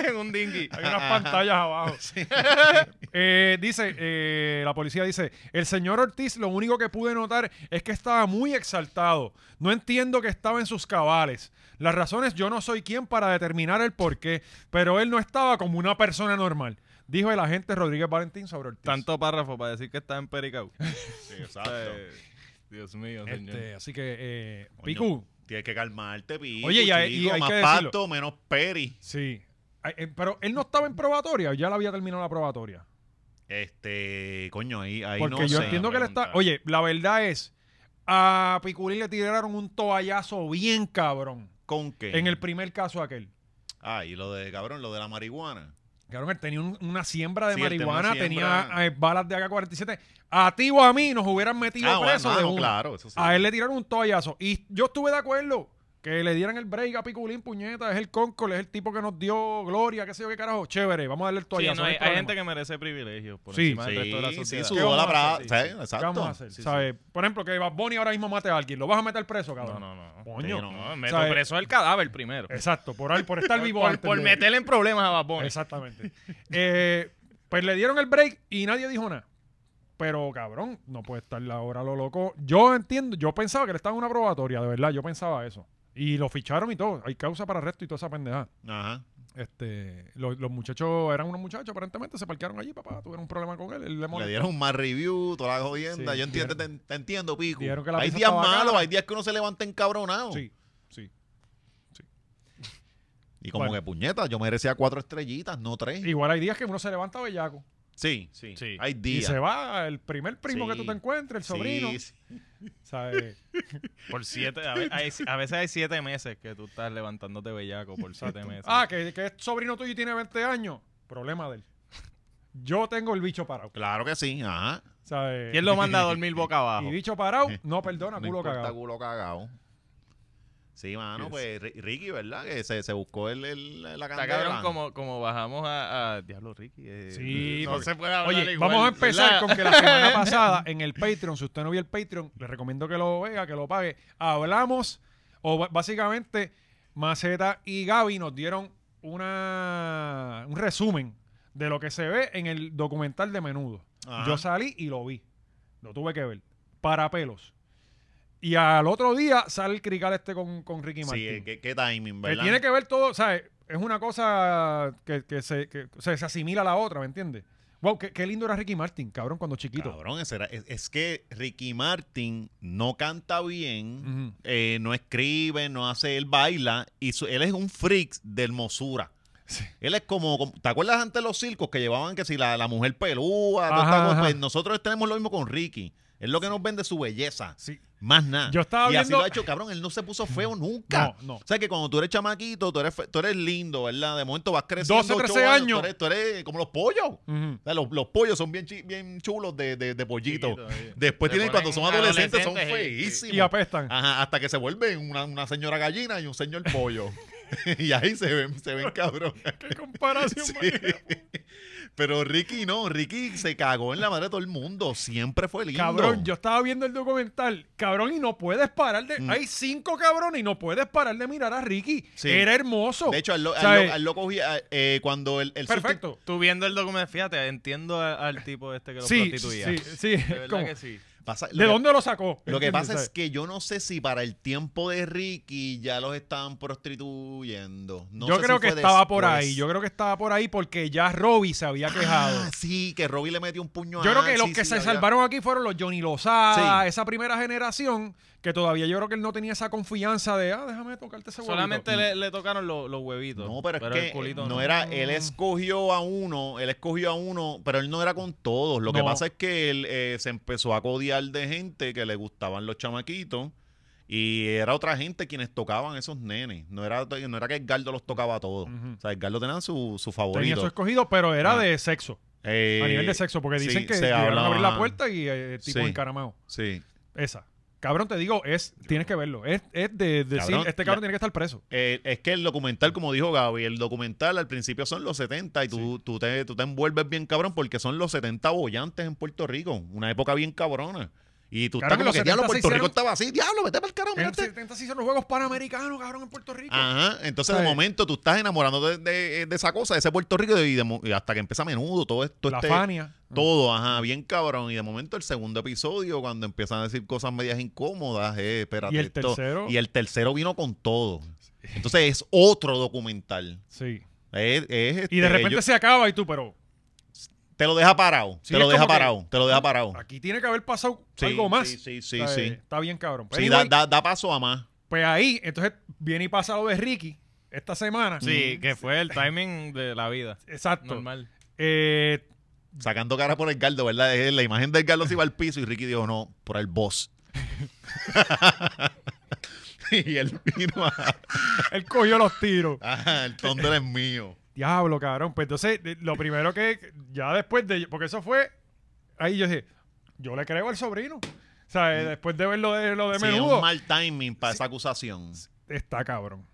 Speaker 2: en un dinghy.
Speaker 1: Hay unas pantallas abajo. Eh, dice, eh, la policía dice, el señor Ortiz lo único que pude notar es que estaba muy exaltado. No entiendo que estaba en sus cabales. Las razones yo no soy quien para determinar el porqué, pero él no estaba como una persona normal. Dijo el agente Rodríguez Valentín sobre Ortiz.
Speaker 2: Tanto párrafo para decir que está en Pericao.
Speaker 3: Sí,
Speaker 1: Eh,
Speaker 3: exacto.
Speaker 2: Dios mío, señor.
Speaker 1: Este, así que, eh,
Speaker 3: Coño,
Speaker 1: Picu.
Speaker 3: Tienes que calmarte, Pico.
Speaker 1: Oye, y hay- y
Speaker 3: chico,
Speaker 1: hay
Speaker 3: más
Speaker 1: que decirlo.
Speaker 3: pato, menos peri.
Speaker 1: Sí. Ay, eh, Pero él no estaba en probatoria, o ya le había terminado la probatoria.
Speaker 3: Este, coño, ahí, ahí
Speaker 1: Porque
Speaker 3: no
Speaker 1: yo
Speaker 3: sé.
Speaker 1: entiendo que él está.
Speaker 2: pregunta.
Speaker 1: Oye, la verdad es. A Piculín le tiraron un toallazo bien cabrón.
Speaker 3: ¿Con qué?
Speaker 1: En el primer caso aquel.
Speaker 3: Ah, y lo de, cabrón, lo de la marihuana.
Speaker 1: Cabrón, él tenía un- una siembra de
Speaker 3: Sí, él tenía
Speaker 1: marihuana,
Speaker 3: una
Speaker 1: tenía,
Speaker 3: siembra.
Speaker 1: eh, balas de AK-47. A ti o a mí nos hubieran metido
Speaker 3: Ah,
Speaker 1: preso
Speaker 3: bueno,
Speaker 1: de
Speaker 3: ah, no,
Speaker 1: una.
Speaker 3: claro, eso sí.
Speaker 1: A él le tiraron un toallazo. Y yo estuve de acuerdo que le dieran el break a Piculín, puñeta. Es el Concord, es el tipo que nos dio gloria, qué sé yo qué carajo. Chévere, vamos a darle el
Speaker 2: Sí,
Speaker 1: toallazo.
Speaker 2: no,
Speaker 1: no
Speaker 2: hay,
Speaker 1: hay
Speaker 2: hay
Speaker 1: problema.
Speaker 2: gente que merece privilegios por
Speaker 1: Sí,
Speaker 2: encima
Speaker 3: sí,
Speaker 2: del resto de la
Speaker 3: sí,
Speaker 2: sociedad.
Speaker 1: su-
Speaker 3: sudó
Speaker 1: ¿Qué
Speaker 3: la
Speaker 1: vamos a
Speaker 3: brasa.
Speaker 1: hacer?
Speaker 3: Sí, exacto.
Speaker 1: ¿Qué vamos a hacer?
Speaker 3: Sí, sí.
Speaker 1: ¿Sabes? Por ejemplo, que Bad Bunny ahora mismo mate a alguien. ¿Lo vas a meter preso,
Speaker 2: No,
Speaker 1: cabrón?
Speaker 2: no, no.
Speaker 1: Coño.
Speaker 3: Sí, no.
Speaker 2: No, meto
Speaker 1: ¿Sabes?
Speaker 2: preso el cadáver primero.
Speaker 1: Exacto, por, al- por estar
Speaker 2: Por-
Speaker 1: vivo
Speaker 2: por,
Speaker 1: antes
Speaker 2: por
Speaker 1: de-
Speaker 2: meterle en problemas a Bad Bunny.
Speaker 1: Exactamente. Eh, pues le dieron el break y nadie dijo nada. Pero cabrón, no puede estar la hora lo loco. Yo entiendo, yo pensaba que le estaba en una probatoria, de verdad, yo pensaba eso. Y lo ficharon y todo, hay causa para arresto y toda esa pendejada.
Speaker 3: Ajá.
Speaker 1: Este, lo- los, muchachos eran unos muchachos, aparentemente se parquearon allí, papá, tuvieron un problema con él. él le
Speaker 3: Le
Speaker 1: molestó.
Speaker 3: dieron un mal review, toda la jodienda.
Speaker 1: Sí,
Speaker 3: Yo entiendo,
Speaker 1: dijeron-
Speaker 3: te, te entiendo, Pico.
Speaker 1: dijeron que la
Speaker 3: Hay
Speaker 1: pizza
Speaker 3: días
Speaker 1: estaba
Speaker 3: malos,
Speaker 1: cara.
Speaker 3: hay días que uno se levanta encabronado.
Speaker 1: Sí, sí.
Speaker 3: Y como
Speaker 1: Bueno.
Speaker 3: que puñeta, yo merecía cuatro estrellitas, no tres.
Speaker 1: Igual hay días que uno se levanta bellaco
Speaker 3: Sí, sí.
Speaker 2: Sí.
Speaker 3: Hay
Speaker 1: y
Speaker 3: días.
Speaker 1: se va el primer primo que
Speaker 3: Sí.
Speaker 1: tú te encuentres, el
Speaker 3: Sí,
Speaker 1: sobrino.
Speaker 3: sí.
Speaker 1: ¿sabes?
Speaker 2: Por siete, a, ve- hay- a veces hay siete meses que tú estás levantándote bellaco por siete meses.
Speaker 1: Ah, que, que es sobrino tuyo y tiene 20 años. Problema de él. Yo tengo el bicho parado.
Speaker 3: Claro que sí, ajá.
Speaker 1: ¿sabes?
Speaker 2: ¿Quién lo manda a dormir boca
Speaker 1: Y
Speaker 2: abajo?
Speaker 1: bicho parado, no perdona,
Speaker 3: No
Speaker 1: culo
Speaker 3: importa,
Speaker 1: cagado.
Speaker 3: culo cagao. Sí, mano, pues Ri- Ricky, ¿verdad? Que se, se buscó el, el- la
Speaker 2: Está
Speaker 3: candela.
Speaker 2: cabrón como, como bajamos a, a- Diablo Ricky. eh,
Speaker 1: Sí,
Speaker 2: no
Speaker 1: porque-
Speaker 2: se puede hablar
Speaker 1: Oye,
Speaker 2: igual,
Speaker 1: vamos a empezar
Speaker 2: ¿verdad?
Speaker 1: con que la semana pasada en el Patreon, si usted no vio el Patreon, le recomiendo que lo vea, que lo pague. Hablamos, o ba- básicamente, Maceta y Gaby nos dieron una, un resumen de lo que se ve en el documental de menudo.
Speaker 3: Ajá.
Speaker 1: Yo salí y lo vi. Lo tuve que ver. Para pelos. Y al otro día sale el crical este con, con Ricky
Speaker 3: Sí,
Speaker 1: Martin.
Speaker 3: eh, qué, qué timing,
Speaker 1: Que
Speaker 3: ¿verdad?
Speaker 1: tiene que ver todo, ¿sabes? Es una cosa que, que se, que- o sea, se asimila a la otra, ¿me entiendes? Wow, qué, qué lindo era Ricky Martin, cabrón, cuando chiquito.
Speaker 3: Cabrón, ese era- es, es que Ricky Martin no canta bien,
Speaker 1: Ujú.
Speaker 3: eh, no escribe, no hace, él baila, y su- él es un freak de hermosura.
Speaker 1: Sí.
Speaker 3: Él es como, como- ¿te acuerdas antes los circos que llevaban que si la, la mujer pelúa, toda
Speaker 1: Ajá,
Speaker 3: esta cosa?
Speaker 1: ajá.
Speaker 3: Pues nosotros tenemos lo mismo con Ricky. Es lo que nos vende su belleza.
Speaker 1: Sí.
Speaker 3: Más nada.
Speaker 1: Yo estaba
Speaker 3: y así
Speaker 1: viendo-
Speaker 3: lo ha hecho, cabrón. Él no se puso feo nunca.
Speaker 1: No, no.
Speaker 3: O sea que cuando tú eres chamaquito, tú eres, fe- tú eres lindo, ¿verdad? De momento vas creciendo.
Speaker 1: 12, 13
Speaker 3: ocho
Speaker 1: años.
Speaker 3: Tú eres, tú eres como los pollos.
Speaker 1: Ujú.
Speaker 3: O sea, los, los pollos son bien, chi- bien chulos de, de, de pollito.
Speaker 2: Chiquito, sí.
Speaker 3: Después
Speaker 2: Se
Speaker 3: tienen, cuando son
Speaker 2: ponen
Speaker 3: adolescentes, son
Speaker 2: adolescentes, eh, sí,
Speaker 3: feísimos.
Speaker 1: Y apestan.
Speaker 3: Ajá, hasta que se vuelven una, una señora gallina y un señor pollo. y ahí se ven, se ven cabrón.
Speaker 1: Qué comparación.
Speaker 3: Sí.
Speaker 1: más-
Speaker 3: Pero Ricky no, Ricky se cagó en la madre de todo el mundo. Siempre fue lindo.
Speaker 1: Cabrón, yo estaba viendo el documental, cabrón, y no puedes parar de... Hay cinco cabrones y no puedes parar de mirar a Ricky.
Speaker 3: Mm. Sí.
Speaker 1: Era hermoso.
Speaker 3: De hecho, al lo,
Speaker 1: O sea, eh,
Speaker 3: al lo- al lo cogía, eh, cuando el, el susti-
Speaker 1: perfecto.
Speaker 2: Tú viendo el documental, fíjate, entiendo a- al tipo este que lo
Speaker 1: Sí,
Speaker 2: prostituía.
Speaker 1: sí, sí.
Speaker 2: De verdad
Speaker 1: Como,
Speaker 2: que sí.
Speaker 3: pasa- lo
Speaker 1: ¿De
Speaker 3: que-
Speaker 1: dónde lo sacó?
Speaker 3: Lo que
Speaker 1: ¿Entiendes?
Speaker 3: pasa es
Speaker 1: ¿Sabes?
Speaker 3: que yo no sé si para el tiempo de Ricky ya los estaban prostituyendo. No
Speaker 1: yo
Speaker 3: sé
Speaker 1: creo
Speaker 3: si
Speaker 1: que
Speaker 3: fue
Speaker 1: estaba por
Speaker 3: después.
Speaker 1: ahí. Yo creo que estaba por ahí porque ya Robbie se había quejado.
Speaker 3: Ah, sí, que Robbie le metió un puño a
Speaker 1: Yo creo que
Speaker 3: Axis,
Speaker 1: los que
Speaker 3: sí,
Speaker 1: se
Speaker 3: había-
Speaker 1: salvaron aquí fueron los Johnny Lozada,
Speaker 3: Sí.
Speaker 1: esa primera generación, que todavía yo creo que él no tenía esa confianza de, ah, déjame tocarte ese
Speaker 2: Solamente
Speaker 1: huevito".
Speaker 2: le, le tocaron lo- los huevitos.
Speaker 3: No, pero,
Speaker 2: el
Speaker 3: es que eh,
Speaker 2: culito
Speaker 3: no, era, él escogió a uno, él escogió a uno, pero él no era con todos. Lo que
Speaker 1: No.
Speaker 3: pasa es que él eh, se empezó a codiar de gente que le gustaban los chamaquitos y era otra gente quienes tocaban esos nenes. No era, no era que Edgardo los tocaba a todos.
Speaker 1: Ujú.
Speaker 3: O sea, Edgardo tenía su, su
Speaker 1: Tenía
Speaker 3: favorito.
Speaker 1: su escogido, pero era
Speaker 3: Ah.
Speaker 1: de sexo,
Speaker 3: Eh,
Speaker 1: a nivel de sexo, porque dicen
Speaker 3: sí,
Speaker 1: que
Speaker 3: se
Speaker 1: llegaron a abrir la
Speaker 3: hablaban-
Speaker 1: puerta y eh, el tipo
Speaker 3: Sí.
Speaker 1: encaramado.
Speaker 3: Sí.
Speaker 1: Esa. Cabrón, te digo, es, tienes que verlo. Es, es de, decir,
Speaker 3: Cabrón,
Speaker 1: este cabrón
Speaker 3: la-
Speaker 1: tiene que estar preso.
Speaker 3: Eh, es que el documental, como dijo Gaby, el documental al principio son los 70 y tú, tú, te, tú te envuelves bien cabrón porque son los 70 bollantes en Puerto Rico, una época bien cabrona. Y tú
Speaker 1: Claro
Speaker 3: estás
Speaker 1: que
Speaker 3: como
Speaker 1: los
Speaker 3: que,
Speaker 1: 70
Speaker 3: diablo,
Speaker 1: se
Speaker 3: Puerto Rico
Speaker 1: hicieron-
Speaker 3: estaba así, diablo, vete para el carajo,
Speaker 1: En
Speaker 3: mira
Speaker 1: los
Speaker 3: este-
Speaker 1: 70 se hicieron los Juegos Panamericanos, cabrón, en Puerto Rico.
Speaker 3: Ajá, entonces de
Speaker 1: Sí.
Speaker 3: momento tú estás enamorándote de, de- de esa cosa, de ese Puerto Rico y, de mo- y hasta que empieza a menudo todo esto.
Speaker 1: la
Speaker 3: este-
Speaker 1: Fania.
Speaker 3: todo, ajá, bien cabrón. Y de momento el segundo episodio, cuando empiezan a decir cosas medias incómodas, eh, espérate.
Speaker 1: Y el
Speaker 3: esto-
Speaker 1: tercero.
Speaker 3: Y el tercero vino con todo. Entonces es otro documental.
Speaker 1: Sí.
Speaker 3: Es- es,
Speaker 1: Y de
Speaker 3: este,
Speaker 1: repente
Speaker 3: yo-
Speaker 1: se acaba y tú, pero...
Speaker 3: te lo deja parado,
Speaker 1: Sí,
Speaker 3: te
Speaker 1: es
Speaker 3: lo deja
Speaker 1: como que- Ah,
Speaker 3: parado, te lo deja parado.
Speaker 1: Aquí tiene que haber pasado
Speaker 3: Sí,
Speaker 1: algo más.
Speaker 3: Sí, sí, sí,
Speaker 1: O sea,
Speaker 3: sí.
Speaker 1: Está bien, cabrón. Pero
Speaker 3: Sí, da,
Speaker 1: anyway,
Speaker 3: da- da paso a más.
Speaker 1: Pues ahí, entonces viene y pasa lo de Ricky esta semana. Mm.
Speaker 2: Sí, que fue el timing de la vida.
Speaker 1: Exacto.
Speaker 2: Normal.
Speaker 1: Eh,
Speaker 3: Sacando cara por el Gardo, ¿verdad? Es la imagen del Gardo se iba al piso y Ricky dijo, no, por el boss. y él vino a...
Speaker 1: él cogió los tiros.
Speaker 3: Ah, el tondel es mío.
Speaker 1: Diablo, cabrón. Pues entonces, de- lo primero que, ya después de, porque eso fue, ahí yo dije, yo le creo al sobrino. O sea, eh, después de ver lo de, lo de
Speaker 3: Mm. Sí, es
Speaker 1: menudo,
Speaker 3: un mal timing para esa acusación.
Speaker 1: está cabrón.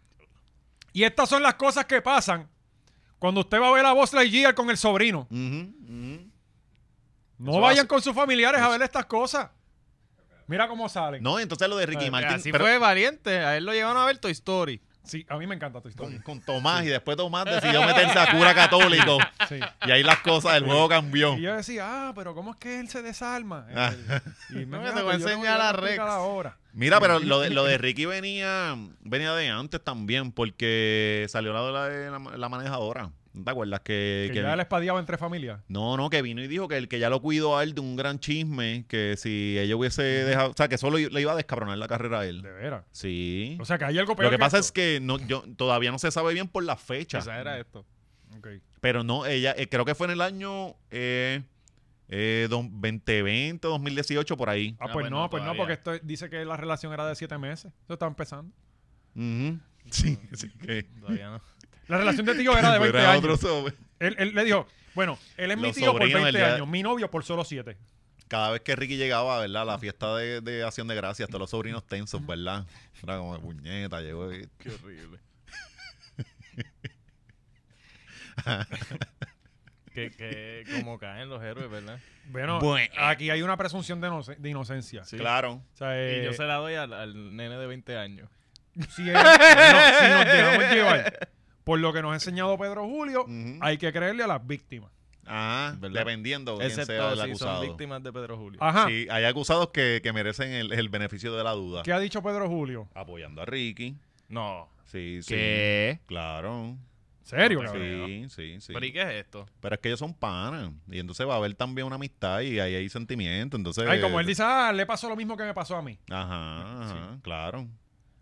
Speaker 1: Y estas son las cosas que pasan cuando usted va a ver a Voz Lightyear con el sobrino.
Speaker 3: Ujú, ujú.
Speaker 1: No
Speaker 3: Eso
Speaker 1: vayan
Speaker 3: hace-
Speaker 1: con sus familiares a ver estas cosas. Mira cómo salen.
Speaker 3: No, entonces lo de Ricky
Speaker 1: Eh,
Speaker 3: Martin.
Speaker 2: Así
Speaker 3: pero-
Speaker 2: fue valiente. A él lo llevaron a ver Toy Story.
Speaker 1: Sí, a mí me encanta tu
Speaker 3: con,
Speaker 1: historia.
Speaker 3: con Tomás y después Tomás decidió meterse a cura católico.
Speaker 1: Sí.
Speaker 3: Y ahí las cosas, el juego cambió.
Speaker 1: Y yo decía, ah, pero ¿cómo es que él se desarma? Este,
Speaker 3: Ah.
Speaker 1: Y
Speaker 2: No,
Speaker 1: me
Speaker 2: que
Speaker 1: dijo,
Speaker 2: te voy a
Speaker 1: "Yo no- yo
Speaker 2: enseñar
Speaker 1: no
Speaker 2: a
Speaker 1: estoy
Speaker 2: Rex".
Speaker 1: cada hora.
Speaker 3: Mira, pero lo de, lo de Ricky venía, venía de antes también, porque salió la de la, de la- la manejadora. ¿No te acuerdas? Que,
Speaker 1: Que
Speaker 3: que-
Speaker 1: ya le espadiaba entre familias.
Speaker 3: No, no, que vino y dijo que el que ya lo cuidó a él de un gran chisme, que si ella hubiese dejado, o sea, que solo i- le iba a descabronar la carrera a
Speaker 1: De
Speaker 3: él.
Speaker 1: veras.
Speaker 3: Sí.
Speaker 1: O sea, que hay algo peor
Speaker 3: Lo que pasa
Speaker 1: esto.
Speaker 3: es que no, yo, todavía no se sabe bien por la fecha.
Speaker 2: Quizás era Ah, esto.
Speaker 1: Ok. Ah,
Speaker 3: Pero no, ella, eh, creo que fue en el año eh, eh, do- 2020, 2018, por ahí.
Speaker 1: Ah,
Speaker 2: Ah,
Speaker 1: pues
Speaker 2: bueno,
Speaker 1: no, pues no,
Speaker 2: todavía.
Speaker 1: porque esto dice que la relación era de siete meses. Eso está empezando.
Speaker 3: Ujú. Sí, sí que.
Speaker 2: Todavía no.
Speaker 1: La relación de tío era de 20
Speaker 3: Fuera
Speaker 1: años.
Speaker 3: otro sobre-
Speaker 1: Él, él le dijo, bueno, él es mi
Speaker 3: Los
Speaker 1: tío por
Speaker 3: sobrinos,
Speaker 1: 20
Speaker 3: el día-
Speaker 1: años, mi novio por solo 7.
Speaker 3: Cada vez que Ricky llegaba, ¿verdad? A la fiesta de, de Acción de Gracias, todos los sobrinos tensos, ¿verdad? Era como puñeta, llegó. y-
Speaker 2: Qué horrible. que, que como caen los héroes, ¿verdad?
Speaker 1: Bueno,
Speaker 3: Bueno.
Speaker 1: aquí hay una presunción de, inoce- de inocencia.
Speaker 2: Sí.
Speaker 3: Claro.
Speaker 1: O sea, eh,
Speaker 2: y yo se la doy al, al nene de 20 años.
Speaker 1: si, él- no, si nos dejamos llevar por lo que nos ha enseñado Pedro Julio,
Speaker 3: Ujú.
Speaker 1: hay que creerle a las víctimas.
Speaker 3: Ajá.
Speaker 2: ¿Verdad?
Speaker 3: Dependiendo de quién sea
Speaker 2: Excepto
Speaker 3: el
Speaker 2: si son
Speaker 3: acusado.
Speaker 2: víctimas de Pedro Julio.
Speaker 1: Ajá.
Speaker 3: Sí, hay acusados que, que merecen el, el beneficio de la duda.
Speaker 1: ¿Qué ha dicho Pedro Julio?
Speaker 3: Apoyando a Ricky.
Speaker 2: No.
Speaker 3: Sí, sí.
Speaker 2: ¿Qué?
Speaker 3: Claro.
Speaker 1: ¿En serio,
Speaker 2: No te
Speaker 1: cabrón?
Speaker 2: creo.
Speaker 3: Sí, sí, sí.
Speaker 2: ¿Pero y qué es esto?
Speaker 3: Pero es que ellos son panas. Y entonces va a haber también una amistad y ahí hay sentimiento. Entonces.
Speaker 1: Ay, como él dice, ah, le pasó lo mismo que me pasó a mí.
Speaker 3: Ajá, ajá, claro.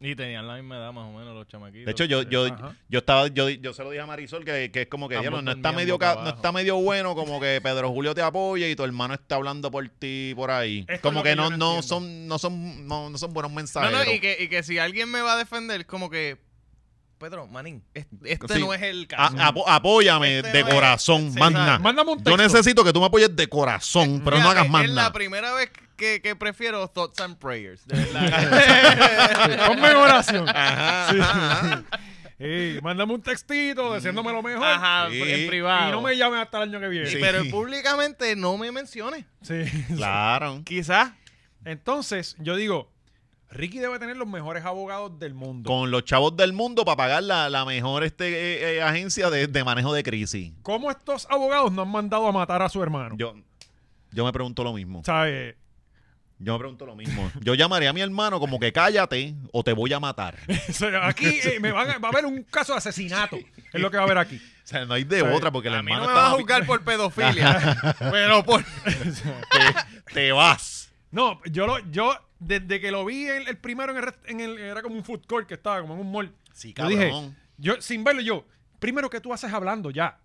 Speaker 2: Y tenían la misma edad más o menos los chamaquitos.
Speaker 3: De hecho, yo, yo,
Speaker 1: Ajá.
Speaker 3: yo estaba, yo, yo se lo dije a Marisol que, que es como que
Speaker 2: Ambos
Speaker 3: diablo, no está
Speaker 2: dormían
Speaker 3: medio
Speaker 2: boca
Speaker 3: ca- no
Speaker 2: abajo.
Speaker 3: está medio bueno, como que Pedro Julio te apoya y tu hermano está hablando por ti por ahí.
Speaker 1: Esto es
Speaker 3: como
Speaker 1: lo
Speaker 3: que,
Speaker 1: que
Speaker 3: no,
Speaker 1: yo no
Speaker 3: no
Speaker 1: entiendo.
Speaker 3: son, no son, no, no son buenos
Speaker 2: No,
Speaker 3: mensajes.
Speaker 2: no, y que, y que si alguien me va a defender, como que... Pedro, manín, es- este
Speaker 3: Sí. Ah,
Speaker 2: no es el caso.
Speaker 3: apóyame
Speaker 2: Este
Speaker 3: de
Speaker 2: no es-
Speaker 3: corazón,
Speaker 2: sí,
Speaker 3: manda.
Speaker 2: exacto.
Speaker 1: Mándame un
Speaker 3: Yo
Speaker 1: texto.
Speaker 3: necesito que tú me apoyes de corazón, pero no
Speaker 2: Fíjate,
Speaker 3: hagas más
Speaker 2: Es la
Speaker 3: nada.
Speaker 2: primera vez que, que prefiero Thoughts and Prayers. De verdad.
Speaker 1: Ponme en oración.
Speaker 3: Ajá,
Speaker 1: Sí.
Speaker 3: ajá.
Speaker 1: Ey, mándame un textito diciéndome lo mejor.
Speaker 2: Ajá,
Speaker 3: Sí.
Speaker 2: en privado.
Speaker 1: Y no me llames hasta el año que
Speaker 2: Y-
Speaker 1: viene.
Speaker 3: Sí.
Speaker 2: Pero públicamente no me menciones.
Speaker 1: Sí.
Speaker 3: Claro.
Speaker 2: Quizás.
Speaker 1: Entonces, yo digo, Ricky debe tener los mejores abogados del mundo.
Speaker 3: Con los chavos del mundo para pagar la, la mejor este, eh, eh, agencia de, de manejo de crisis.
Speaker 1: ¿Cómo estos abogados no han mandado a matar a su hermano?
Speaker 3: Yo, yo me pregunto lo mismo.
Speaker 1: ¿Sabes?
Speaker 3: Yo me pregunto lo mismo. Yo llamaría a mi hermano como que cállate o te voy a matar. O
Speaker 1: O sea, Aquí eh, me van a- va a haber un caso de asesinato. Es lo que va a haber aquí.
Speaker 3: sea, no hay de
Speaker 1: O sea,
Speaker 3: otra porque el
Speaker 2: A mí no
Speaker 3: hermano
Speaker 2: me
Speaker 3: está-
Speaker 2: vas a juzgar por pedofilia. pero por...
Speaker 3: te, te vas.
Speaker 1: No, yo lo, yo desde que lo vi el, el primero en el, rest- en el- era como un food court que estaba como en un mall.
Speaker 3: Sí,
Speaker 1: Yo dije,
Speaker 3: cabrón.
Speaker 1: yo sin verlo yo, primero que tú haces hablando ya.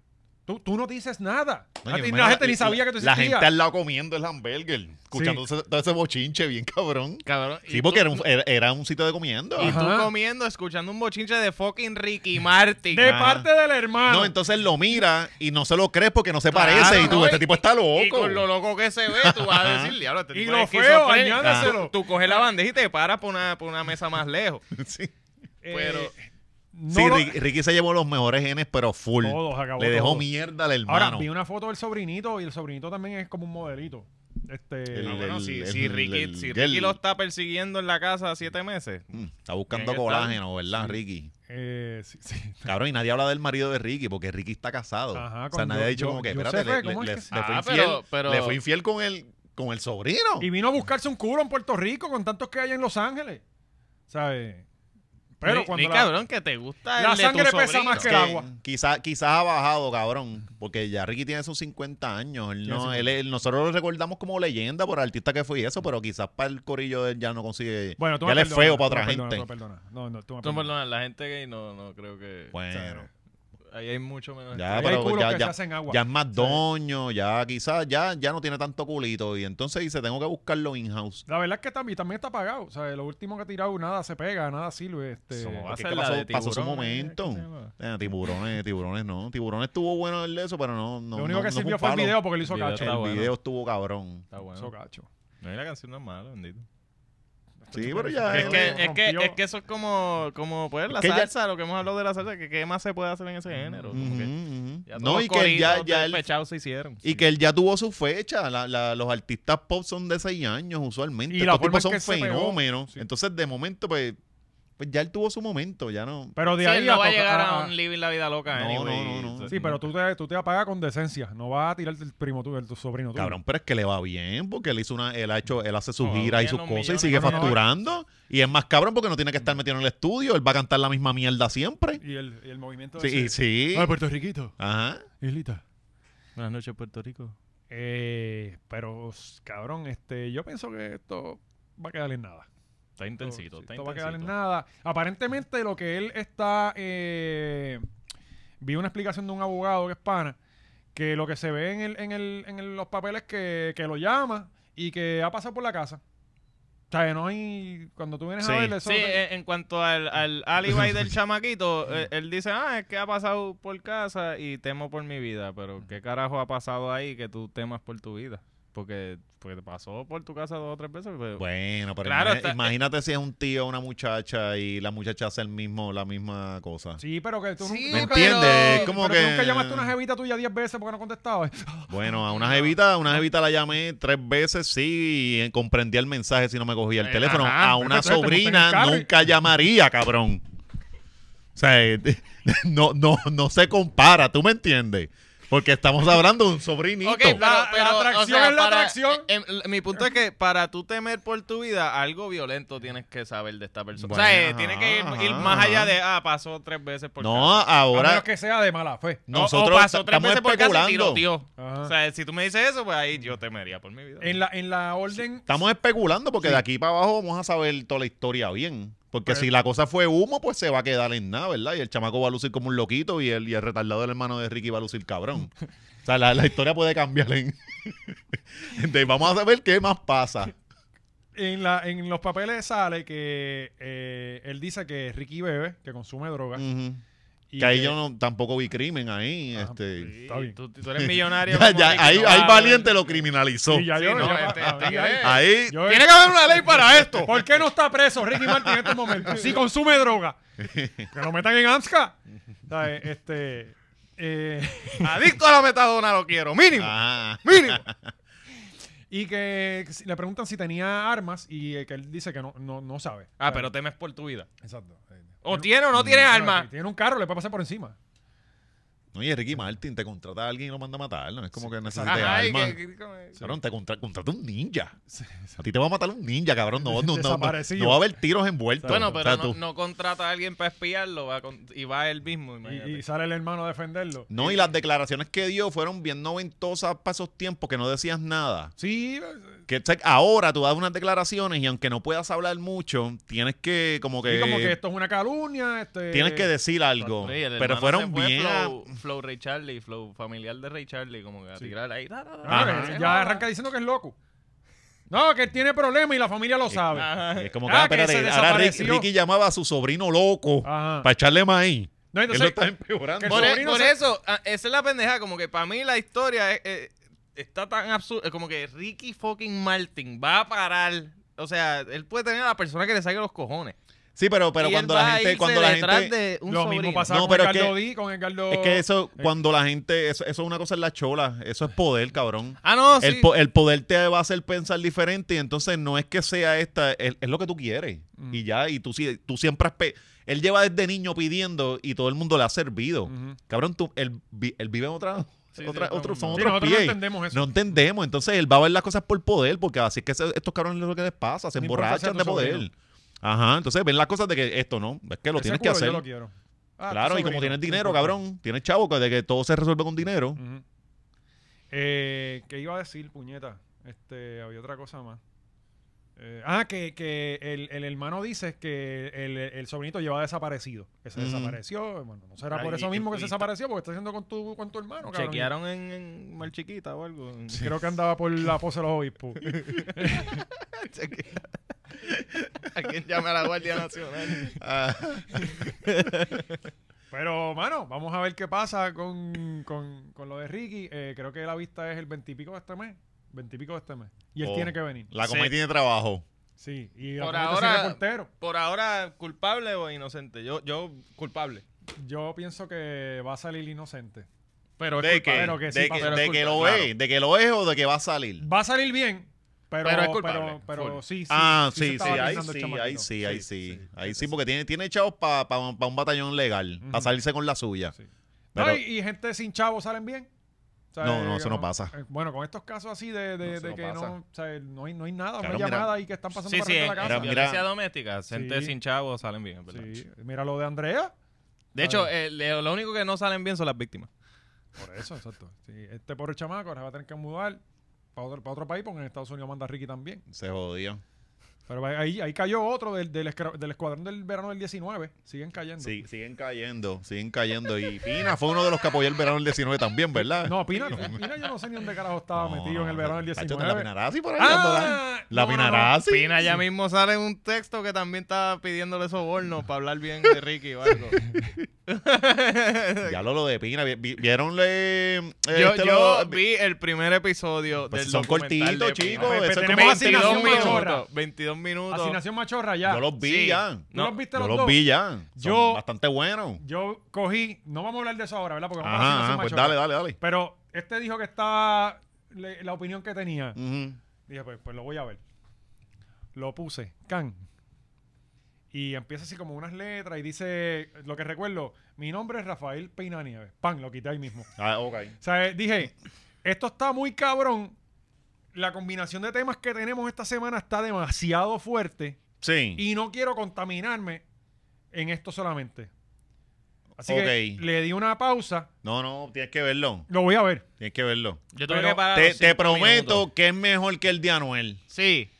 Speaker 1: Tú, tú no dices nada.
Speaker 3: No,
Speaker 1: A
Speaker 3: yo
Speaker 1: ti-
Speaker 3: me-
Speaker 1: la gente ni sabía que tú
Speaker 3: eh, La
Speaker 1: existías.
Speaker 3: gente al lado comiendo el hamburger, escuchando ese- todo ese bochinche bien cabrón.
Speaker 2: Cabrón.
Speaker 3: Sí,
Speaker 2: y
Speaker 3: porque
Speaker 2: tú-
Speaker 3: era un, era, era un sitio de comiendo.
Speaker 2: Y tú
Speaker 1: Ajá.
Speaker 2: comiendo, escuchando un bochinche de fucking Ricky Martin.
Speaker 1: De
Speaker 3: Ah.
Speaker 1: parte del hermano.
Speaker 3: No, entonces lo mira y no se lo crees porque no se
Speaker 2: Claro,
Speaker 3: parece. Y tú,
Speaker 2: ¿no?
Speaker 3: este tipo está
Speaker 2: Y
Speaker 3: loco.
Speaker 2: con lo loco que se ve, tú vas a decir, diablo, este
Speaker 1: Y
Speaker 2: tipo
Speaker 1: lo
Speaker 2: es
Speaker 1: feo,
Speaker 2: esquizofrénico".
Speaker 1: añádeselo.
Speaker 2: Tú coges la bandeja y te paras por una, por una mesa más lejos.
Speaker 3: Sí.
Speaker 1: Eh,
Speaker 2: pero-
Speaker 1: no
Speaker 3: Sí,
Speaker 1: lo-
Speaker 3: Ricky, Ricky se llevó los mejores genes, pero full.
Speaker 1: Todos, acabó
Speaker 3: Le dejó
Speaker 1: todo.
Speaker 3: mierda al hermano.
Speaker 1: Ahora, vi una foto del sobrinito y el sobrinito también es como un modelito. Este,
Speaker 3: El-
Speaker 2: Ah, bueno, si,
Speaker 3: el-
Speaker 2: si
Speaker 3: el-
Speaker 2: Ricky,
Speaker 3: el-
Speaker 2: si
Speaker 3: el-
Speaker 2: Ricky lo está persiguiendo en la casa a siete meses.
Speaker 3: Mm, Está buscando
Speaker 2: Tiene que
Speaker 3: colágeno, ¿verdad, Ricky?
Speaker 1: eh, sí, sí.
Speaker 3: Cabrón, y nadie habla del marido de Ricky porque Ricky está casado.
Speaker 1: Ajá,
Speaker 3: o sea,
Speaker 1: con
Speaker 3: nadie ha
Speaker 1: Yo-
Speaker 3: dicho
Speaker 1: Yo-
Speaker 3: como que,
Speaker 1: Joseph,
Speaker 3: espérate, le,
Speaker 1: ¿cómo es
Speaker 3: le-
Speaker 1: que se-
Speaker 3: le fue
Speaker 2: Ah,
Speaker 3: infiel,
Speaker 2: pero- pero-
Speaker 3: le fue infiel con el, con el sobrino.
Speaker 1: Y vino a buscarse un culo en Puerto Rico con tantos que hay en Los Ángeles. ¿Sabes? Pero
Speaker 2: Ni-
Speaker 1: cuando
Speaker 2: ni
Speaker 1: la-
Speaker 2: cabrón que te gusta
Speaker 1: La
Speaker 2: el de tu
Speaker 1: sangre pesa
Speaker 2: sobrino.
Speaker 1: más que el agua.
Speaker 3: Quizás quizás ha bajado, cabrón, porque ya Ricky tiene sus 50 años. él no, él, él- nosotros lo recordamos como leyenda por artista que fue y eso, pero quizás para el corillo de él ya no consigue.
Speaker 1: Bueno, tú
Speaker 3: ya
Speaker 1: me
Speaker 3: le es
Speaker 1: perdonas,
Speaker 3: feo para
Speaker 1: tú me
Speaker 3: otra
Speaker 1: perdonas,
Speaker 3: gente.
Speaker 1: tú me perdonas. No, no, tú me
Speaker 2: Tú,
Speaker 1: perdonas.
Speaker 2: perdona, la gente gay no, no creo que...
Speaker 3: Bueno.
Speaker 2: Ahí hay mucho menos...
Speaker 3: Ya,
Speaker 1: Hay
Speaker 3: pero
Speaker 1: culos
Speaker 3: ya,
Speaker 1: que
Speaker 3: ya-
Speaker 1: se hacen agua.
Speaker 3: ya es más doño, ya quizás ya, ya no tiene tanto culito. Y entonces dice, tengo que buscarlo in-house.
Speaker 1: La verdad es que también, también está pagado. O sea, lo último que ha tirado, nada se pega, nada sirve. Este,
Speaker 2: Somos
Speaker 3: Porque
Speaker 2: va a
Speaker 3: es que
Speaker 2: ser la
Speaker 3: pasó,
Speaker 2: de
Speaker 3: pasó su
Speaker 2: tiburones,
Speaker 3: momento.
Speaker 1: ¿qué se llama?
Speaker 3: Eh, tiburones, tiburones no. Tiburones estuvo bueno el de eso, pero no. no
Speaker 1: lo único
Speaker 3: no-
Speaker 1: que
Speaker 3: no
Speaker 1: sirvió
Speaker 3: fue
Speaker 1: fue
Speaker 3: un
Speaker 1: el
Speaker 3: palo.
Speaker 1: video porque lo hizo
Speaker 2: El video
Speaker 1: cacho.
Speaker 2: está
Speaker 3: El
Speaker 2: bueno.
Speaker 3: video estuvo cabrón.
Speaker 2: Está
Speaker 1: Hizo
Speaker 2: bueno.
Speaker 1: cacho.
Speaker 2: No, y la canción no es mala, bendito.
Speaker 3: Sí, pero ya.
Speaker 2: Es
Speaker 1: Pero
Speaker 2: que,
Speaker 1: lo
Speaker 2: es, que,
Speaker 1: rompió.
Speaker 2: es que eso es como, como pues, la
Speaker 3: que ya-
Speaker 2: salsa, lo que hemos hablado de la salsa, que qué más se puede hacer en ese género.
Speaker 3: Ujú,
Speaker 2: Como que
Speaker 3: ujú.
Speaker 2: ya todos
Speaker 3: No, y
Speaker 2: los
Speaker 3: que él ya,
Speaker 2: corridos
Speaker 3: ya
Speaker 2: del
Speaker 3: él-
Speaker 2: pechado se hicieron.
Speaker 3: y que él ya tuvo su fecha. La- la- los artistas pop son de 6 años usualmente.
Speaker 1: Y la
Speaker 3: Estos
Speaker 1: forma
Speaker 3: tipos son
Speaker 1: en que él se pegó,
Speaker 3: fenómenos.
Speaker 1: sí.
Speaker 3: Entonces, de momento, pues, pues ya él tuvo su momento, ya no.
Speaker 1: Pero de
Speaker 2: Sí,
Speaker 1: ahí
Speaker 2: él no va a
Speaker 1: tocar-
Speaker 2: llegar
Speaker 1: ah,
Speaker 2: a
Speaker 1: ah.
Speaker 2: un living la vida loca.
Speaker 3: No,
Speaker 2: anyway.
Speaker 3: no, no, no.
Speaker 1: Sí, pero tú te, tú te apagas con decencia. No vas a tirar el primo tuyo, el tu sobrino tuyo.
Speaker 3: Cabrón, pero es que le va bien, porque él hizo una, él ha hecho, él hace sus
Speaker 2: No,
Speaker 3: giras y sus
Speaker 2: millones,
Speaker 3: cosas
Speaker 2: millones,
Speaker 3: y sigue
Speaker 2: millones.
Speaker 3: facturando. Y es más cabrón porque no tiene que estar metido en el estudio, él va a cantar la misma mierda siempre.
Speaker 1: Y el, y el movimiento
Speaker 3: Sí, y
Speaker 1: ese.
Speaker 3: sí.
Speaker 1: Ay, Puerto Riquito.
Speaker 3: Ajá.
Speaker 1: Islita.
Speaker 2: Buenas noches, Puerto Rico.
Speaker 1: Eh, pero, s- cabrón, este, yo pienso que esto va a quedar en nada.
Speaker 2: Está
Speaker 1: Esto-
Speaker 2: intensito,
Speaker 1: sí,
Speaker 2: está
Speaker 1: esto va a quedar en
Speaker 2: intensito.
Speaker 1: nada. Aparentemente lo que él está... eh, vi una explicación de un abogado que es pana, que lo que se ve en, el, en, el, en el- los papeles que, que lo llama y que ha pasado por la casa. O sea, que no hay... Cuando tú vienes
Speaker 3: Sí.
Speaker 1: a ver eso...
Speaker 2: Sí, eh. en en cuanto al, al alibi del chamaquito, eh, él dice, ah, es que ha pasado por casa y temo por mi vida, pero ¿qué carajo ha pasado ahí que tú temas por tu vida? Porque, porque te pasó por tu casa dos o tres veces. pero-
Speaker 3: Bueno, pero
Speaker 2: Claro,
Speaker 3: imagi-
Speaker 2: está-
Speaker 3: imagínate si es un tío o una muchacha y la muchacha hace el mismo, la misma cosa.
Speaker 1: Sí, pero que tú...
Speaker 2: Sí,
Speaker 1: nunca-
Speaker 3: ¿Me
Speaker 2: pero-
Speaker 3: entiendes? Es como
Speaker 1: pero
Speaker 3: que...
Speaker 1: tú nunca llamaste a una jevita tuya 10 veces porque no contestabas.
Speaker 3: Bueno, a una jevita, a una jevita la llamé tres veces, sí, y eh, comprendí el mensaje si no me cogía el
Speaker 2: Eh,
Speaker 3: teléfono.
Speaker 2: ajá,
Speaker 3: a una
Speaker 1: perfecto, te monté en el
Speaker 3: sobrina
Speaker 1: carro y-
Speaker 3: nunca llamaría, cabrón. O sea, eh, no, no, no se compara, ¿tú me entiendes? Porque estamos hablando de un sobrinito.
Speaker 2: Ok, pero,
Speaker 1: La- la
Speaker 2: pero, o
Speaker 1: atracción
Speaker 2: sea,
Speaker 1: es la
Speaker 2: para-
Speaker 1: atracción.
Speaker 2: em, em, mi punto es que para tú temer por tu vida, algo violento tienes que saber de esta persona. o sea,
Speaker 3: Bueno,
Speaker 2: eh, tiene que ir,
Speaker 3: ajá,
Speaker 2: ir más
Speaker 3: ajá.
Speaker 2: allá de, ah, pasó tres veces por
Speaker 3: no,
Speaker 2: casa.
Speaker 1: Ahora, a
Speaker 3: ahora
Speaker 1: menos que sea de mala fe.
Speaker 2: O-
Speaker 3: nosotros
Speaker 2: o pasó tres
Speaker 3: estamos
Speaker 2: veces por casa y
Speaker 3: especulando.
Speaker 2: tiroteó.
Speaker 1: Ajá.
Speaker 2: O sea, si tú me dices eso, pues ahí yo temería por mi vida.
Speaker 1: En la, en la orden.
Speaker 3: Estamos especulando porque
Speaker 1: Sí.
Speaker 3: de aquí para abajo vamos a saber toda la historia bien. Porque
Speaker 1: Pero-
Speaker 3: si la cosa fue humo, pues se va a quedar en nada, ¿verdad? Y el chamaco va a lucir como un loquito y el, y el retardado del hermano de Ricky va a lucir cabrón. O sea, la, la historia puede cambiar en... Entonces vamos a saber qué más pasa.
Speaker 1: En, la, en los papeles sale que eh, él dice que Ricky bebe, que consume drogas.
Speaker 3: Ujú.
Speaker 1: y
Speaker 3: Mm, Que ahí yo no, tampoco vi crimen ahí.
Speaker 1: Ah,
Speaker 3: este.
Speaker 1: Está bien.
Speaker 2: Tú, tú eres millonario.
Speaker 3: Ya,
Speaker 2: como
Speaker 3: ya,
Speaker 2: Ricky,
Speaker 3: ahí,
Speaker 2: no
Speaker 3: ahí
Speaker 2: vas a
Speaker 3: Valiente
Speaker 2: ver-
Speaker 3: lo criminalizó.
Speaker 1: Sí, ya
Speaker 2: Sí,
Speaker 1: yo.
Speaker 2: no,
Speaker 1: ya-
Speaker 2: este-
Speaker 1: ah,
Speaker 2: este
Speaker 1: ahí-
Speaker 2: que-
Speaker 1: ahí-
Speaker 3: Ahí...
Speaker 1: yo-
Speaker 2: Tiene que haber una ley para esto.
Speaker 1: ¿Por qué no está preso Ricky Martin en este momento? Si consume droga. Que lo metan en AMSCA. ¿Sabes? Este. eh,
Speaker 2: Adicto a la metadona lo quiero, mínimo.
Speaker 3: Ajá.
Speaker 1: y que si- le preguntan si tenía armas y eh, que él dice que no, no, no sabe.
Speaker 2: Ah, pero temes por tu vida.
Speaker 1: Exacto. Eh,
Speaker 2: O tiene o no tiene
Speaker 1: claro,
Speaker 2: arma.
Speaker 1: si Tiene un carro, le puede pasar por encima.
Speaker 3: Oye, Ricky Martin, te contrata a alguien y lo manda a matar. No es como que necesite
Speaker 2: Ajá, y
Speaker 3: armas.
Speaker 2: que- que- que-
Speaker 3: Cabrón, te contra- contrata un ninja. A ti te va a matar un ninja, cabrón. No, no, no, no,
Speaker 1: Desaparecido.
Speaker 3: no va a haber tiros envueltos.
Speaker 2: Bueno,
Speaker 3: O
Speaker 2: pero
Speaker 3: sea,
Speaker 2: no,
Speaker 3: tú-
Speaker 2: no contrata a alguien para espiarlo va con- y va él mismo.
Speaker 1: Y,
Speaker 2: imagínate.
Speaker 1: y sale el hermano a defenderlo.
Speaker 3: no, y las declaraciones que dio fueron bien noventosas para esos tiempos que no decías nada.
Speaker 1: Sí, eh,
Speaker 3: Que o sea, ahora tú das unas declaraciones y aunque no puedas hablar mucho, tienes que como que,
Speaker 1: y como que esto es una calumnia. Este,
Speaker 3: Eh, tienes que decir algo.
Speaker 2: Sí, el hermano
Speaker 3: pero
Speaker 2: se
Speaker 3: fueron
Speaker 2: fue
Speaker 3: bien a-
Speaker 2: Flow, flow Ray Charlie, Flow familiar de Ray Charlie, como que a tirar ahí. ra, ra, ra,
Speaker 1: Ah,
Speaker 2: ra,
Speaker 3: Ajá.
Speaker 1: que
Speaker 2: ra,
Speaker 1: Ya
Speaker 2: ra.
Speaker 1: arranca diciendo que es loco. No, que él tiene problemas y la familia lo sabe.
Speaker 2: Ajá.
Speaker 3: Es como que,
Speaker 1: Ah,
Speaker 3: ah,
Speaker 1: que
Speaker 3: espérate,
Speaker 1: se
Speaker 3: ahora Rick-
Speaker 1: desapareció.
Speaker 3: Ricky llamaba a su sobrino loco
Speaker 1: Ajá.
Speaker 3: para echarle maíz.
Speaker 1: No,
Speaker 3: Él
Speaker 1: entonces-
Speaker 3: lo está empeorando.
Speaker 1: que el
Speaker 2: Por, e-
Speaker 1: sobrino
Speaker 2: por
Speaker 1: se-
Speaker 2: eso, ah, esa es la pendeja, como que para mí la historia es- eh, está tan absurda, como que Ricky fucking Martin va a parar. O sea, él puede tener a la persona que le saque los cojones.
Speaker 3: Sí, pero, pero
Speaker 2: Y él
Speaker 3: cuando
Speaker 2: va
Speaker 3: la
Speaker 2: a
Speaker 3: gente,
Speaker 2: irse
Speaker 3: cuando la
Speaker 2: detrás
Speaker 3: gente,
Speaker 2: de un
Speaker 1: lo
Speaker 2: sobrino.
Speaker 1: mismo pasaba
Speaker 3: No,
Speaker 1: con
Speaker 3: pero es
Speaker 1: Edgardo
Speaker 3: que-
Speaker 1: Di, con Edgardo...
Speaker 3: Es que eso,
Speaker 1: Eh.
Speaker 3: cuando la gente, eso, eso es una cosa en la chola, eso es poder, cabrón.
Speaker 2: Ah, no, sí.
Speaker 3: El, po- el poder te va a hacer pensar diferente y entonces no es que sea esta, es, es lo que tú quieres.
Speaker 1: Mm.
Speaker 3: Y ya, y tú, si- tú siempre has... pe- Él lleva desde niño pidiendo y todo el mundo le ha servido.
Speaker 1: Ujú.
Speaker 3: Cabrón, tú, él, vi- él vive en otra...
Speaker 1: Mm. Sí,
Speaker 3: otra-
Speaker 1: sí, no,
Speaker 3: otros- son
Speaker 1: no. Sí,
Speaker 3: otros
Speaker 1: nosotros no
Speaker 3: pies.
Speaker 1: entendemos eso.
Speaker 3: No entendemos. Entonces él va a ver las cosas por poder, porque así es que se- estos cabrones es lo que les pasa, se
Speaker 1: No importa si sea
Speaker 3: emborrachan
Speaker 1: tu
Speaker 3: de poder.
Speaker 1: sobrino.
Speaker 3: Ajá, entonces ven las cosas de que esto no, es que lo
Speaker 1: Ese
Speaker 3: tienes que
Speaker 1: culo
Speaker 3: hacer.
Speaker 1: Yo lo quiero. Ah,
Speaker 3: Claro,
Speaker 1: tu
Speaker 3: y como
Speaker 1: sobrino, no
Speaker 3: tienes
Speaker 1: Mm.
Speaker 3: dinero,
Speaker 1: importa.
Speaker 3: cabrón, tienes chavo, que de que todo se resuelve con dinero.
Speaker 1: Ujú. Eh, ¿Qué iba a decir, puñeta? Este, había otra cosa más. Eh, ah, que, que el, el hermano dice que el, el sobrinito lleva desaparecido. Que se
Speaker 3: Ujú.
Speaker 1: desapareció. Eh, Bueno, no será
Speaker 2: Ah,
Speaker 1: por
Speaker 2: y-
Speaker 1: eso mismo
Speaker 2: y-
Speaker 1: que se
Speaker 2: y-
Speaker 1: desapareció, porque está haciendo con tu, con tu hermano, cabrón.
Speaker 2: Chequearon en, en Malchiquita o algo.
Speaker 1: Creo que andaba por la pose de los obispos.
Speaker 2: ¿A quién llama a la Guardia Nacional?
Speaker 3: Ah,
Speaker 1: Pero, mano, vamos a ver qué pasa con, con- con lo de Ricky. Eh, creo que la vista es el veintipico de este mes. Veintipico de este mes. Y él
Speaker 3: Oh,
Speaker 1: tiene que venir.
Speaker 3: La
Speaker 2: Sí.
Speaker 3: comedia tiene trabajo.
Speaker 1: Sí. Y
Speaker 2: Por
Speaker 1: la competencia
Speaker 2: ahora-
Speaker 1: de portero.
Speaker 2: Por ahora, ¿culpable o inocente? Yo, yo culpable.
Speaker 1: Yo pienso que va a salir inocente.
Speaker 2: Pero es
Speaker 3: De que,
Speaker 2: culpable.
Speaker 1: Pues Pero que sí,
Speaker 3: de que-
Speaker 1: pero
Speaker 2: es
Speaker 3: de que
Speaker 2: culpa-
Speaker 3: lo
Speaker 2: claro.
Speaker 3: es, de que lo es o de que va a salir.
Speaker 1: Va a salir bien, pero,
Speaker 2: Pero es
Speaker 1: pero,
Speaker 2: culpable,
Speaker 1: pero
Speaker 2: full.
Speaker 1: sí, sí.
Speaker 3: ah,
Speaker 1: se
Speaker 3: sí, sí,
Speaker 1: estaba
Speaker 3: ahí
Speaker 1: pensando el
Speaker 3: sí,
Speaker 1: chamaquito.
Speaker 3: ahí sí, ahí sí. Ahí sí,
Speaker 1: sí.
Speaker 3: porque tiene, tiene echados para un batallón legal, para
Speaker 1: Ujú.
Speaker 3: salirse con la suya.
Speaker 1: Sí. No,
Speaker 3: Pero-
Speaker 1: y, y gente sin chavo salen bien. O sea,
Speaker 3: No, no,
Speaker 1: eh,
Speaker 3: eso no pasa.
Speaker 1: eh, Bueno, con estos casos así de, de-
Speaker 2: No, eso
Speaker 1: de
Speaker 2: no
Speaker 1: que
Speaker 2: pasa.
Speaker 1: no, o sea, no, hay, no hay nada,
Speaker 3: Claro,
Speaker 1: no hay
Speaker 3: mira.
Speaker 1: llamadas y que están pasando
Speaker 2: Sí,
Speaker 1: para
Speaker 2: sí,
Speaker 1: arriba de
Speaker 2: en
Speaker 1: la
Speaker 3: era-
Speaker 1: casa.
Speaker 2: en violencia doméstica, gente
Speaker 1: Sí.
Speaker 2: sin chavos salen bien, es ¿verdad?
Speaker 1: Sí, mira lo de Andrea.
Speaker 2: De hecho, eh, le- lo único que no salen bien son las víctimas.
Speaker 1: Por eso, exacto. Sí, este pobre chamaco ahora va a tener que mudar para otro, para otro país, porque en Estados Unidos manda a Ricky también.
Speaker 3: Se jodió.
Speaker 1: Pero ahí, ahí cayó otro del, del, escra- del escuadrón del verano del 19. Siguen cayendo.
Speaker 3: Sí, siguen cayendo, siguen cayendo. Y Pina fue uno de los que apoyó el verano del 19 también, ¿verdad?
Speaker 1: No, Pina, Pina yo no sé ni dónde carajo estaba
Speaker 3: No,
Speaker 1: metido en el verano del
Speaker 3: tacho,
Speaker 1: 19.
Speaker 3: La Pinarazzi por ahí.
Speaker 1: Ah,
Speaker 3: dando la
Speaker 1: no,
Speaker 3: la
Speaker 1: no, no.
Speaker 3: Pinarazzi.
Speaker 2: Pina ya mismo sale en un texto que también está pidiéndole soborno para hablar bien de Ricky o algo.
Speaker 3: Ya lo, lo de Pina. vi- vi- ¿Vieron? eh,
Speaker 2: yo
Speaker 3: este
Speaker 2: yo
Speaker 3: lo-
Speaker 2: vi el primer episodio
Speaker 3: Pues
Speaker 2: del
Speaker 3: son
Speaker 2: documental
Speaker 3: cortitos,
Speaker 2: de Pina.
Speaker 3: chicos. Eso es como
Speaker 1: tenemos
Speaker 2: 22
Speaker 1: asignación machorra.
Speaker 2: minutos. 22 minutos.
Speaker 1: Asignación machorra ya.
Speaker 3: Yo los vi
Speaker 2: Sí.
Speaker 3: ya.
Speaker 1: ¿Tú los viste
Speaker 3: Yo
Speaker 1: los
Speaker 3: los
Speaker 1: dos?
Speaker 3: vi ya. Son
Speaker 1: Yo-
Speaker 3: bastante buenos.
Speaker 1: Yo cogí, no vamos a hablar de eso ahora, ¿verdad? Porque vamos a
Speaker 3: Ajá,
Speaker 1: asignación
Speaker 3: ajá, pues
Speaker 1: machorra.
Speaker 3: dale, dale, dale.
Speaker 1: Pero este dijo que estaba le- la opinión que tenía.
Speaker 3: Ujú.
Speaker 1: Dije, pues, pues lo voy a ver. Lo puse, can. Y empieza así como unas letras y dice, lo que recuerdo, mi nombre es Rafael Peina Nieves. Pan, lo quité ahí mismo.
Speaker 3: Ah, ok.
Speaker 1: O sea, eh, dije, esto está muy cabrón. La combinación de temas que tenemos esta semana está demasiado fuerte
Speaker 3: Sí.
Speaker 1: y no quiero contaminarme en esto solamente. Así
Speaker 3: Ok.
Speaker 1: que le di una pausa.
Speaker 3: No, no, tienes que verlo.
Speaker 1: Lo voy a ver.
Speaker 3: Tienes que verlo.
Speaker 2: Yo tuve
Speaker 1: Pero
Speaker 2: que parar.
Speaker 3: Te,
Speaker 2: los
Speaker 3: te
Speaker 2: Ah, cinco
Speaker 3: prometo
Speaker 2: minutos.
Speaker 3: que es mejor que el de Anuel.
Speaker 2: Sí.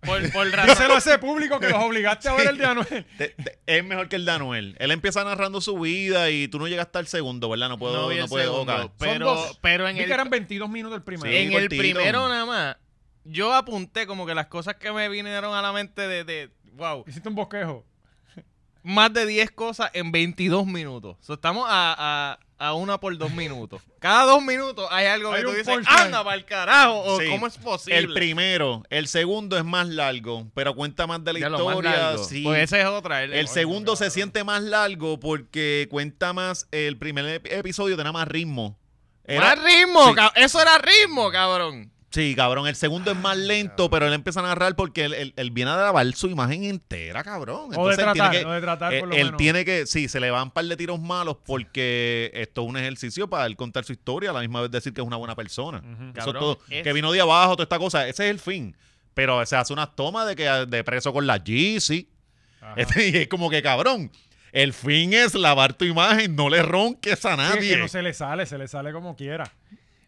Speaker 2: Por, por
Speaker 1: Se
Speaker 2: razón.
Speaker 1: lo hace público que los obligaste a ver el de Anuel.
Speaker 3: Te- te- es mejor que el de Anuel. Él empieza narrando su vida y tú no llegaste al segundo, ¿verdad? No puedo,
Speaker 2: no
Speaker 3: no,
Speaker 2: vi el
Speaker 3: puedo.
Speaker 2: segundo,
Speaker 3: ok.
Speaker 2: pero,
Speaker 1: dos.
Speaker 2: pero en
Speaker 1: Vi
Speaker 2: el
Speaker 1: que eran 22 minutos el primero.
Speaker 3: Sí,
Speaker 2: en el
Speaker 3: cortito.
Speaker 2: primero nada más, yo apunté como que las cosas que me vinieron a la mente de, de wow,
Speaker 1: Hiciste un bosquejo.
Speaker 2: más de 10 cosas en 22 minutos. So, estamos a, a- a una por dos minutos. Cada dos minutos hay algo que
Speaker 1: Hay
Speaker 2: tú
Speaker 1: un
Speaker 2: dices,
Speaker 1: punchline.
Speaker 2: anda para el carajo, o
Speaker 3: Sí.
Speaker 2: cómo es posible.
Speaker 3: El primero, el segundo es más largo, pero cuenta más de la
Speaker 2: Ya lo más
Speaker 3: historia.
Speaker 2: largo.
Speaker 3: sí.
Speaker 2: Pues esa es otra. El,
Speaker 3: el segundo se siente más largo porque cuenta más. El primer ep- episodio tenía más ritmo. Era-
Speaker 2: Más ritmo,
Speaker 3: Sí.
Speaker 2: cab- eso era ritmo, cabrón.
Speaker 3: Sí, cabrón. El segundo es más lento, pero él empieza a narrar porque él, él- él viene a grabar su imagen entera, cabrón.
Speaker 1: O de
Speaker 3: él
Speaker 1: tratar,
Speaker 3: tiene que-
Speaker 1: o de tratar
Speaker 3: él,
Speaker 1: por lo
Speaker 3: Eh, él
Speaker 1: menos.
Speaker 3: tiene que, sí, se le van un par de tiros malos porque esto es un ejercicio para él contar su historia, a la misma vez decir que es una buena persona. Eso
Speaker 2: Cabrón,
Speaker 3: todo,
Speaker 2: es-
Speaker 3: que vino de abajo, toda esta cosa. Ese es el fin. Pero se hace unas tomas de que de preso con la Yeezy. Este, y es como que, cabrón, el fin es lavar tu imagen, no le ronques a
Speaker 1: Sí, es
Speaker 3: nadie.
Speaker 1: que no se le sale, se le sale como quiera.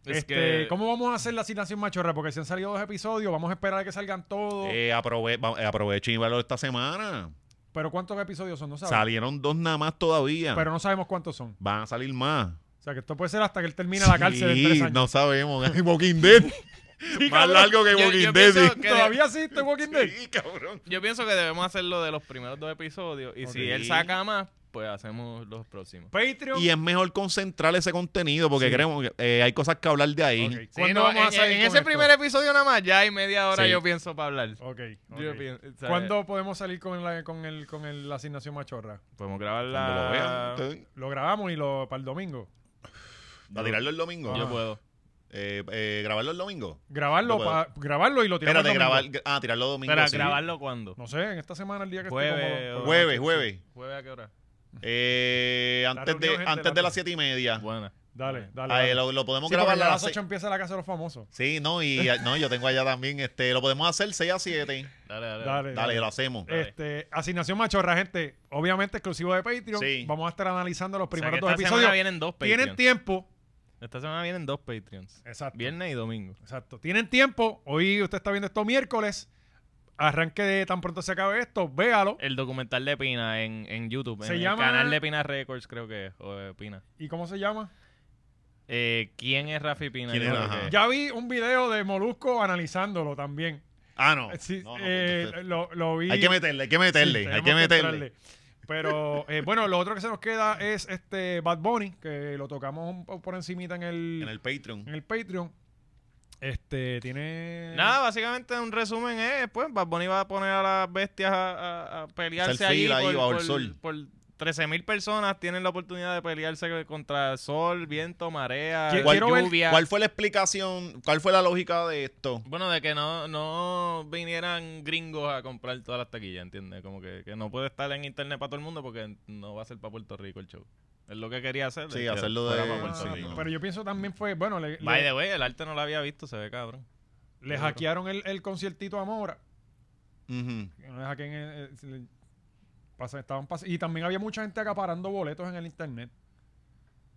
Speaker 2: Es
Speaker 1: Este,
Speaker 2: que-
Speaker 1: ¿Cómo vamos a hacer la asignación machorra? Porque si han salido dos episodios, vamos a esperar a que salgan todos.
Speaker 3: Eh, aprove- va- eh, aprovechen y verlo esta semana.
Speaker 1: Pero ¿cuántos episodios son? No sabemos.
Speaker 3: Salieron dos nada más todavía.
Speaker 1: Pero no sabemos cuántos son.
Speaker 3: Van a salir más.
Speaker 1: O sea, que esto puede ser hasta que él termine la cárcel en tres
Speaker 3: Sí,
Speaker 1: años.
Speaker 3: no sabemos. Walking Dead. más
Speaker 1: cabrón.
Speaker 3: largo que
Speaker 2: Yo- yo
Speaker 3: Walking Dead.
Speaker 2: pienso
Speaker 3: sí.
Speaker 2: que-
Speaker 1: ¿Todavía existe Walking Dead?
Speaker 3: Sí, cabrón.
Speaker 2: Yo pienso que debemos hacer lo de los primeros dos episodios. Y si
Speaker 3: Ok.
Speaker 2: él saca más, pues hacemos los próximos.
Speaker 1: Patreon.
Speaker 3: Y es mejor concentrar ese contenido porque
Speaker 1: Sí.
Speaker 3: creemos que eh, hay cosas que hablar de ahí.
Speaker 1: Ok,
Speaker 2: Sí,
Speaker 1: ¿Cuándo
Speaker 2: no,
Speaker 1: vamos a
Speaker 2: en,
Speaker 1: salir
Speaker 2: en
Speaker 1: con
Speaker 2: ese
Speaker 1: esto?
Speaker 2: primer episodio nada más, ya hay media hora
Speaker 3: Sí.
Speaker 2: yo pienso para hablar.
Speaker 1: Ok, ok.
Speaker 2: Yo pienso, o sea,
Speaker 1: ¿Cuándo podemos salir con la, con el, con el- la asignación machorra?
Speaker 2: Podemos grabar
Speaker 3: Cuando lo vean,
Speaker 2: la...
Speaker 3: ustedes.
Speaker 1: Lo grabamos y lo para el domingo.
Speaker 3: A tirarlo el domingo. Ah.
Speaker 2: Yo puedo.
Speaker 3: Eh, eh, grabarlo el domingo.
Speaker 1: Grabarlo,
Speaker 3: No puedo.
Speaker 1: pa- grabarlo y lo tiramos.
Speaker 3: Espérate,
Speaker 1: el domingo.
Speaker 3: grabar. Ah, tirarlo domingo.
Speaker 2: Espera,
Speaker 3: sí.
Speaker 2: ¿grabarlo cuándo?
Speaker 1: No sé, en esta semana el día que esté
Speaker 2: Jueves
Speaker 1: cómodo.
Speaker 2: o-
Speaker 3: Jueves, jueves.
Speaker 2: ¿Jueves a qué hora?
Speaker 3: Eh,
Speaker 1: La
Speaker 3: antes
Speaker 1: reunión,
Speaker 3: de,
Speaker 1: gente,
Speaker 3: antes de
Speaker 1: la-
Speaker 3: las siete y media.
Speaker 2: Buena.
Speaker 1: Dale, dale.
Speaker 3: Ah, eh,
Speaker 1: dale.
Speaker 3: lo, lo podemos
Speaker 1: Sí, porque
Speaker 3: grabar
Speaker 1: ya
Speaker 3: a
Speaker 1: a
Speaker 3: las
Speaker 1: las
Speaker 3: seis-
Speaker 1: 8 empieza la casa de los famosos.
Speaker 3: Sí, no, y ah, no, yo tengo allá también. este Lo podemos hacer 6 a 7.
Speaker 2: Dale, dale.
Speaker 1: Dale,
Speaker 3: Dale, lo hacemos.
Speaker 1: Este, asignación machorra, gente. Obviamente exclusivo de Patreon.
Speaker 3: Sí.
Speaker 1: Vamos a estar analizando los
Speaker 2: O sea, que
Speaker 1: primeros
Speaker 2: esta
Speaker 1: dos
Speaker 2: semana
Speaker 1: episodios.
Speaker 2: vienen dos
Speaker 1: Tienen
Speaker 2: Patreons.
Speaker 1: tiempo.
Speaker 2: Esta semana vienen dos Patreons.
Speaker 1: Exacto.
Speaker 2: Viernes y domingo.
Speaker 1: Exacto. Tienen tiempo. Hoy usted está viendo esto miércoles. Arranque de tan pronto se acabe esto. Véalo.
Speaker 2: El documental de Pina en, en YouTube.
Speaker 1: Se
Speaker 2: en
Speaker 1: llama-
Speaker 2: el canal de Pina Records, creo que es. O de Pina.
Speaker 1: ¿Y cómo se llama?
Speaker 2: Eh, ¿Quién es Rafi Pina?
Speaker 3: ¿Quién
Speaker 2: Yo
Speaker 3: es?
Speaker 2: creo
Speaker 3: Ajá.
Speaker 2: que-
Speaker 1: Ya vi un video de Molusco analizándolo también.
Speaker 3: Ah, no.
Speaker 1: Sí,
Speaker 3: No, no,
Speaker 1: eh,
Speaker 3: entonces-
Speaker 1: lo, lo vi.
Speaker 3: Hay que meterle, hay que
Speaker 1: Sí,
Speaker 3: meterle, hay
Speaker 1: tenemos
Speaker 3: que meterle.
Speaker 1: entrarle. Pero eh, bueno, lo otro que se nos queda es este Bad Bunny, que lo tocamos un po- por encimita en el,
Speaker 3: En el Patreon.
Speaker 1: en el Patreon. Este tiene.
Speaker 2: Nada, básicamente un resumen es, pues, Bad Bunny va a poner a las bestias a, a- a pelearse
Speaker 3: Hacer
Speaker 2: allí
Speaker 3: fila ahí
Speaker 2: por,
Speaker 3: bajo el
Speaker 2: por-
Speaker 3: sol.
Speaker 2: por 13.000 personas tienen la oportunidad de pelearse contra sol, viento, marea,
Speaker 1: ¿Qué-
Speaker 3: ¿Cuál,
Speaker 1: Quiero ver-
Speaker 2: lluvia.
Speaker 3: cuál fue la explicación? ¿Cuál fue la lógica de esto?
Speaker 2: Bueno, de que no, no vinieran gringos a comprar todas las taquillas, ¿entiendes? Como que, que no puede estar en internet para todo el mundo porque no va a ser para Puerto Rico el show. Es lo que quería hacer.
Speaker 3: Sí,
Speaker 2: que
Speaker 3: hacerlo
Speaker 2: fuera
Speaker 3: de-
Speaker 2: para
Speaker 1: Ah,
Speaker 2: Puerto
Speaker 3: sí,
Speaker 2: Rico.
Speaker 3: no.
Speaker 1: Pero yo pienso también fue, bueno, le,
Speaker 2: pues, By
Speaker 1: le-
Speaker 2: the way, el arte no lo había visto, se ve cabrón.
Speaker 1: le hackearon el, el conciertito a Mora.
Speaker 3: Ujú.
Speaker 1: Que no le hackeen el- el- se le- pasa- estaban pas- y también había mucha gente acaparando boletos en el internet.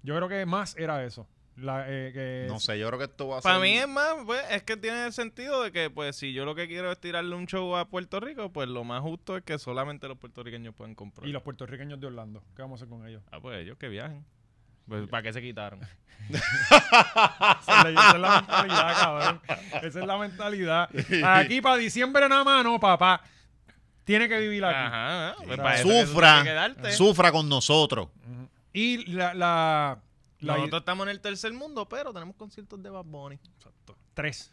Speaker 1: Yo creo que más era eso. La, eh, que
Speaker 3: No sé, yo creo que esto va a
Speaker 2: Para
Speaker 3: ser...
Speaker 2: mí es más, pues, es que tiene el sentido de que, pues, si yo lo que quiero es tirarle un show a Puerto Rico, pues lo más justo es que solamente los puertorriqueños puedan comprar.
Speaker 1: Y los puertorriqueños de Orlando. ¿Qué vamos a hacer con ellos?
Speaker 2: Ah, pues ellos que viajen. Pues, ¿Para qué se quitaron?
Speaker 1: Esa es la- esa es la mentalidad, cabrón. Esa es la mentalidad. Aquí para diciembre nada más, no, papá. Tiene que vivir aquí.
Speaker 2: Ajá, pues,
Speaker 1: Sí.
Speaker 2: para eso que tú tienes que
Speaker 3: Sufra,
Speaker 2: quedarte.
Speaker 3: sufra con nosotros.
Speaker 1: Y la, la, la-
Speaker 2: Nosotros estamos en el tercer mundo, pero tenemos conciertos de Bad Bunny.
Speaker 1: tres.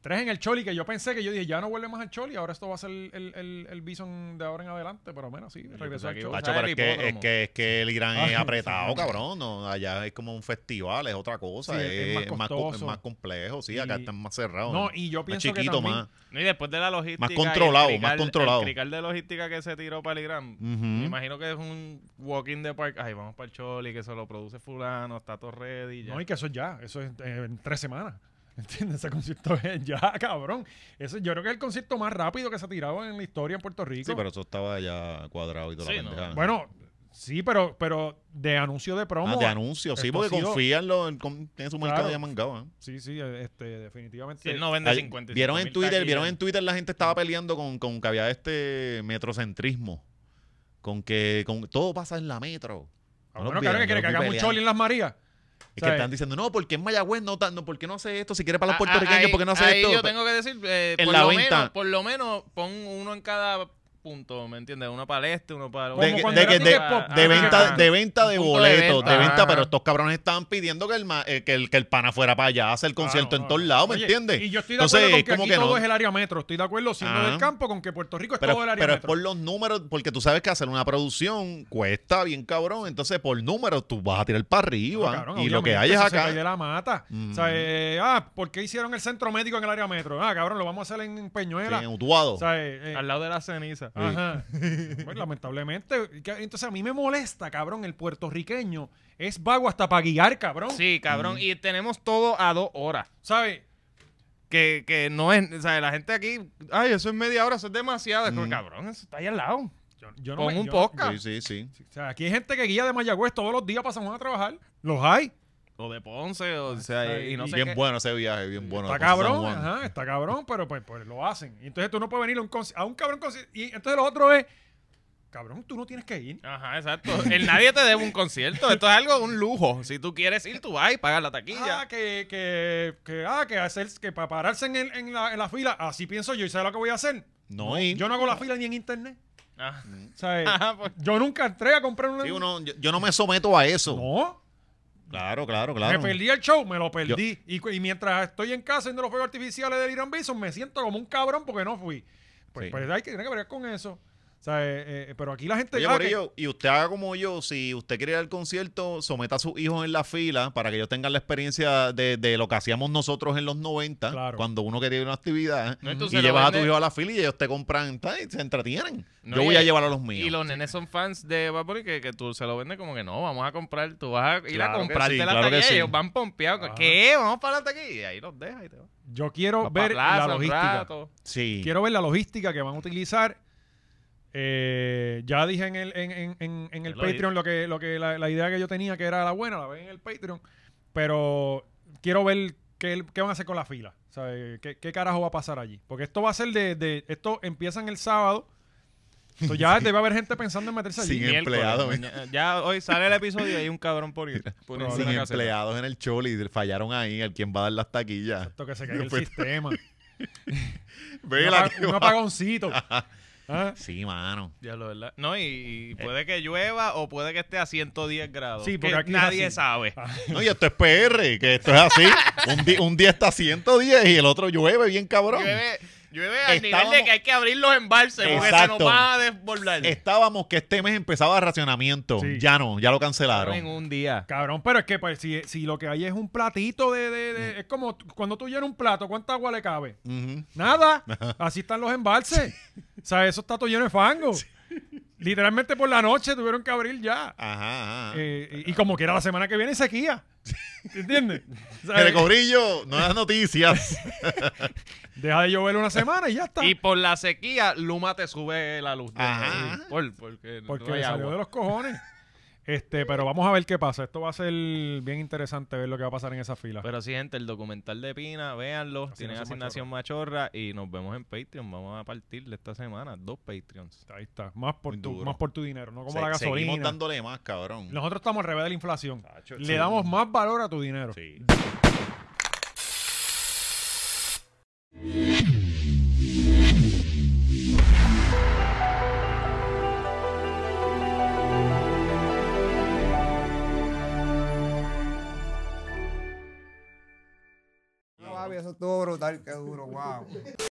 Speaker 1: Tres en el Choli, que yo pensé que yo dije, ya no vuelve más al Choli, ahora esto va a ser el, el, el- el Bison de ahora en adelante, pero menos sí, regresó
Speaker 2: pensaba
Speaker 1: al
Speaker 2: que
Speaker 1: Choli.
Speaker 2: iba a-
Speaker 3: Tacho, pero es
Speaker 2: el
Speaker 3: que,
Speaker 2: hipódromo.
Speaker 3: es, que, es que el Irán es
Speaker 1: Ah,
Speaker 3: apretado,
Speaker 1: sí.
Speaker 3: cabrón. No, allá es como un festival, es otra cosa.
Speaker 1: Sí,
Speaker 3: es, es más co- es
Speaker 1: costoso.
Speaker 3: más complejo, sí.
Speaker 1: Y-
Speaker 3: Acá están más cerrados.
Speaker 1: No, y yo
Speaker 3: más
Speaker 1: pienso que
Speaker 3: chiquito,
Speaker 1: también-
Speaker 3: más.
Speaker 2: No, Y después de la logística.
Speaker 3: Más
Speaker 2: y el
Speaker 3: controlado, más
Speaker 2: crical-
Speaker 3: controlado.
Speaker 2: El crical de logística que se tiró para el Irán. Me
Speaker 3: Ujú.
Speaker 2: imagino que es un walking de park. Ay, vamos para el Choli, que se lo produce Fulano, está todo ready. Ya.
Speaker 1: No, y que eso es ya, eso es eh, en tres semanas. ¿Entiendes? Ese concierto es ya, cabrón. Eso, yo creo que es el concierto más rápido que se ha tirado en la historia en Puerto Rico.
Speaker 3: Sí, pero eso estaba ya cuadrado y toda
Speaker 2: Sí,
Speaker 3: la
Speaker 2: no.
Speaker 3: pendeja.
Speaker 1: Bueno, sí, pero, pero de anuncio de promo.
Speaker 3: Ah, de anuncio, sí,
Speaker 1: esto
Speaker 3: porque
Speaker 1: ha sido-
Speaker 3: confían lo- en, con- en su mercado
Speaker 1: Claro.
Speaker 3: ya mangado. ¿eh?
Speaker 1: Sí, sí, este, definitivamente.
Speaker 2: Si él no vende
Speaker 3: Ay,
Speaker 2: 50
Speaker 3: vieron en Twitter, vieron en Twitter la gente estaba peleando con, con que había este metrocentrismo. Con que con, todo pasa en la metro.
Speaker 1: Ah,
Speaker 3: No lo
Speaker 1: bueno,
Speaker 3: vieron,
Speaker 1: claro que
Speaker 3: yo
Speaker 1: quiere que
Speaker 3: los vi
Speaker 1: hagamos un
Speaker 3: peleando.
Speaker 1: choli en las Marías.
Speaker 3: Es que
Speaker 1: ¿Sabes?
Speaker 3: están diciendo, no, porque en Mayagüez no, tan- no, ¿por qué no hace esto? Si quiere para los puertorriqueños, ¿por qué no hace
Speaker 2: Ah, ahí
Speaker 3: esto?
Speaker 2: yo tengo que decir, eh,
Speaker 3: En
Speaker 2: por,
Speaker 3: la
Speaker 2: lo
Speaker 3: venta.
Speaker 2: menos, por lo menos, pon uno en cada punto, ¿me entiendes? Uno para el este, uno para el
Speaker 1: Como
Speaker 3: de,
Speaker 2: oeste.
Speaker 3: que-
Speaker 1: cuando
Speaker 3: de
Speaker 1: era
Speaker 3: que- de-
Speaker 1: Ticket Pop.
Speaker 3: de
Speaker 1: Ah,
Speaker 3: venta
Speaker 1: ah,
Speaker 3: de venta de
Speaker 2: un punto de
Speaker 3: boletos de
Speaker 2: venta.
Speaker 3: venta pero
Speaker 1: Ah.
Speaker 3: estos cabrones están pidiendo que el, ma- eh, que el que el pana fuera para allá a hacer concierto
Speaker 1: Ah, no,
Speaker 3: en todos
Speaker 1: no.
Speaker 3: lados ¿me
Speaker 1: Oye,
Speaker 3: entiendes?
Speaker 1: Y yo estoy de
Speaker 3: Entonces,
Speaker 1: acuerdo con
Speaker 3: es
Speaker 1: que
Speaker 3: como
Speaker 1: aquí
Speaker 3: que
Speaker 1: todo
Speaker 3: no.
Speaker 1: es el área metro. Estoy de acuerdo, siendo
Speaker 3: Ah.
Speaker 1: del campo, con que Puerto Rico es
Speaker 3: pero,
Speaker 1: todo el área
Speaker 3: pero es
Speaker 1: metro.
Speaker 3: por los números porque tú sabes que hacer una producción cuesta bien cabrón entonces por números tú vas a tirar para arriba
Speaker 1: Bueno, cabrón,
Speaker 3: y lo que
Speaker 1: obviamente,
Speaker 3: hay es
Speaker 1: eso este se
Speaker 3: acá
Speaker 1: cae de la mata.
Speaker 3: Mm.
Speaker 1: O sea, eh, ah, ¿por qué hicieron el centro médico en el área metro? Ah, cabrón, lo vamos a hacer en Peñuela.
Speaker 3: sí, en Utuado
Speaker 1: O sea, eh, eh,
Speaker 2: Al lado de la ceniza.
Speaker 3: Ah,
Speaker 1: Ajá. Bueno, lamentablemente. que- Entonces a mí me molesta, cabrón, el puertorriqueño es vago hasta para guiar, cabrón.
Speaker 2: Sí,
Speaker 3: Mm.
Speaker 2: cabrón. Y tenemos todo a dos horas.
Speaker 1: ¿Sabes?
Speaker 2: Que, que no es, o sea, la gente aquí, ay, eso es media hora, eso es demasiado. Es como,
Speaker 3: Mm.
Speaker 2: cabrón, eso está ahí al lado.
Speaker 1: Yo, yo
Speaker 2: Pon
Speaker 1: me-
Speaker 2: un
Speaker 1: yo
Speaker 2: podcast.
Speaker 3: sí sí sí
Speaker 1: O sea, aquí hay gente que guía de Mayagüez todos los días para San Juan a trabajar. Los hay.
Speaker 2: O de Ponce, o sea,
Speaker 1: Ay,
Speaker 2: y, no
Speaker 1: y
Speaker 2: sé
Speaker 3: bien
Speaker 2: qué.
Speaker 3: bueno ese viaje bien bueno
Speaker 1: está
Speaker 3: de Ponce a San
Speaker 1: cabrón,
Speaker 3: Juan.
Speaker 1: ajá, está cabrón, pero pues, pues lo hacen. Y entonces tú no puedes venir a un, conci- a un cabrón conci- Y entonces lo otro es, cabrón, tú no tienes que ir.
Speaker 2: Ajá, exacto. El nadie te debe un concierto. Esto es algo, un lujo. Si tú quieres ir, tú vas y pagas la taquilla.
Speaker 1: Ah, que, que, que, ah, que, hacer, que para pararse en, el- en la, en la fila, así pienso yo y sabes lo que voy a hacer.
Speaker 3: no y
Speaker 1: Yo no hago la fila ni en internet.
Speaker 2: Ah.
Speaker 1: O sea, eh,
Speaker 2: Ajá, pues.
Speaker 1: yo nunca entré a comprar una.
Speaker 3: sí, uno- yo, yo no me someto a eso
Speaker 1: No,
Speaker 3: claro claro claro
Speaker 1: me perdí el show, me lo perdí. Y, cu- y mientras estoy en casa viendo los fuegos artificiales del Irán Bison, me siento como un cabrón porque no fui. Pues,
Speaker 3: Sí.
Speaker 1: pues hay que tener que ver con eso. O sea, eh, eh, pero aquí la gente.
Speaker 3: Oye,
Speaker 1: ah, que-
Speaker 3: Corillo, y usted haga como yo, si usted quiere ir al concierto, someta a sus hijos en la fila para que ellos tengan la experiencia de, de lo que hacíamos nosotros en los 90,
Speaker 1: Claro.
Speaker 3: cuando uno quería ir a una actividad
Speaker 2: No,
Speaker 3: y
Speaker 2: entonces lo
Speaker 3: llevas a tu
Speaker 2: vende-
Speaker 3: hijo a la fila y ellos te compran ta, y se entretienen.
Speaker 2: No,
Speaker 3: yo
Speaker 2: y-
Speaker 3: voy a llevar a los
Speaker 2: Y
Speaker 3: míos.
Speaker 2: los nenes son fans de Bad Bunny que, que tú se lo vendes como que no, vamos a comprar, tú vas a ir
Speaker 3: Claro
Speaker 2: a
Speaker 3: que
Speaker 2: comprarte
Speaker 3: sí,
Speaker 2: la
Speaker 3: claro que
Speaker 2: taquilla
Speaker 3: sí.
Speaker 2: y ellos van pompeados.
Speaker 1: Ajá.
Speaker 2: ¿Qué? Vamos para la taquilla. Y ahí los dejas y te vas.
Speaker 1: Yo quiero
Speaker 2: Vas pa'
Speaker 1: ver
Speaker 2: plaza
Speaker 1: la
Speaker 2: un
Speaker 1: logística.
Speaker 2: rato.
Speaker 3: Sí.
Speaker 1: Quiero ver la logística que van a utilizar. Eh, ya dije en el, en, en- en- en el
Speaker 2: Ya lo dije.
Speaker 1: Patreon lo que, lo que la, la idea que yo tenía, que era la buena, la ven en el Patreon. Pero quiero ver qué, qué van a hacer con la fila. ¿sabe? ¿Qué, qué carajo va a pasar allí? Porque esto va a ser de. de- esto empiezan el sábado. Entonces ya debe haber gente pensando en meterse allí.
Speaker 3: Sin empleado,
Speaker 2: Miércoles, mañana- Ya hoy sale el episodio y hay un cabrón por ir. Por ir a
Speaker 3: Sin
Speaker 2: una caseta.
Speaker 3: empleados en el choli, fallaron ahí, al quien va a dar las taquillas.
Speaker 1: Esto que se caiga el
Speaker 3: Pues-
Speaker 1: sistema. Un
Speaker 3: Vela
Speaker 1: apa-
Speaker 3: que
Speaker 1: un
Speaker 3: va.
Speaker 1: apagoncito. ¿Ah?
Speaker 3: Sí, mano.
Speaker 2: Ya lo verdad. No, y, y puede que llueva o puede que esté a 110 grados.
Speaker 1: Sí,
Speaker 2: Eh. Sí,
Speaker 1: porque
Speaker 2: porque
Speaker 1: aquí es
Speaker 2: nadie
Speaker 1: así.
Speaker 2: sabe.
Speaker 3: No, y esto es PR, que esto es así. un, di- un día está 110 y el otro llueve bien cabrón.
Speaker 2: Llueve, Llueve al nivel
Speaker 3: Estábamos-
Speaker 2: de que hay que abrir los embalses porque se nos
Speaker 3: Exacto.
Speaker 2: va a desbordar.
Speaker 3: Estábamos que este mes empezaba racionamiento.
Speaker 1: Sí.
Speaker 3: Ya no, ya lo cancelaron.
Speaker 2: En un día.
Speaker 1: Cabrón, pero es que pues, si, si lo que hay es un platito de... de- de- Es como t- cuando tú llenas un plato, ¿cuánta agua le cabe?
Speaker 3: Ujú.
Speaker 1: Nada. Así están los embalses. O sea, eso está todo lleno de fango. Literalmente por la noche tuvieron que abrir
Speaker 3: Ah,
Speaker 1: ya.
Speaker 3: Ajá, ajá.
Speaker 1: Eh, y, y como quiera la semana que viene sequía. ¿Entiendes? O sea,
Speaker 3: Pero Corillo, no das noticias.
Speaker 1: deja de llover una semana y ya está.
Speaker 2: Y por la sequía, Luma te sube la luz. de-
Speaker 3: Ajá.
Speaker 2: Sí, por- porque no
Speaker 1: Porque
Speaker 2: hay
Speaker 1: me salió
Speaker 2: agua.
Speaker 1: de los cojones. Este, pero vamos a ver qué pasa. Esto va a ser bien interesante ver lo que va a pasar en esa fila.
Speaker 2: Pero sí, gente, el documental de Pina, véanlo. Tienen
Speaker 1: Asignación
Speaker 2: asignación machorra. y nos vemos en Patreon. Vamos a partir de esta semana dos Patreons.
Speaker 1: Ahí está. Más por,
Speaker 3: Muy
Speaker 1: tu,
Speaker 3: duro.
Speaker 1: más por tu dinero, no como
Speaker 3: Se-
Speaker 1: la
Speaker 3: Seguimos
Speaker 1: gasolina.
Speaker 3: dándole más, cabrón.
Speaker 1: Nosotros estamos al revés de la inflación.
Speaker 3: Tacho,
Speaker 1: Le
Speaker 3: sí.
Speaker 1: damos más valor a tu dinero.
Speaker 3: Sí.
Speaker 10: No, papi, eso estuvo brutal, qué duro, wow.